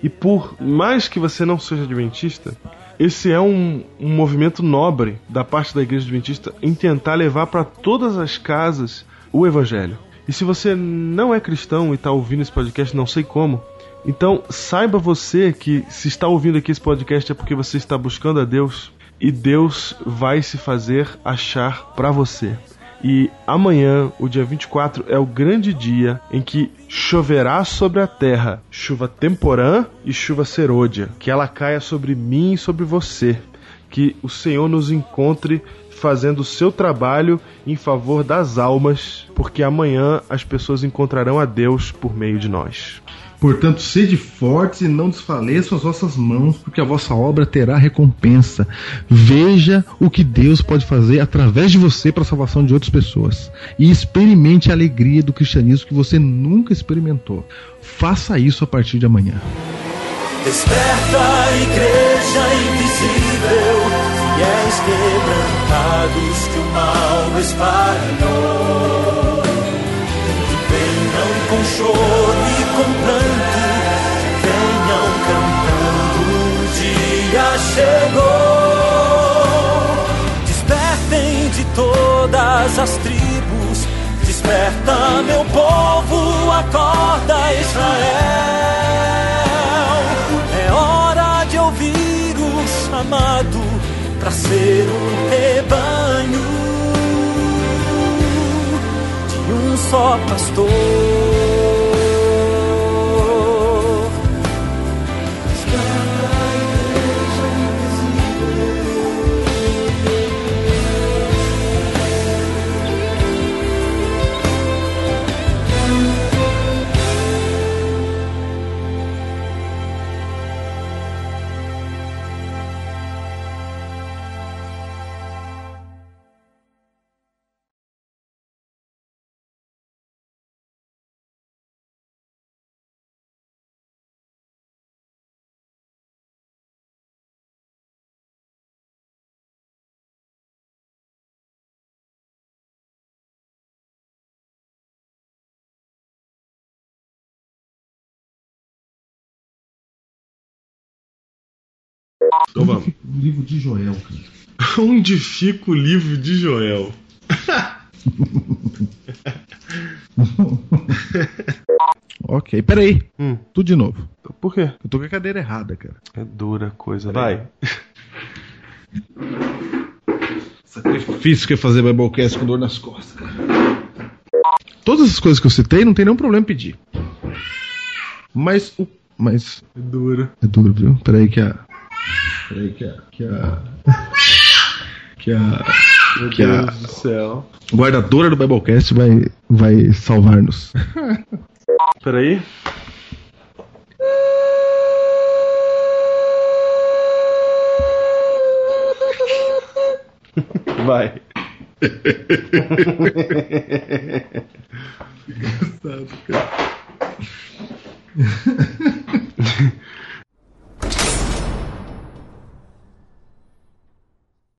[SPEAKER 2] E por mais que você não seja adventista, esse é um, um movimento nobre da parte da igreja adventista em tentar levar para todas as casas o evangelho. E se você não é cristão e está ouvindo esse podcast, não sei como, então saiba você que se está ouvindo aqui esse podcast é porque você está buscando a Deus e Deus vai se fazer achar para você. E amanhã, o dia 24, é o grande dia em que choverá sobre a terra chuva temporã e chuva serôdia. Que ela caia sobre mim e sobre você. Que o Senhor nos encontre fazendo o seu trabalho em favor das almas, porque amanhã as pessoas encontrarão a Deus por meio de nós.
[SPEAKER 3] Portanto, sede fortes e não desfaleçam as vossas mãos, porque a vossa obra terá recompensa. Veja o que Deus pode fazer através de você para a salvação de outras pessoas. E experimente a alegria do cristianismo que você nunca experimentou. Faça isso a partir de amanhã.
[SPEAKER 5] Desperta, igreja invisível, fiéis quebrantados que o mal espalhou. Venham com choro e com pranto, venham cantando, o dia chegou. Despertem de todas as tribos, desperta meu povo, acorda Israel. É hora de ouvir o chamado para ser um rebanho de um só pastor.
[SPEAKER 3] Então vamos.
[SPEAKER 6] O livro de Joel, cara.
[SPEAKER 2] Onde fica o Um livro de Joel?
[SPEAKER 3] Ok, peraí.
[SPEAKER 2] Hum.
[SPEAKER 3] Tudo de novo.
[SPEAKER 2] Por quê?
[SPEAKER 3] Eu tô com a cadeira errada, cara.
[SPEAKER 2] É dura coisa. Vai.
[SPEAKER 3] Difícil que é fazer Biblecast com dor nas costas, cara. Todas as coisas que eu citei, não tem nenhum problema em pedir. Mas o. Mas.
[SPEAKER 2] É dura.
[SPEAKER 3] É duro, viu? Peraí que a. Peraí que a. Que a. Que a
[SPEAKER 2] Meu
[SPEAKER 3] Que a-
[SPEAKER 2] Deus do céu.
[SPEAKER 3] guardadora do Biblecast vai, vai salvar-nos.
[SPEAKER 2] Peraí. Vai.